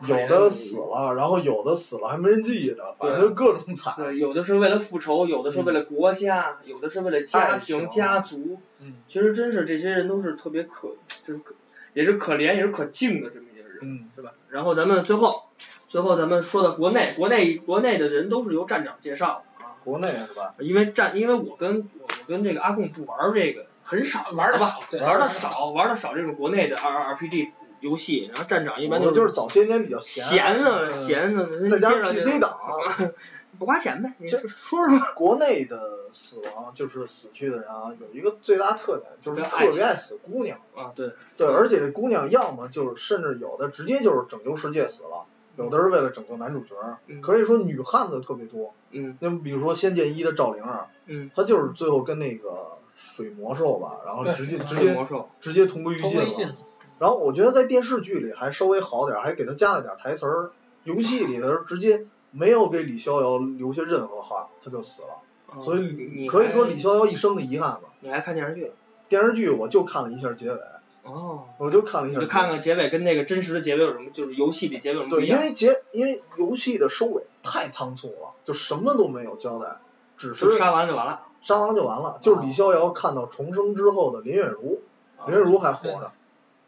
Speaker 1: 可怜
Speaker 2: 有的死了，然后有的死了还没人记着，
Speaker 1: 对
Speaker 2: 反正各种惨。
Speaker 1: 对，有的是为了复仇，有的是为
Speaker 2: 嗯
Speaker 1: 了国家，有的是为了家
Speaker 2: 爱
Speaker 1: 庭、
Speaker 2: 情
Speaker 1: 家族。
Speaker 2: 嗯
Speaker 1: 其实真是这些人都是特别可，就是可也是可怜也是可敬的这么一些人，
Speaker 2: 嗯，
Speaker 1: 是吧？然后咱们最后，最后咱们说到国内，国内国内的人都是由站长介绍的啊，
Speaker 2: 国内是吧？
Speaker 1: 因为站，因为我跟我我跟这个阿贡不玩这个，很少
Speaker 3: 玩的
Speaker 1: 好吧，
Speaker 3: 少，对，
Speaker 1: 玩
Speaker 3: 的
Speaker 1: 的。少，玩的少这种国内的 R R P G 游戏，然后站长一般
Speaker 2: 我
Speaker 1: 就
Speaker 2: 就是是早些年比较
Speaker 1: 闲啊
Speaker 2: 嗯
Speaker 1: 闲啊，
Speaker 2: 再加
Speaker 1: 介绍
Speaker 2: 上
Speaker 1: 介
Speaker 2: PC
Speaker 1: 绍
Speaker 2: 党，啊
Speaker 1: *laughs* 不花钱呗，你
Speaker 2: 这
Speaker 1: 说说说吧，
Speaker 2: *laughs* 国内的死亡就是死去的人啊，有一个最大特点就
Speaker 1: 比
Speaker 2: 是
Speaker 1: 较
Speaker 2: 特别爱死姑娘。
Speaker 1: 啊对，
Speaker 2: 对，而且这姑娘要么就是，甚至有的直接就是拯救世界死了，有的是为了拯救男主角儿。
Speaker 1: 嗯
Speaker 2: 可以说女汉子特别多。
Speaker 1: 嗯
Speaker 2: 那么比如说《仙剑一》的赵灵儿，
Speaker 1: 嗯，
Speaker 2: 她就是最后跟那个水魔兽吧，然后
Speaker 3: 对
Speaker 2: 直接直
Speaker 1: 是
Speaker 2: 接
Speaker 1: 魔兽，
Speaker 2: 直接同归于
Speaker 3: 同
Speaker 2: 尽
Speaker 3: 归于
Speaker 2: 了。
Speaker 3: 尽，
Speaker 2: 然后我觉得在电视剧里还稍微好点儿，还给她加了点儿台词儿。游戏里的时候直接没有给李逍遥留下任何话，她就死了。
Speaker 1: 啊
Speaker 2: 所
Speaker 1: 你
Speaker 2: 以可以说
Speaker 1: 还
Speaker 2: 李逍遥一生的遗憾吧。
Speaker 1: 你还看电视剧了？
Speaker 2: 电视剧我就看了一下结尾，
Speaker 1: 哦，
Speaker 2: 我就看了一
Speaker 1: 你就
Speaker 2: 下结尾。
Speaker 1: 看看结尾跟那个真实的结尾有什么，就是游戏里结尾有什么不
Speaker 2: 对，
Speaker 1: 一
Speaker 2: 因
Speaker 1: 样？
Speaker 2: 为结因为游戏的收尾太仓促了，就什么都没有交代，只
Speaker 1: 就是杀完就完了，
Speaker 2: 杀完了就完了。就是李逍遥看到重生之后的林月如，
Speaker 1: 啊
Speaker 2: 林月如还活着。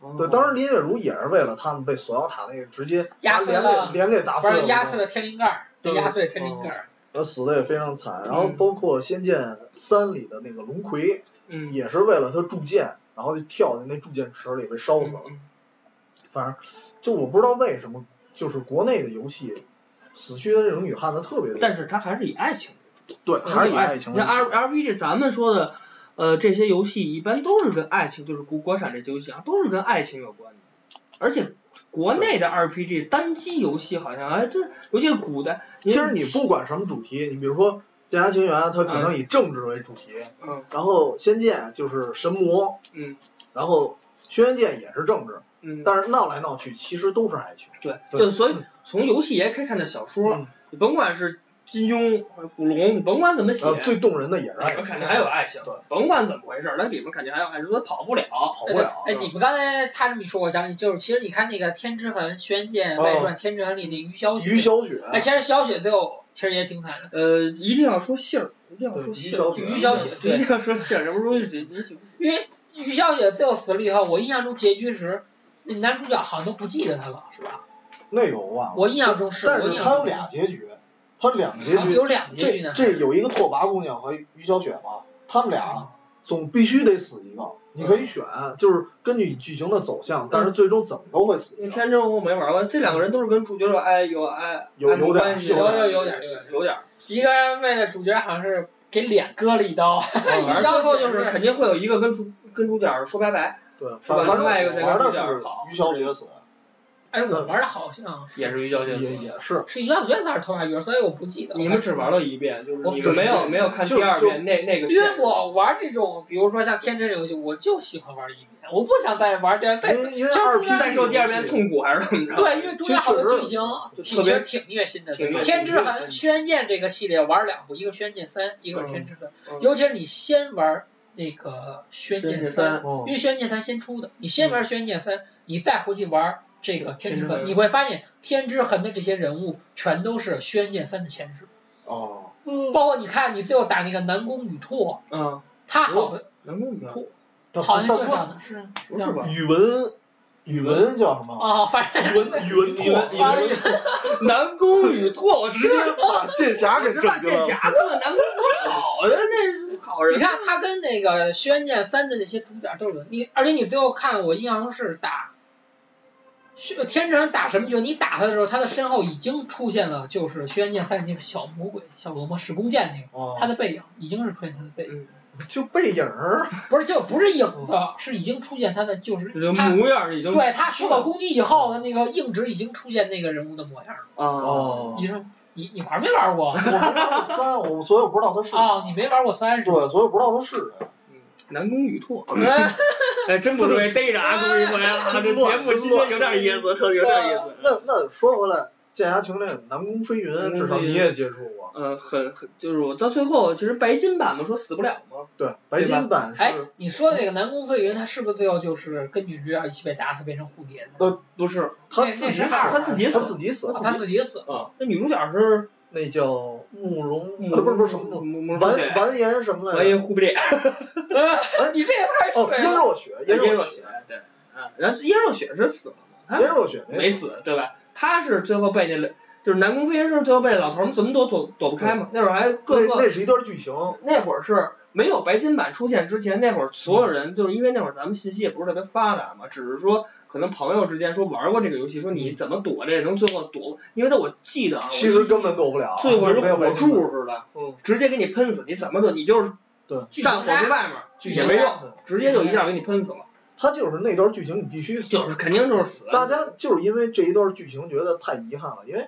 Speaker 1: 哦
Speaker 2: 对，当时林月如也是为了他们被锁妖塔那个直接
Speaker 3: 压
Speaker 2: 把
Speaker 3: 碎
Speaker 2: 脸给
Speaker 3: 了
Speaker 2: 脸给打
Speaker 3: 不
Speaker 2: 碎
Speaker 3: 是
Speaker 2: 了，
Speaker 3: 压碎了天灵盖儿，
Speaker 2: 对
Speaker 3: 压碎了天灵盖儿，
Speaker 2: 呃死的也非常惨。然后
Speaker 1: 嗯
Speaker 2: 包括《仙剑三》里的那个龙葵，
Speaker 1: 嗯，
Speaker 2: 也是为了他铸剑，然后就跳进那铸剑池里被烧死了。
Speaker 1: 嗯
Speaker 2: 反正就我不知道为什么，就是国内的游戏死去的这种女汉子特别多。
Speaker 1: 但是他还是以爱情
Speaker 2: 对，还是以哎爱情
Speaker 1: 那
Speaker 2: 为主。
Speaker 1: R R P G 咱们说的，呃，这些游戏一般都是跟爱情，就是国国产这些游戏啊，都是跟爱情有关的。而且国内的 R P G 单机游戏好像，哎，这尤其是古代，
Speaker 2: 其实你不管什么主题，你比如说《剑侠情缘》，它可
Speaker 3: 嗯
Speaker 2: 能以政治为主题，
Speaker 1: 嗯
Speaker 2: 然后《仙剑》就是神魔，
Speaker 1: 嗯，
Speaker 2: 然后《轩辕剑》也是政治，
Speaker 1: 嗯，
Speaker 2: 但是闹来闹去其实都是爱情。嗯
Speaker 1: 对，
Speaker 2: 对
Speaker 1: 就所以从游戏也可以看到小说，
Speaker 2: 嗯
Speaker 1: 你甭管是金庸、古龙，你甭管怎么写，
Speaker 2: 呃，最动人的也是
Speaker 1: 里面
Speaker 2: 爱
Speaker 3: 哎
Speaker 2: 情，
Speaker 1: 肯定还有爱情
Speaker 2: 对，
Speaker 1: 甭管怎么回事儿，那里面肯定还有爱情，他跑不了，
Speaker 2: 跑不
Speaker 3: 哎对
Speaker 2: 了。
Speaker 3: 哎，你们刚才他这么一说，我想起就是，其实你看那个《天之痕》《轩辕剑
Speaker 2: 哦
Speaker 3: 外传》《天之痕》里那于小雪，
Speaker 2: 于小雪，
Speaker 3: 哎，其实小雪最后其实也挺惨的。
Speaker 1: 呃，一定要说信儿，一定要
Speaker 2: 对
Speaker 1: 说
Speaker 2: 于
Speaker 1: 信
Speaker 2: 小
Speaker 1: 儿，
Speaker 2: 雪，
Speaker 3: 于小雪对
Speaker 1: 一定要说信儿，这不是你你就
Speaker 3: 因为于小雪最后死了以后，我印象中结局时，那男主角好像都不记得她了，是吧？
Speaker 2: 那个我忘了，
Speaker 3: 我印象中是，
Speaker 2: 啊但
Speaker 3: 我印
Speaker 2: 是
Speaker 3: 象
Speaker 2: 它
Speaker 3: 中
Speaker 2: 有俩结局，它两个结
Speaker 3: 好像
Speaker 2: 局，
Speaker 3: 有两个结局
Speaker 2: 这
Speaker 3: 呢。
Speaker 2: 这有一个拓跋姑娘和于小雪嘛，他们
Speaker 1: 嗯
Speaker 3: 啊
Speaker 2: 俩总必须得死一个，你可以选，就是根据剧情的走向，
Speaker 1: 嗯
Speaker 2: 但是最终怎么都会死
Speaker 1: 因为
Speaker 2: 一
Speaker 1: 《
Speaker 2: 个。
Speaker 1: 天之痕》我没玩过，这两个人都是跟主角有爱有爱
Speaker 2: 有
Speaker 1: 爱慕
Speaker 2: 有点
Speaker 1: 关系
Speaker 3: 有
Speaker 1: 的
Speaker 3: 有有点儿有点儿，
Speaker 1: 有点儿，
Speaker 3: 一个人为了主角好像是给脸割了一刀， *laughs*
Speaker 1: 反
Speaker 3: 于
Speaker 1: 正最
Speaker 3: 小
Speaker 1: 后
Speaker 3: 雪
Speaker 1: 就是肯定会有一个跟主跟主角说拜拜，
Speaker 2: 对，
Speaker 1: 是吧
Speaker 2: 反反
Speaker 1: 另
Speaker 2: 正
Speaker 1: 外一个在
Speaker 2: 玩
Speaker 1: 跟
Speaker 2: 的
Speaker 1: 主角
Speaker 2: 是
Speaker 1: 跑
Speaker 2: 于小雪死，
Speaker 3: 哎，我玩的好像是
Speaker 1: 也是于小
Speaker 2: 也
Speaker 1: 姐。
Speaker 2: 也是，
Speaker 3: 是于小雪才是头发鱼，所以我不记得了。
Speaker 1: 你们只玩了一遍，就是
Speaker 3: 我
Speaker 1: 你们没有没有看第二遍那那个
Speaker 3: 因
Speaker 1: 线。
Speaker 3: 为我玩这种，比如说像天真游戏，我就喜欢玩一遍，我不想再玩第二再
Speaker 2: 因为因为
Speaker 3: 这
Speaker 2: 二 P
Speaker 1: 再受第二遍，痛苦还是怎么着？
Speaker 3: *laughs* 对，因为中间好多剧情
Speaker 1: 就
Speaker 3: 其
Speaker 1: 特别
Speaker 3: 实挺虐心的。
Speaker 1: 挺虐心
Speaker 3: 天之痕、轩辕剑这个系列玩了两部，一个轩辕剑三，一个是天之痕。
Speaker 1: 嗯
Speaker 3: 尤其是你先玩那个轩
Speaker 1: 真
Speaker 3: 辕
Speaker 1: 是
Speaker 3: 三，
Speaker 1: 三，
Speaker 2: 哦
Speaker 3: 因为轩辕剑三先出的，你先玩轩辕剑三，你再回去玩这个天
Speaker 1: 天
Speaker 3: 之
Speaker 1: 之
Speaker 3: 痕，
Speaker 1: 痕
Speaker 3: 你会发现天之痕的这些人物全都是轩辕剑三的前世，
Speaker 2: 哦，
Speaker 3: 包括你看你最后打那个南宫羽拓，
Speaker 1: 嗯，
Speaker 3: 他好像
Speaker 1: 南宫羽拓
Speaker 2: 他
Speaker 3: 好像就
Speaker 2: 他
Speaker 3: 是这样的
Speaker 1: 不是吧？
Speaker 3: 哦是
Speaker 2: 语文语文叫什么？
Speaker 3: 哦，反正
Speaker 2: 语文语文
Speaker 1: 你们你们
Speaker 2: 拓，
Speaker 1: *laughs* 南宫羽拓，我直
Speaker 2: *laughs* 直
Speaker 1: 接
Speaker 2: 接把剑侠给
Speaker 1: 直
Speaker 2: 整
Speaker 1: 把
Speaker 2: 进
Speaker 1: 剑
Speaker 2: 来了。
Speaker 1: 侠跟了南宫不是好人，那是好
Speaker 3: 你
Speaker 1: 人。
Speaker 3: 看他跟那个《轩辕剑三》的那些主角都是你，而且你最后看我印象中是打，是天之痕打什么角？你打他的时候，他的身后已经出现了就是《轩辕剑三》那个小魔鬼、小恶魔使弓箭那个，
Speaker 2: 哦
Speaker 3: 他的背影已经是出现他的背影。
Speaker 1: 嗯，
Speaker 2: 就背影儿，
Speaker 3: 不是就不是影子，是已经出现他的就是
Speaker 1: 这个
Speaker 3: 他
Speaker 1: 模样儿已经
Speaker 3: 对他受到攻击以后，他那个硬直已经出现那个人物的模样了。
Speaker 1: 啊，
Speaker 2: 哦，
Speaker 3: 你说你你玩没玩过？
Speaker 2: 我不知道三，我所以我不知道他是谁，
Speaker 3: 哦，你没玩过三 *laughs* 是吧？
Speaker 2: 对，所以我不知道他是谁。
Speaker 1: 南宫羽拓，
Speaker 3: 哎
Speaker 1: 哎，真不容易逮着啊，宫羽拓 *laughs* 呀，啊这节目今天有点意思，说有点意思。
Speaker 2: 那那说回来，剑侠情这个南宫飞云
Speaker 1: 南，宫
Speaker 2: 至少
Speaker 1: 飞云
Speaker 2: 你也接触过。
Speaker 1: *laughs* 呃，很很就是我到最后，其实白金版嘛，说死不了嘛，
Speaker 2: 对，白金版
Speaker 3: 哎
Speaker 2: 是，
Speaker 3: 你说这个南宫飞云，他是不是最后就是跟女主角一起被打死，变成蝴蝶
Speaker 1: *laughs*
Speaker 3: 的？
Speaker 1: 不是，
Speaker 2: 他
Speaker 3: 那
Speaker 2: 自
Speaker 3: 那
Speaker 2: 己
Speaker 3: 是
Speaker 2: 死，
Speaker 3: 二
Speaker 2: 他自己死，
Speaker 1: 他
Speaker 2: 自己死，
Speaker 3: 他自己死。
Speaker 1: 啊，那女主角是 *laughs*
Speaker 2: 那叫慕容，
Speaker 1: 慕
Speaker 2: 呃，不是不是什么慕
Speaker 1: 慕慕
Speaker 2: 容，
Speaker 1: 容
Speaker 2: 完
Speaker 1: 雪，
Speaker 2: 完颜什么
Speaker 1: 完
Speaker 2: 来
Speaker 1: 啊
Speaker 2: 着？
Speaker 1: 颜忽必 *laughs* 烈，
Speaker 3: 你这也太
Speaker 2: 哦，
Speaker 3: 水
Speaker 2: 燕
Speaker 3: 了。
Speaker 2: 若雪，燕
Speaker 1: 哎燕
Speaker 2: 若
Speaker 1: 若雪，对，啊，然后燕若雪是死了吗？她
Speaker 2: 燕若雪
Speaker 1: 没死，对吧？他是最后被那老就是南宫飞云是最后被老头儿们怎么躲躲躲不开嘛。那会儿还各
Speaker 2: 那
Speaker 1: 个
Speaker 2: 那是一段剧情，
Speaker 1: 那会儿是没有白金版出现之前，那会儿所有人就是因为那会儿咱们信息也不是特别发达嘛，只是说可能朋友之间说玩过这个游戏，说你怎么躲这能最后躲，因为那我记得啊，我
Speaker 2: 其实根本躲不了，
Speaker 1: 最后
Speaker 2: 就是是没有
Speaker 1: 火
Speaker 2: 白金版，
Speaker 1: 柱似的，
Speaker 2: 嗯，
Speaker 1: 直接给你喷死，你怎么躲你就是
Speaker 3: 剧
Speaker 1: 站
Speaker 3: 情
Speaker 1: 火柱
Speaker 3: 杀，
Speaker 1: 外面
Speaker 3: 剧
Speaker 1: 也
Speaker 3: 情
Speaker 1: 没
Speaker 3: 杀
Speaker 1: 用，直接就一下给你喷死了，
Speaker 2: 他就是那段剧情你必须死。
Speaker 1: 就是肯定就是死了。
Speaker 2: 大家就是因为这一段剧情觉得太遗憾了，因为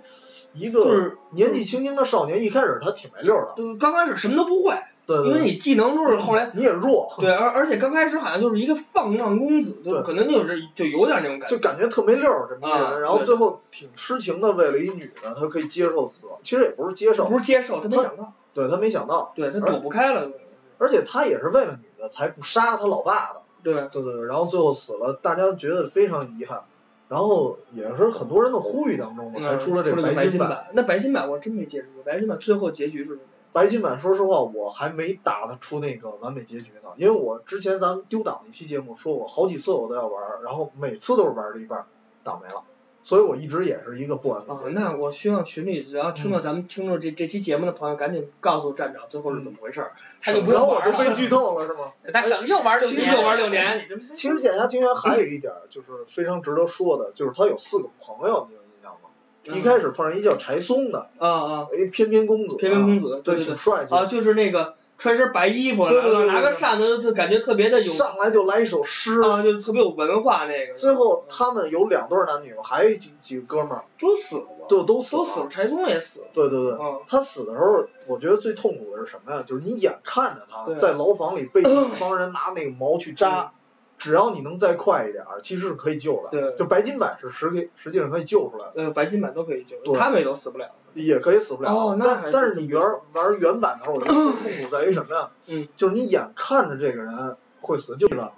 Speaker 2: 一
Speaker 1: 就
Speaker 2: 个
Speaker 1: 是
Speaker 2: 年纪轻轻的少年一开始他挺没溜儿的，
Speaker 1: 呃刚开始什么都不会，
Speaker 2: 对
Speaker 1: 因为
Speaker 2: 对，
Speaker 1: 你技能都是后来。
Speaker 2: 你也弱，
Speaker 1: 对，而而且刚开始好像就是一个放浪公子，就是
Speaker 2: 对
Speaker 1: 可能就是就有点那种感觉
Speaker 2: 就。感觉特没溜儿这么一个
Speaker 1: 啊
Speaker 2: 人，然后
Speaker 1: 对
Speaker 2: 最后挺痴情的，为了一女的，他可以接受死亡，其实也不是接受，
Speaker 1: 不是接受，他没想到，
Speaker 2: 对他没想到，
Speaker 1: 对他躲不开了，
Speaker 2: 而且他也是为了女的才不杀他老爸的，
Speaker 1: 对，
Speaker 2: 对对，对然后最后死了，大家觉得非常遗憾，然后也是很多人的呼吁当中嘛，才
Speaker 1: 嗯
Speaker 2: 出了这
Speaker 1: 出了
Speaker 2: 白
Speaker 1: 金
Speaker 2: 金版。
Speaker 1: 版。那白金版我真没接触过，白金版最后结局是什么？
Speaker 2: 白金版，说实话，我还没打得出那个完美结局呢，因为我之前咱们丢档那期节目说过，好几次我都要玩儿，然后每次都是玩儿到一半儿档没了，所以我一直也是一个不完美
Speaker 1: 啊
Speaker 2: 结，局。
Speaker 1: 那我希望群里只要听到
Speaker 2: 嗯
Speaker 1: 咱们听众这这期节目的朋友，赶紧告诉站长最后是怎么回事儿。
Speaker 3: 他就不
Speaker 2: 然
Speaker 3: 用
Speaker 2: 后我
Speaker 3: 玩
Speaker 2: 就被
Speaker 3: 了。
Speaker 2: 剧透了，是吗？
Speaker 3: 他省又
Speaker 2: 嗯
Speaker 3: 玩六
Speaker 1: 其实
Speaker 3: 年，
Speaker 1: 就玩六年，你真
Speaker 2: 其实《剑侠情缘》还有一点
Speaker 1: 嗯
Speaker 2: 儿就是非常值得说的，就是他有四个朋友，你有印象吗？
Speaker 1: 嗯
Speaker 2: 一开始碰上一叫柴松的，
Speaker 1: 啊啊，
Speaker 2: 一翩翩公子，
Speaker 1: 翩翩公子，
Speaker 2: 对，
Speaker 1: 对
Speaker 2: 挺
Speaker 1: 对，
Speaker 2: 帅气
Speaker 1: 啊，
Speaker 2: 的，
Speaker 1: 就是那个穿身白衣服，
Speaker 2: 对对
Speaker 1: 然后
Speaker 2: 对
Speaker 1: 拿
Speaker 2: 对
Speaker 1: 个
Speaker 2: 对
Speaker 1: 扇子，就感觉特别的有
Speaker 2: 上来就来一首诗。
Speaker 1: 啊，就特别有文化那个。
Speaker 2: 最后他们有两对儿男女，还有几几个哥们儿
Speaker 1: 都死了吧？
Speaker 2: 就都死
Speaker 1: 都死
Speaker 2: 了。
Speaker 1: 了，柴松也死了。
Speaker 2: 对对对，
Speaker 1: 嗯，
Speaker 2: 他死的时候，我觉得最痛苦的是什么呀？就是你眼看着他
Speaker 1: 对嗯
Speaker 2: 在牢房里被一帮人拿那个矛去扎，只要你能再快一点儿，其实是可以救的。
Speaker 1: 对，
Speaker 2: 就白金版是实际实际上可以救出来的，
Speaker 1: 呃，白金版都可以救，
Speaker 2: 对
Speaker 1: 他们也都死不了。
Speaker 2: 也可以死不了。
Speaker 1: 哦那还
Speaker 2: 但
Speaker 1: 是
Speaker 2: 但是你原玩原版的时候，我觉得最痛苦在于什么呀？
Speaker 1: *coughs* 嗯，
Speaker 2: 就是你眼看着这个人会死，就了。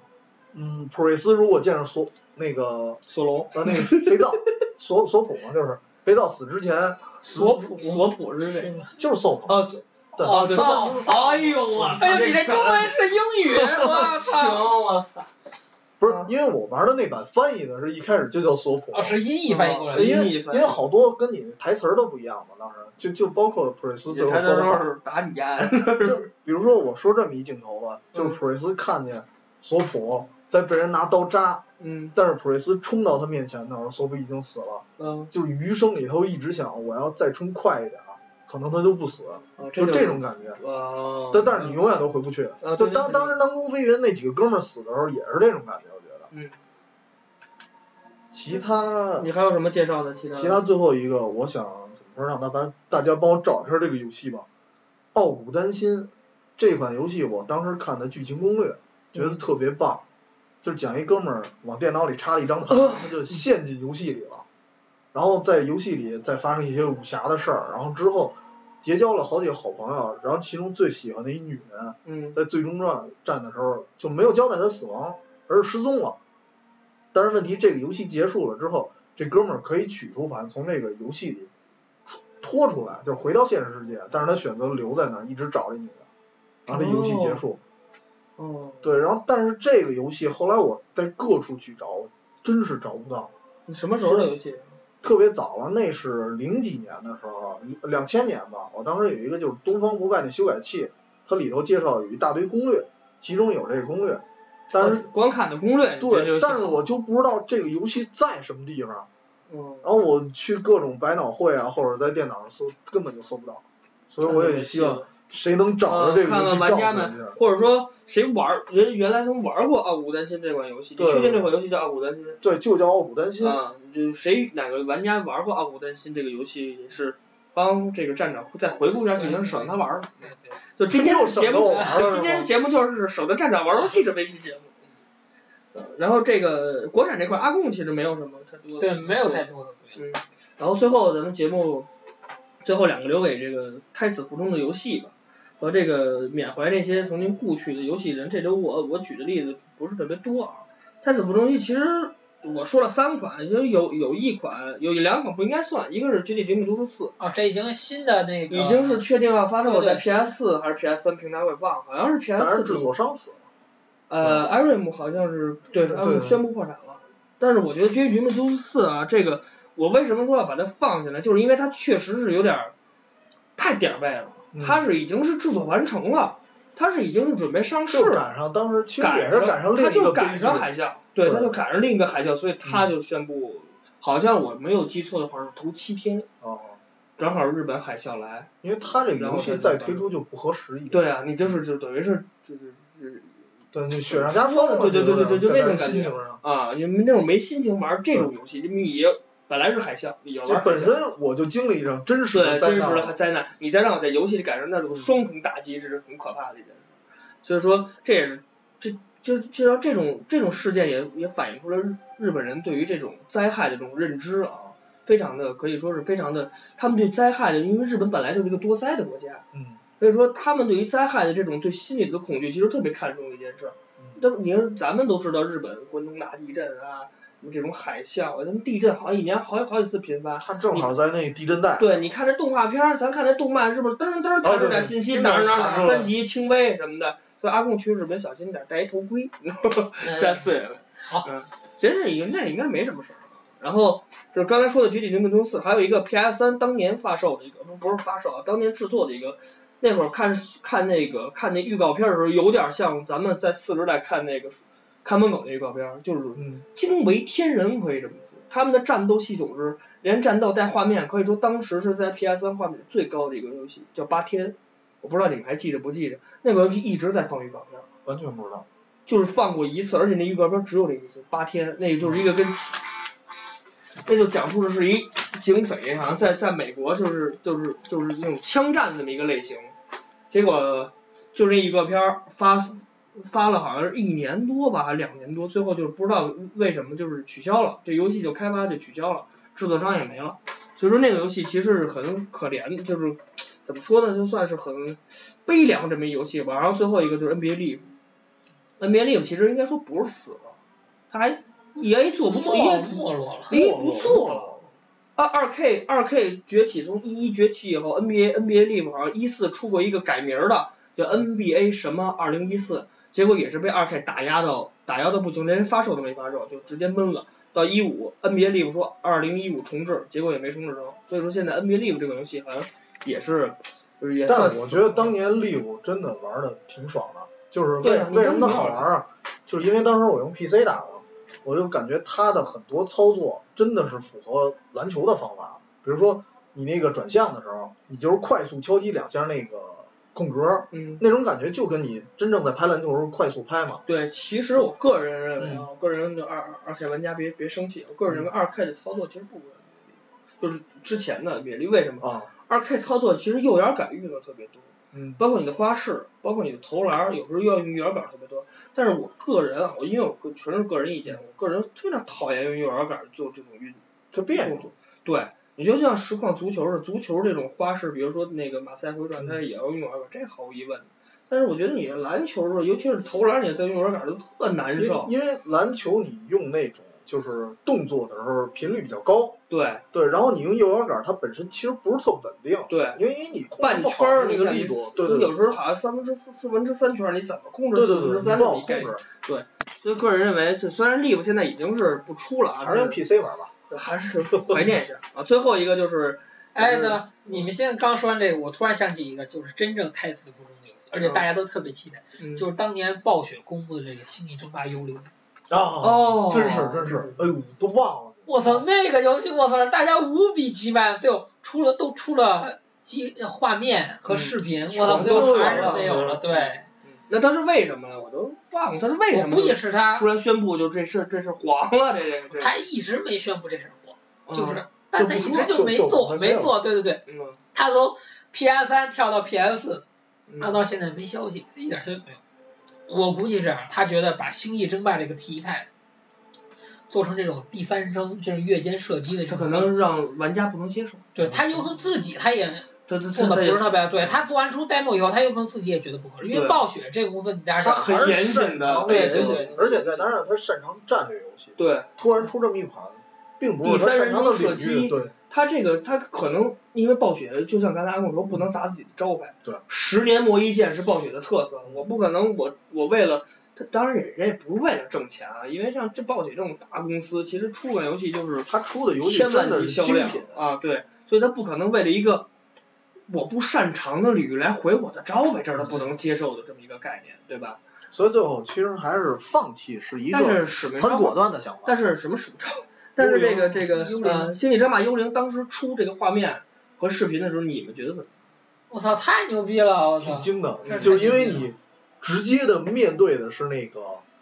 Speaker 2: 嗯，普瑞斯如果见着索那个
Speaker 1: 索隆、
Speaker 2: 呃那个肥
Speaker 1: *laughs*
Speaker 2: 皂索索普嘛，就是肥皂死之前
Speaker 1: 索普、索普是谁？
Speaker 2: 就是送嘛。
Speaker 1: 哦，
Speaker 2: 对
Speaker 1: 哦，对，
Speaker 3: 骚骚
Speaker 1: 哎呦我操！
Speaker 3: 哎呦，你这
Speaker 1: 个
Speaker 3: 中文是英语，我
Speaker 1: 行，
Speaker 3: 操！
Speaker 1: 我操！
Speaker 2: *laughs* 不是
Speaker 1: 啊，
Speaker 2: 因为我玩的那版翻译的是一开始就叫索普，
Speaker 3: 哦，是音译翻译过
Speaker 1: 嗯
Speaker 3: 来的。
Speaker 2: 因为
Speaker 1: 音译
Speaker 2: 因
Speaker 1: 翻
Speaker 2: 为好多跟你台词儿都不一样嘛，当时就就包括普瑞斯最后
Speaker 1: 他
Speaker 2: 说
Speaker 1: 那
Speaker 2: 的话，
Speaker 1: 时候打你家，
Speaker 2: 就比如说我说这么一镜头吧，就是普瑞斯看见索普在被人拿刀扎，
Speaker 1: 嗯
Speaker 2: 但是普瑞斯冲到他面前的时候，索普已经死了，
Speaker 1: 嗯，
Speaker 2: 就是余生里头一直想我要再冲快一点儿，可能他就不死，
Speaker 1: 啊就
Speaker 2: 就
Speaker 1: 是
Speaker 2: 这种感觉。
Speaker 1: 哦，
Speaker 2: 但但是你永远都回不去。
Speaker 1: 啊，
Speaker 2: 就
Speaker 1: 对
Speaker 2: 当当时南宫飞云那几个哥们儿死的时候也是这种感觉，我觉得。
Speaker 1: 嗯。
Speaker 2: 其他
Speaker 1: 你还有什么介绍的？其他
Speaker 2: 其他最后一个，我想怎么说，让大家大家帮我找一下这个游戏吧，《傲骨丹心》这款游戏，我当时看的剧情攻略，觉得特别棒，就是讲一哥们儿往电脑里插
Speaker 1: *laughs*
Speaker 2: 了一张盘，他就陷进游戏里了，然后在游戏里再发生一些武侠的事儿，然后之后结交了好几个好朋友，然后其中最喜欢的一女人，
Speaker 1: 嗯
Speaker 2: 在最终战战的时候就没有交代他死亡，而是失踪了。但是问题，这个游戏结束了之后，这哥们儿可以取出盘，从这个游戏里出脱出来，就是回到现实世界。但是他选择留在那儿，一直找这女的，然后这游戏结束。
Speaker 1: 哦，
Speaker 2: 对，然后但是这个游戏后来我在各处去找，真是找不到，
Speaker 1: 你什么时候的游戏？
Speaker 2: 特别早了，那是零几年的时候，两千年吧。我当时有一个就是东方不败那修改器，它里头介绍有一大堆攻略，其中有这个攻略，但是
Speaker 1: 哦光看的攻略，你觉得这游戏
Speaker 2: 对，但是我就不知道这个游戏在什么地方。
Speaker 1: 嗯
Speaker 2: 然后我去各种百脑汇啊，或者在电脑上搜，根本就搜不到。所以我也希望，谁能找着
Speaker 1: 呃
Speaker 2: 这个
Speaker 1: 看
Speaker 2: 游
Speaker 1: 看
Speaker 2: 戏
Speaker 1: 玩
Speaker 2: 告诉
Speaker 1: 家
Speaker 2: 我
Speaker 1: 们
Speaker 2: 一下。
Speaker 1: 或者说谁玩儿人原来曾玩过《傲骨丹心》这款游戏，你
Speaker 2: 对
Speaker 1: 确定这款游戏叫《傲骨丹心
Speaker 2: 对，就叫傲骨丹》心。
Speaker 1: 啊？就是谁哪个玩家玩过《傲骨丹心》这个游戏，也是帮这个站长再回顾一下，可能省他玩儿。
Speaker 3: 对对，
Speaker 1: 就今天
Speaker 2: 又
Speaker 1: 的
Speaker 2: 省
Speaker 1: 节
Speaker 2: 得我
Speaker 1: 目，
Speaker 2: 玩
Speaker 1: 今
Speaker 2: 了，是
Speaker 1: 天
Speaker 2: 吗
Speaker 1: 的？节目就是守着站长玩游戏这么一期节目。呃然后这个国产这块，阿贡其实没有什么太多的。
Speaker 3: 对，没有太多的不一样。
Speaker 1: 然后最后咱们节目最后两个留给这个胎死腹中的游戏吧，和这个缅怀那些曾经故去的游戏人。这周我我举的例子不是特别多啊。胎死腹中其实我说了三款，因为有有一款有两款不应该算，一个是《绝地绝命毒师四》，
Speaker 3: 哦，这已经新的那个
Speaker 1: 已经是确定了发售在
Speaker 3: 对对
Speaker 1: PS 4还是 PS 3平台，我也忘了，好像是 PS
Speaker 2: 但
Speaker 1: 4
Speaker 2: 是制作商死了。
Speaker 1: 呃，艾瑞姆好像是对，
Speaker 2: 对
Speaker 1: 艾瑞姆宣布破产了。但是我觉得《绝地绝命毒师四》啊，这个我为什么说要把它放进来，就是因为它确实是有点儿太点儿背了。
Speaker 2: 嗯
Speaker 1: 它是已经是制作完成了，它是已经是准备上市
Speaker 2: 就
Speaker 1: 了，
Speaker 2: 赶上当时其实也
Speaker 1: 赶
Speaker 2: 是赶上
Speaker 1: 它
Speaker 2: 另一个
Speaker 1: 就
Speaker 2: 悲
Speaker 1: 赶
Speaker 2: 剧
Speaker 1: 上海啸，对，
Speaker 2: 对嗯
Speaker 1: 它就赶上另一个海啸，所以它就宣布，好像我没有记错的话是头七天，
Speaker 2: 哦，
Speaker 1: 正好日本海啸来。
Speaker 2: 因为它这个游戏再推出就不合时宜。
Speaker 1: 对啊，你就是就等于是就是就是
Speaker 2: 对，就雪上加霜嘛。
Speaker 1: 对对对对对就那种
Speaker 2: 感
Speaker 1: 感
Speaker 2: 觉
Speaker 1: 觉。啊，你们那种没心情玩这种游戏，你本来是海啸，你要
Speaker 2: 就
Speaker 1: 玩海
Speaker 2: 本
Speaker 1: 啸，
Speaker 2: 身我就经历一场真实
Speaker 1: 对
Speaker 2: 的灾
Speaker 1: 真实
Speaker 2: 难啊嗯
Speaker 1: 的，灾难，你再让我在游戏里赶上那种双重打击，这是很可怕的一件事。所以说，这也是这就就让这种这种事件也也反映出了日日本人对于这种灾害的这种认知啊，非常的可以说是非常的，他们对灾害的，因为日本本来就是一个多灾的国家，
Speaker 2: 嗯，
Speaker 1: 所以说，他们对于灾害的这种对心理的恐惧，其实特别看重的一件事儿
Speaker 2: 嗯。
Speaker 1: 但你说咱们都知道，日本关东大地震啊，什么这种海啸啊，他们地震好像一年好好几次频发。
Speaker 2: 它正好在那地震带。
Speaker 1: 对，你看这动画片儿，咱看这动漫，是不是噔噔弹出点信息，哪儿哪儿哪儿三级轻微什么的。所以阿贡去日本小心点儿，戴一头盔。
Speaker 3: 嗯
Speaker 1: 现在四月份。
Speaker 3: 好
Speaker 1: 嗯，其实应该应该没什么事儿。然后就是刚才说的《绝地绝命毒师四》，还有一个 PS 三当年发售的一个，不不是发售啊，当年制作的一个。那会儿看看那个看那预告片的时候，有点像咱们在四十代看那个看门狗那预告片，就是
Speaker 2: 嗯，
Speaker 1: 惊为天人，可以这么说。他们的战斗系统是连战斗带画面，可以说当时是在 PS 三画面最高的一个游戏，叫《八天》。我不知道你们还记着不记着，那个游戏一直在放预告片。
Speaker 2: 完全不知道。
Speaker 1: 就是放过一次，而且那预告片只有这一次，八天，那就是一个跟，那就讲述的是一警匪，好像在在美国就是就是就是那种枪战这么一个类型，结果就这预告片儿发发了好像是一年多吧，还是两年多，最后就是不知道为什么就是取消了，这游戏就开发就取消了，制作商也没了，所以说那个游戏其实是很可怜的，就是怎么说呢，就算是很悲凉这么一游戏吧。然后最后一个就是 NBA Live。NBA Live 其实应该说不是死了，他还 EA 做不做
Speaker 3: 没
Speaker 1: ？EA
Speaker 3: 没落
Speaker 2: 哎
Speaker 3: 了。
Speaker 1: EA 不做了。二二 K 二 K 崛起，从一一崛起以后，NBA NBA Live 好像一四出过一个改名儿的，叫 NBA 什么二零一四，结果也是被二 K 打压到打压到不行，连发售都没发售，就直接闷了。到一五 NBA Live 说二零一五重置，结果也没重置成，所以说现在 NBA Live 这个游戏好像也是，就是也算
Speaker 2: 但
Speaker 1: 死
Speaker 2: 是我
Speaker 1: 了
Speaker 2: 觉得当年利物真的玩的挺爽的，就是为
Speaker 1: 对啊
Speaker 2: 为什
Speaker 1: 你真
Speaker 2: 么
Speaker 1: 的
Speaker 2: 它好玩啊？就是因为当时我用 PC 打的，我就感觉它的很多操作真的是符合篮球的方法。比如说你那个转向的时候，你就是快速敲击两下那个空格，
Speaker 1: 嗯。
Speaker 2: 那种感觉就跟你真正在拍篮球的时候快速拍嘛。
Speaker 1: 对，其实我个人认为啊，我个人认为二二 K 玩家别别生气，我个人认为二 K 的操作其实不如 NBA 就是之前的 NBA，为什么？
Speaker 2: 啊，
Speaker 1: 二 K 操作其实右摇杆用的特别多，
Speaker 2: 嗯，
Speaker 1: 包括你的花式，包括你的投篮，有时候要用右摇杆特别多。但是我个人啊，我因为我个纯是个人意见，我个人非常讨厌用右摇杆做这种运
Speaker 2: 特别
Speaker 1: 动
Speaker 2: 扭。
Speaker 1: 作。对，你就像实况足球似的，足球这种花式，比如说那个马赛回
Speaker 2: 嗯
Speaker 1: 转，它也要用右摇杆，这毫无疑问。但是我觉得你篮球的，尤其是投篮，你在用右摇杆就特难受。
Speaker 2: 因为篮球你用那种就是动作的时候频率比较高，
Speaker 1: 对
Speaker 2: 对，然后你用右摇杆，它本身其实不是特稳定。
Speaker 1: 对，
Speaker 2: 因为你控制
Speaker 1: 半
Speaker 2: 不
Speaker 1: 圈
Speaker 2: 好
Speaker 1: 儿
Speaker 2: 那
Speaker 1: 你
Speaker 2: 个
Speaker 1: 看
Speaker 2: 力
Speaker 1: 你
Speaker 2: 度，对
Speaker 1: 就
Speaker 2: 对对
Speaker 1: 有时候好像三分之四、四分之三圈儿，你怎么控制
Speaker 2: 对
Speaker 1: 四分之
Speaker 2: 对对，
Speaker 1: 三
Speaker 2: 你不
Speaker 1: 这
Speaker 2: 好
Speaker 1: 么一
Speaker 2: 控
Speaker 1: 概念？
Speaker 2: 制，
Speaker 1: 所以个人认为，这虽然 Live 现在已经是不出了啊，
Speaker 2: 还
Speaker 1: 但
Speaker 2: 是
Speaker 1: 是
Speaker 2: 用 PC 玩吧。
Speaker 1: 还是怀念
Speaker 2: *laughs*
Speaker 1: 一下啊。最后一个就是，
Speaker 3: 哎，
Speaker 1: 嗯
Speaker 3: 对，你们现在刚说完这个，我突然想起一个，就是真正胎死腹中的游戏，而且大家都特别期待，
Speaker 1: 嗯
Speaker 3: 就是当年暴雪公布的这个《星际争霸：幽灵》。
Speaker 2: 啊，
Speaker 1: 哦
Speaker 2: 真是真是，哎呦，都忘了。
Speaker 3: 我操，那个游戏，我操，大家无比期盼，最后出了都出了机画面和视频，我
Speaker 2: 好像
Speaker 3: 操，最后还
Speaker 2: 都有
Speaker 3: 是没有
Speaker 2: 了
Speaker 3: 了。对，
Speaker 1: 那当时为什么呢？我都忘了他是为
Speaker 3: 我
Speaker 1: 什么
Speaker 3: 估计是他，
Speaker 1: 突然宣布就这事儿这事儿黄了，这这这
Speaker 3: 他一直没宣布这事儿过，就是，
Speaker 2: 就
Speaker 3: 但
Speaker 2: 不
Speaker 3: 他一
Speaker 2: 说
Speaker 3: 直
Speaker 2: 就
Speaker 3: 没
Speaker 2: 就
Speaker 3: 做，
Speaker 2: 没
Speaker 3: 没
Speaker 2: 有
Speaker 3: 做。对对对，
Speaker 1: 嗯
Speaker 3: 他从 PS 三跳到 PS 四，
Speaker 1: 嗯
Speaker 3: 那到现在没消息，一点消息没有。我估计是啊，他觉得把《星际争霸》这个题材做成这种第三声，就是越间射击的这
Speaker 1: 他
Speaker 3: 种
Speaker 1: 可
Speaker 3: 方，
Speaker 1: 能让玩家不能接受，
Speaker 3: 对他有可能自己他也
Speaker 1: 他他
Speaker 3: 做
Speaker 1: 他
Speaker 3: 的
Speaker 1: 他
Speaker 3: 不
Speaker 1: 也
Speaker 3: 是特别对，他做完出 demo 以后，他有可能自己也觉得不合适，因为
Speaker 1: 对
Speaker 3: 暴雪这个公司你大家知
Speaker 2: 他
Speaker 3: 道，
Speaker 2: 很
Speaker 1: 很
Speaker 2: 严
Speaker 1: 严
Speaker 2: 谨
Speaker 1: 谨的
Speaker 3: 对
Speaker 2: 而
Speaker 3: 对
Speaker 2: 且而且再加上他擅长战略游戏，
Speaker 1: 对
Speaker 2: 突然出这么一款，并不
Speaker 1: 第
Speaker 2: 是他
Speaker 1: 三
Speaker 2: 擅
Speaker 1: 人
Speaker 2: 长
Speaker 1: 称
Speaker 2: 的
Speaker 1: 射
Speaker 2: 领
Speaker 1: 击
Speaker 2: 域，对，
Speaker 1: 他这个他可能因为暴雪，就像刚才安控说，不能砸自己的招牌。
Speaker 2: 对，
Speaker 1: 十年磨一剑是暴雪的特色，我不可能我我为了他，当然人家也不是为了挣钱啊，因为像这暴雪这种大公司，其实出款游戏就是
Speaker 2: 他出的游戏
Speaker 1: 千
Speaker 2: 真
Speaker 1: 万
Speaker 2: 的
Speaker 1: 级
Speaker 2: 是
Speaker 1: 销
Speaker 2: 精
Speaker 1: 量
Speaker 2: 品，
Speaker 1: 啊，对，所以他不可能为了一个我不擅长的领域来毁我的招牌，这是他不能接受的这么一个概念，对吧？
Speaker 2: 所以最后其实还是放弃是一
Speaker 1: 但
Speaker 2: 个
Speaker 1: 是使命召
Speaker 2: 很
Speaker 1: 唤
Speaker 2: 果断的想法。
Speaker 1: 但是什么鼠标？ *laughs* 但是这个这个
Speaker 3: 幽灵
Speaker 1: 呃，《星际争霸：幽灵》当时出这个画面和视频的时候，你们觉得怎么
Speaker 3: 我操，太牛逼了，我
Speaker 2: 挺
Speaker 3: 操！
Speaker 2: 精的，
Speaker 1: 嗯
Speaker 2: 就是因为你直接的面对的是那个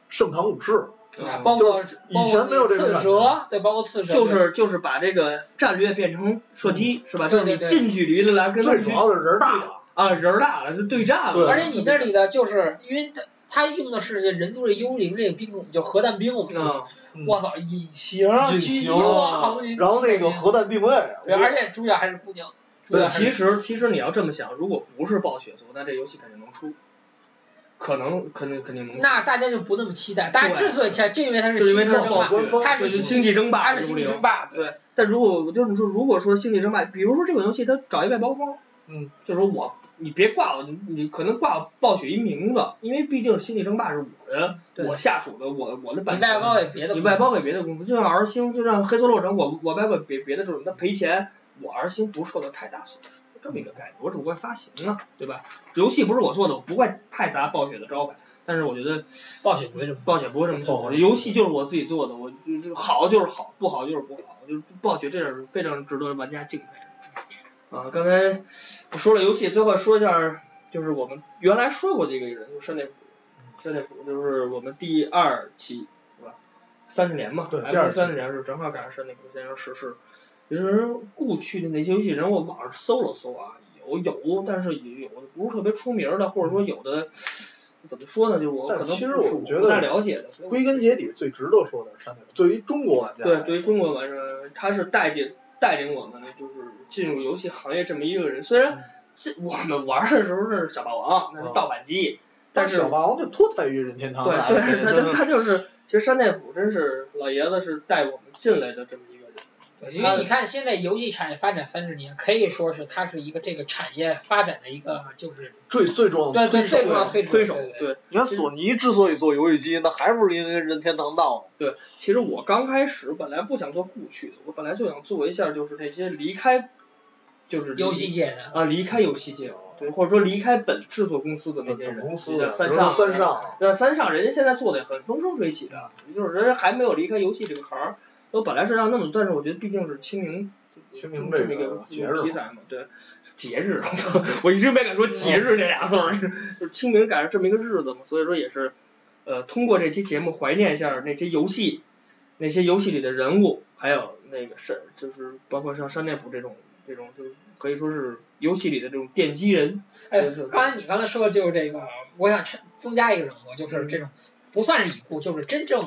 Speaker 2: 圣堂武士，
Speaker 3: 对吧
Speaker 1: 样？
Speaker 3: 包括
Speaker 2: 以
Speaker 3: 包
Speaker 2: 前没有
Speaker 3: 括
Speaker 2: 这种
Speaker 3: 刺
Speaker 2: 感
Speaker 3: 蛇，对，包括刺蛇，
Speaker 1: 呃就
Speaker 3: 对
Speaker 1: 是就是把这个战略变成射击，是吧？
Speaker 3: 对
Speaker 1: 就是你
Speaker 3: 对对
Speaker 1: 近距离的来跟他
Speaker 2: 最
Speaker 1: 们
Speaker 2: 主
Speaker 1: 去
Speaker 2: 要的人大了，
Speaker 1: 啊人儿大了就对战
Speaker 2: 对
Speaker 1: 了，
Speaker 3: 而且你那里的就是因为他他用的是这人族这幽灵这个兵种，就核弹兵，我们说，
Speaker 1: 嗯
Speaker 2: 嗯
Speaker 3: 我操，隐形
Speaker 2: 隐
Speaker 3: 狙击，
Speaker 2: 形
Speaker 3: 我靠，你
Speaker 2: 然后那个核弹定位，
Speaker 3: 对，而且主角还是姑娘，主角
Speaker 2: 对
Speaker 3: 还
Speaker 1: 其
Speaker 3: 是
Speaker 1: 实其实你要这么想，如果不是暴雪族，那这游戏肯定能出，可能肯定肯定能出，
Speaker 3: 那大家就不那么期待，大家
Speaker 1: 对
Speaker 3: 之所以期待，就因为它是
Speaker 1: 就因为它
Speaker 3: 新
Speaker 1: 是
Speaker 3: 生化
Speaker 1: 暴
Speaker 2: 官
Speaker 1: 雪，
Speaker 2: 方
Speaker 3: 它
Speaker 1: 对
Speaker 3: 是
Speaker 1: 是星际争霸
Speaker 3: 它是星
Speaker 1: 幽
Speaker 3: 际
Speaker 1: 灵
Speaker 3: 争。霸，对
Speaker 1: 对，但如果我就是你说，如果说星际争霸，比如说这款游戏它找一外包方，
Speaker 2: 嗯，
Speaker 1: 就说我你别挂我，你你可能挂暴雪一名字，因为毕竟星际争霸是我的
Speaker 3: 对
Speaker 1: 我下属的我我的
Speaker 3: 你
Speaker 1: 版
Speaker 3: 外
Speaker 1: 权，
Speaker 3: 包给别的
Speaker 1: 你
Speaker 3: 公司，
Speaker 1: 外包给别的公司，就像 R 星，就像黑色洛城，我我外包给别别的这种，那赔钱我 R 星不受到太大损失，这么一个概念，我只不过发行了，对吧？游戏不是我做的，我不会太砸暴雪的招牌，但是我觉得
Speaker 3: 暴雪不会这么
Speaker 1: 暴雪不会这么
Speaker 2: 不
Speaker 1: 做，
Speaker 2: 会
Speaker 1: 游戏就是我自己做的，我就是好就是好，不好就是不好，就是暴雪这点是非常值得玩家敬佩的。啊，刚才我说了游戏，最后说一下，就是我们原来说过的一个人，就是山内溥，山内溥就是我们第二期是吧？三十年嘛，
Speaker 2: 对
Speaker 1: F
Speaker 2: 第二期
Speaker 1: 三十年是正好赶上山内溥先生逝世。其实故去的那些游戏人，我网上搜了搜啊，有有，但是也有的不是特别出名的，或者说有的怎么说呢？就我可
Speaker 2: 但
Speaker 1: 能
Speaker 2: 其实
Speaker 1: 不是
Speaker 2: 我
Speaker 1: 我
Speaker 2: 觉
Speaker 1: 不
Speaker 2: 得
Speaker 1: 太了解的，所以我
Speaker 2: 归根结底最值得说的是山内溥，对于中国玩家，
Speaker 1: 对，对于中国玩家，他是带领带领我们的，就是进入游戏行业这么一个人。虽
Speaker 2: 嗯
Speaker 1: 然这我们玩的时候是小霸王，那是盗版机，但
Speaker 2: 但
Speaker 1: 是
Speaker 2: 小霸王就脱胎于任天堂
Speaker 1: 对
Speaker 2: 的 FC，
Speaker 1: 哦啊对，他就他就是，其实山内溥真是老爷子是带我们进来的这么一个人。
Speaker 3: 因为呃你看，现在游戏产业发展三十年，可以说是它是一个这个产业发展的一个，就是
Speaker 2: *laughs* 最最重要
Speaker 3: 对
Speaker 2: 的哦
Speaker 3: 对
Speaker 2: 推手
Speaker 3: 最。重要的推
Speaker 1: 推
Speaker 3: 手
Speaker 1: 手，
Speaker 3: 对
Speaker 1: 对
Speaker 2: 你看索尼之所以做游戏机，那还不是因为任天堂闹的。
Speaker 1: 对。其实我刚开始本来不想做故去的，我本来就想做一下就是那些离开，就是离
Speaker 3: 游戏界的，
Speaker 1: 啊离开游戏界，对，或者说离开本制作公司的那些人，
Speaker 2: 哦本公司
Speaker 1: 比如
Speaker 2: 的
Speaker 1: 说三
Speaker 2: 比如
Speaker 1: 上
Speaker 2: 说三上，啊
Speaker 1: 那三上人家现在做的也很风生水起的，就是人家还没有离开游戏这个行儿。我本来是让那么，但是我觉得毕竟是清明，
Speaker 2: 清明
Speaker 1: 这
Speaker 2: 这
Speaker 1: 么一
Speaker 2: 个节日嘛
Speaker 1: 题材嘛，对，节日， *laughs* 我操，我一直没敢说节日这俩字儿， *laughs* 就是清明赶上这么一个日子嘛，所以说也是，呃，通过这期节目怀念一下那些游戏，那些游戏里的人物，还有那个山，就是包括像山内溥这种这种，就可以说是游戏里的这种奠基人，
Speaker 3: 哎
Speaker 1: 就是，
Speaker 3: 刚才你刚才说的就是这个，我想趁增加一个人物，就是这种不算是已故，就是真正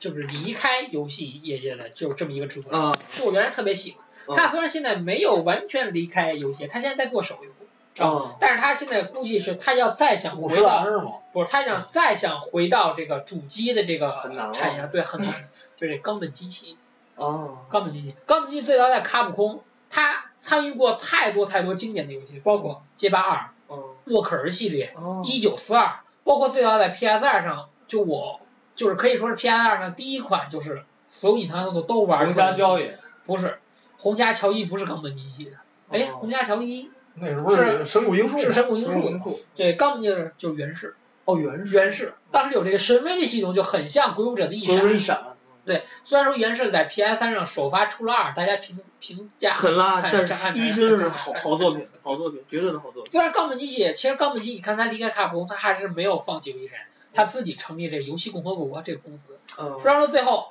Speaker 3: 就是离开游戏业界的，就这么一个制作人，
Speaker 1: 啊、
Speaker 3: 是我原来特别喜欢。
Speaker 1: 嗯
Speaker 3: 他虽然现在没有完全离开游戏，他现在在做手游，
Speaker 1: 啊，
Speaker 3: 但是他现在估计是他要再想
Speaker 2: 五
Speaker 3: 回
Speaker 2: 十大
Speaker 3: 到，
Speaker 2: 是吗？
Speaker 3: 不是他想再想回到这个主机的这个
Speaker 1: 很难了
Speaker 3: 产业，对，很难， *clears throat* 就是冈本机器，
Speaker 1: 哦，
Speaker 3: 冈本机器，冈本机器最早在卡普空，他参与过太多太多经典的游戏，包括街霸二、
Speaker 1: 哦，
Speaker 3: 沃克尔系列。
Speaker 1: 哦，
Speaker 3: 一九四二，包括最早在 PS 二上，就我就是可以说是 PS 二上第一款，就是所有隐藏要素都玩
Speaker 1: 玩
Speaker 3: 出来
Speaker 1: 家
Speaker 3: 的。
Speaker 1: 交易。
Speaker 3: 不是，红霞乔伊不是冈本机器的，哎，
Speaker 1: 哦
Speaker 3: 红霞乔伊
Speaker 2: 那是不是神谷英树？
Speaker 3: 是神谷英
Speaker 1: 植物
Speaker 3: 树
Speaker 1: 因
Speaker 3: 的，
Speaker 1: 素
Speaker 3: 对，冈本机器的就是源氏，
Speaker 1: 哦，原始
Speaker 3: 源氏当时有这个神威的系统，就很像《鬼武者的一
Speaker 1: 不是
Speaker 3: 闪
Speaker 1: 一》，闪，
Speaker 3: 对，虽然说《源氏》在 PS 三上首发初二，大家评评价
Speaker 1: 很拉，
Speaker 3: 看
Speaker 1: 但
Speaker 3: 看
Speaker 1: 是一真是好好作品，好作品，绝对的好作品。
Speaker 3: 就像冈本基也，其实冈本基，你看他离开卡普空，他还是没有放弃维神，他自己成立这游戏共和国这个公司，
Speaker 1: 嗯，
Speaker 3: 虽然说最后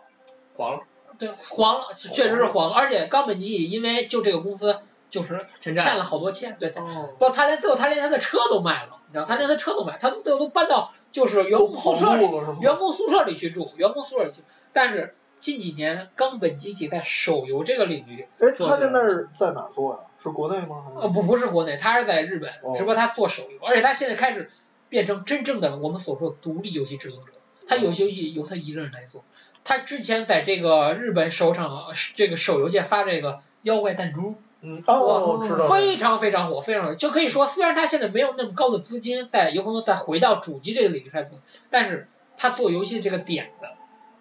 Speaker 1: 黄了，
Speaker 3: 对黄了，确实是黄了，而且冈本基因为就这个公司就是
Speaker 1: 欠
Speaker 3: 欠
Speaker 1: 债。
Speaker 3: 了好多欠，对，
Speaker 1: 哦，
Speaker 3: 不，他连最后他连他的车都卖了，你知道，他连他车都卖，他最后都搬到就是员
Speaker 2: 都
Speaker 3: 工
Speaker 2: 跑
Speaker 3: 宿
Speaker 2: 路
Speaker 3: 舍里，
Speaker 2: 了是吗？
Speaker 3: 员工宿舍里去住，员工宿舍里去，但是。近几年，冈本基己在手游这个领域，
Speaker 2: 哎，
Speaker 1: 做
Speaker 2: 他
Speaker 1: 这
Speaker 2: 现
Speaker 1: 个
Speaker 2: 在是在哪儿做呀？是国内吗？还
Speaker 3: 呃，不不是国内，他是在日本，
Speaker 2: 哦
Speaker 3: 只不过他做手游，而且他现在开始变成真正的我们所说的独立游戏制作者，他有些游戏由他一个人来做。他之前在这个日本首场呃这个手游界发这个妖怪弹珠，
Speaker 2: 嗯，哦，
Speaker 1: 我
Speaker 2: 知道了。
Speaker 3: 非常非常火，非常火。就可以说，虽然他现在没有那么高的资金，在有可能再回到主机这个领域上做，但是他做游戏这个点子，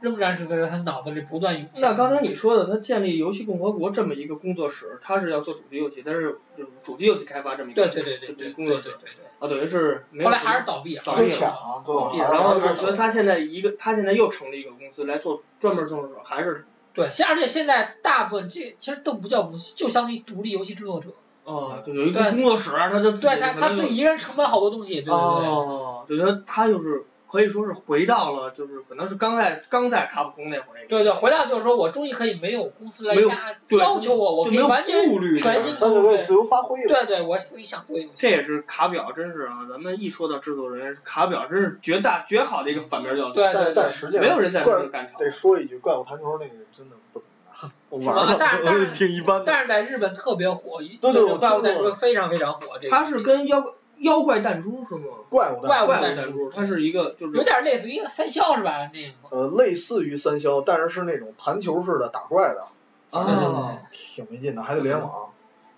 Speaker 3: 仍然是在他脑子里不断涌现。
Speaker 1: 那刚才你说的，他建立游戏共和国这么一个工作室，他是要做主机游戏，但是就是主机游戏开发这么一
Speaker 3: 对
Speaker 1: 个，
Speaker 3: 对对对对对
Speaker 1: 工作
Speaker 3: 对
Speaker 1: 室
Speaker 3: 对
Speaker 1: 啊，等于是没
Speaker 3: 对，
Speaker 1: 有
Speaker 3: 后来
Speaker 1: 什么
Speaker 3: 还是倒闭了，
Speaker 1: 倒
Speaker 2: 被
Speaker 1: 闭
Speaker 2: 抢
Speaker 3: 了。
Speaker 2: 啊，最后还是
Speaker 1: 然后
Speaker 2: 被
Speaker 1: 我
Speaker 2: 抢
Speaker 1: 觉得他现在一个，他现在又成立一个公司来做专门做还是
Speaker 3: 对，现而且现在大部分这其实都不叫公司，就相当于独立游戏制作者。
Speaker 1: 哦，对，有一个工作室，啊他就自己
Speaker 3: 对他，他自己一个人承办好多东西，对对对。
Speaker 1: 哦，对他他就是可以说是回到了，就是可能是刚在刚在卡普空那会儿那个，
Speaker 3: 对对，回来就是说我终于可以没有公司来
Speaker 1: 没有
Speaker 3: 压
Speaker 1: 对
Speaker 3: 要求我，我
Speaker 1: 就
Speaker 3: 可
Speaker 1: 没
Speaker 3: 以
Speaker 1: 有
Speaker 3: 完全
Speaker 1: 顾虑这
Speaker 3: 全
Speaker 1: 个
Speaker 3: 心
Speaker 2: 他
Speaker 3: 投
Speaker 2: 就
Speaker 3: 入
Speaker 2: 可。以自由发挥了。
Speaker 3: 对对，我自己想做游戏。
Speaker 1: 这也是卡表，真是啊，咱们一说到制作人，卡表真是绝大绝好的一个反面教材，
Speaker 3: 对对
Speaker 2: 但
Speaker 3: 对
Speaker 2: 但。实际上
Speaker 1: 没有人在
Speaker 2: 怪
Speaker 1: 这干潮。
Speaker 2: 得说一句，怪物弹球那个真的不怎么样，我 *laughs* 玩
Speaker 3: 是吧但
Speaker 2: 了，
Speaker 3: 是但
Speaker 2: 我
Speaker 3: 是
Speaker 2: 也挺一般的。
Speaker 3: 但是在日本特别火，
Speaker 2: 对
Speaker 3: 就是
Speaker 2: 我
Speaker 3: 怪物
Speaker 2: 听
Speaker 3: 弹
Speaker 2: 过
Speaker 3: 珠非常非常火。这个
Speaker 1: 他是跟妖怪妖怪弹珠是吗？
Speaker 2: 怪物
Speaker 3: 怪
Speaker 2: 弹
Speaker 3: 物
Speaker 1: 怪
Speaker 3: 弹
Speaker 1: 物
Speaker 3: 珠
Speaker 1: 弹珠，它是一个就是
Speaker 3: 有点类似于三消是吧？那种。
Speaker 2: 呃，类似于三消，但是是那种弹球式的打怪的，
Speaker 1: 啊
Speaker 3: 对对对
Speaker 2: 挺没劲的，还得联网。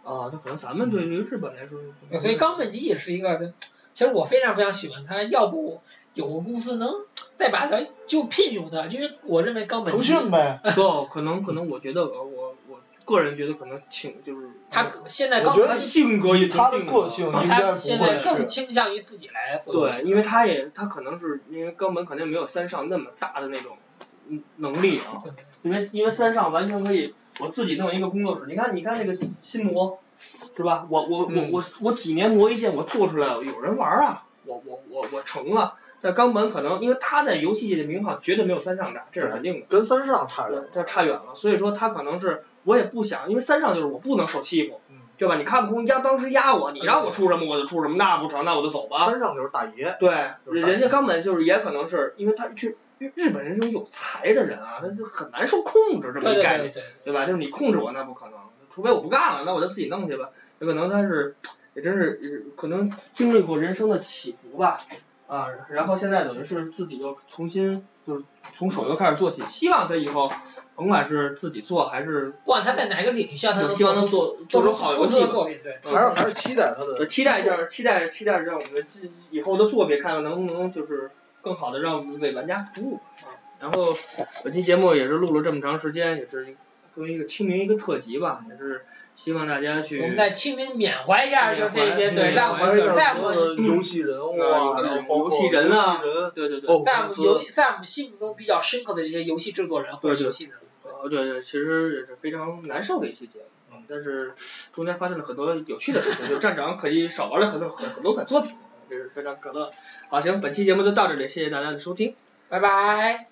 Speaker 1: 啊，那可能咱们对于日本来说，
Speaker 3: 对嗯所以冈本基也是一个，其实我非常非常喜欢他，要不有个公司能再把他就聘用他，因为我认为冈本
Speaker 2: 腾
Speaker 3: 基
Speaker 2: 讯呗，
Speaker 1: 不，可能可能，我觉得呃我我个人觉得可能挺就是呃
Speaker 3: 他现在
Speaker 2: 我
Speaker 3: 冈
Speaker 2: 觉
Speaker 3: 本
Speaker 2: 得
Speaker 1: 他
Speaker 3: 基
Speaker 1: 性格
Speaker 2: 以
Speaker 1: 也
Speaker 2: 他的个性应该
Speaker 3: 他
Speaker 2: 不
Speaker 3: 现在更
Speaker 2: 会是。
Speaker 3: 倾向于自己来做游戏。
Speaker 1: 对，因为他也他可能是因为冈本肯定没有三上那么大的那种嗯能力啊，因为因为三上完全可以我自己弄一个工作室，你看你看那个新新魔是吧？我我我
Speaker 3: 嗯
Speaker 1: 我我几年磨一剑，我做出来了，有人玩啊，我我我我成了。但冈本可能因为他在游戏界的名号绝对没有三上大，这是肯定的。
Speaker 2: 跟三上差点
Speaker 1: 对，，他差远了，所以说他可能是我也不想，因为三上就是我不能受欺负，
Speaker 2: 嗯
Speaker 1: 对吧？你看不空压当时压我，你让我出什么我就出什么，那不成，那我就走吧。
Speaker 2: 三上就是大爷，
Speaker 1: 对，
Speaker 2: 就是
Speaker 1: 人家根本就是也可能是因为他去日日本人这种有才的人啊，他就很难受控制这么
Speaker 3: 对
Speaker 1: 一概
Speaker 3: 对
Speaker 1: 念，
Speaker 3: 对对。
Speaker 1: 对吧？就是你控制我那不可能，除非我不干了，那我就自己弄去吧。有可能他是也真是也可能经历过人生的起伏吧，啊，然后现在等于是自己又重新就是从手游开始做起，希望他以后甭管是自己做还是
Speaker 3: 不管他在哪个领域下，他
Speaker 1: 我
Speaker 3: 能
Speaker 1: 希望能做做出
Speaker 3: 出
Speaker 1: 好游
Speaker 3: 出
Speaker 1: 戏
Speaker 3: 色的
Speaker 1: 吧。
Speaker 3: 作品，对。
Speaker 2: 还是还是期待他
Speaker 1: 嗯 *laughs* 就
Speaker 2: 的。
Speaker 1: 期待一下，期待期待一下我们这以后的作品，看看能不能就是更好的让我们为玩家服务。啊然后本期节目也是录了这么长时间，也是跟一个清明一个特辑吧，也是希望大家去
Speaker 3: 我们在清明缅怀一下，就这些，
Speaker 1: 缅怀嗯
Speaker 3: 对，让我
Speaker 2: 还
Speaker 3: 们
Speaker 2: 有
Speaker 3: 在
Speaker 2: 点
Speaker 3: 我
Speaker 2: 所有
Speaker 3: 们
Speaker 2: 的游戏人物啊，
Speaker 1: 嗯
Speaker 2: 然后包括
Speaker 1: 游戏人啊
Speaker 2: 游戏人，
Speaker 1: 对对对。
Speaker 2: 包括
Speaker 3: 在我
Speaker 2: 公
Speaker 3: 们
Speaker 2: 司
Speaker 3: 游在我们心目中比较深刻的这些游戏制作人或
Speaker 1: 对
Speaker 3: 者
Speaker 1: 对
Speaker 3: 游戏人，
Speaker 1: 呃，对对，其实也是非常难受的一期节目，嗯但是中间发现了很多有趣的事情，就站长可以少玩了很多很很多款作品，这是非常可乐。好，行，本期节目就到这里，谢谢大家的收听。
Speaker 3: 拜拜。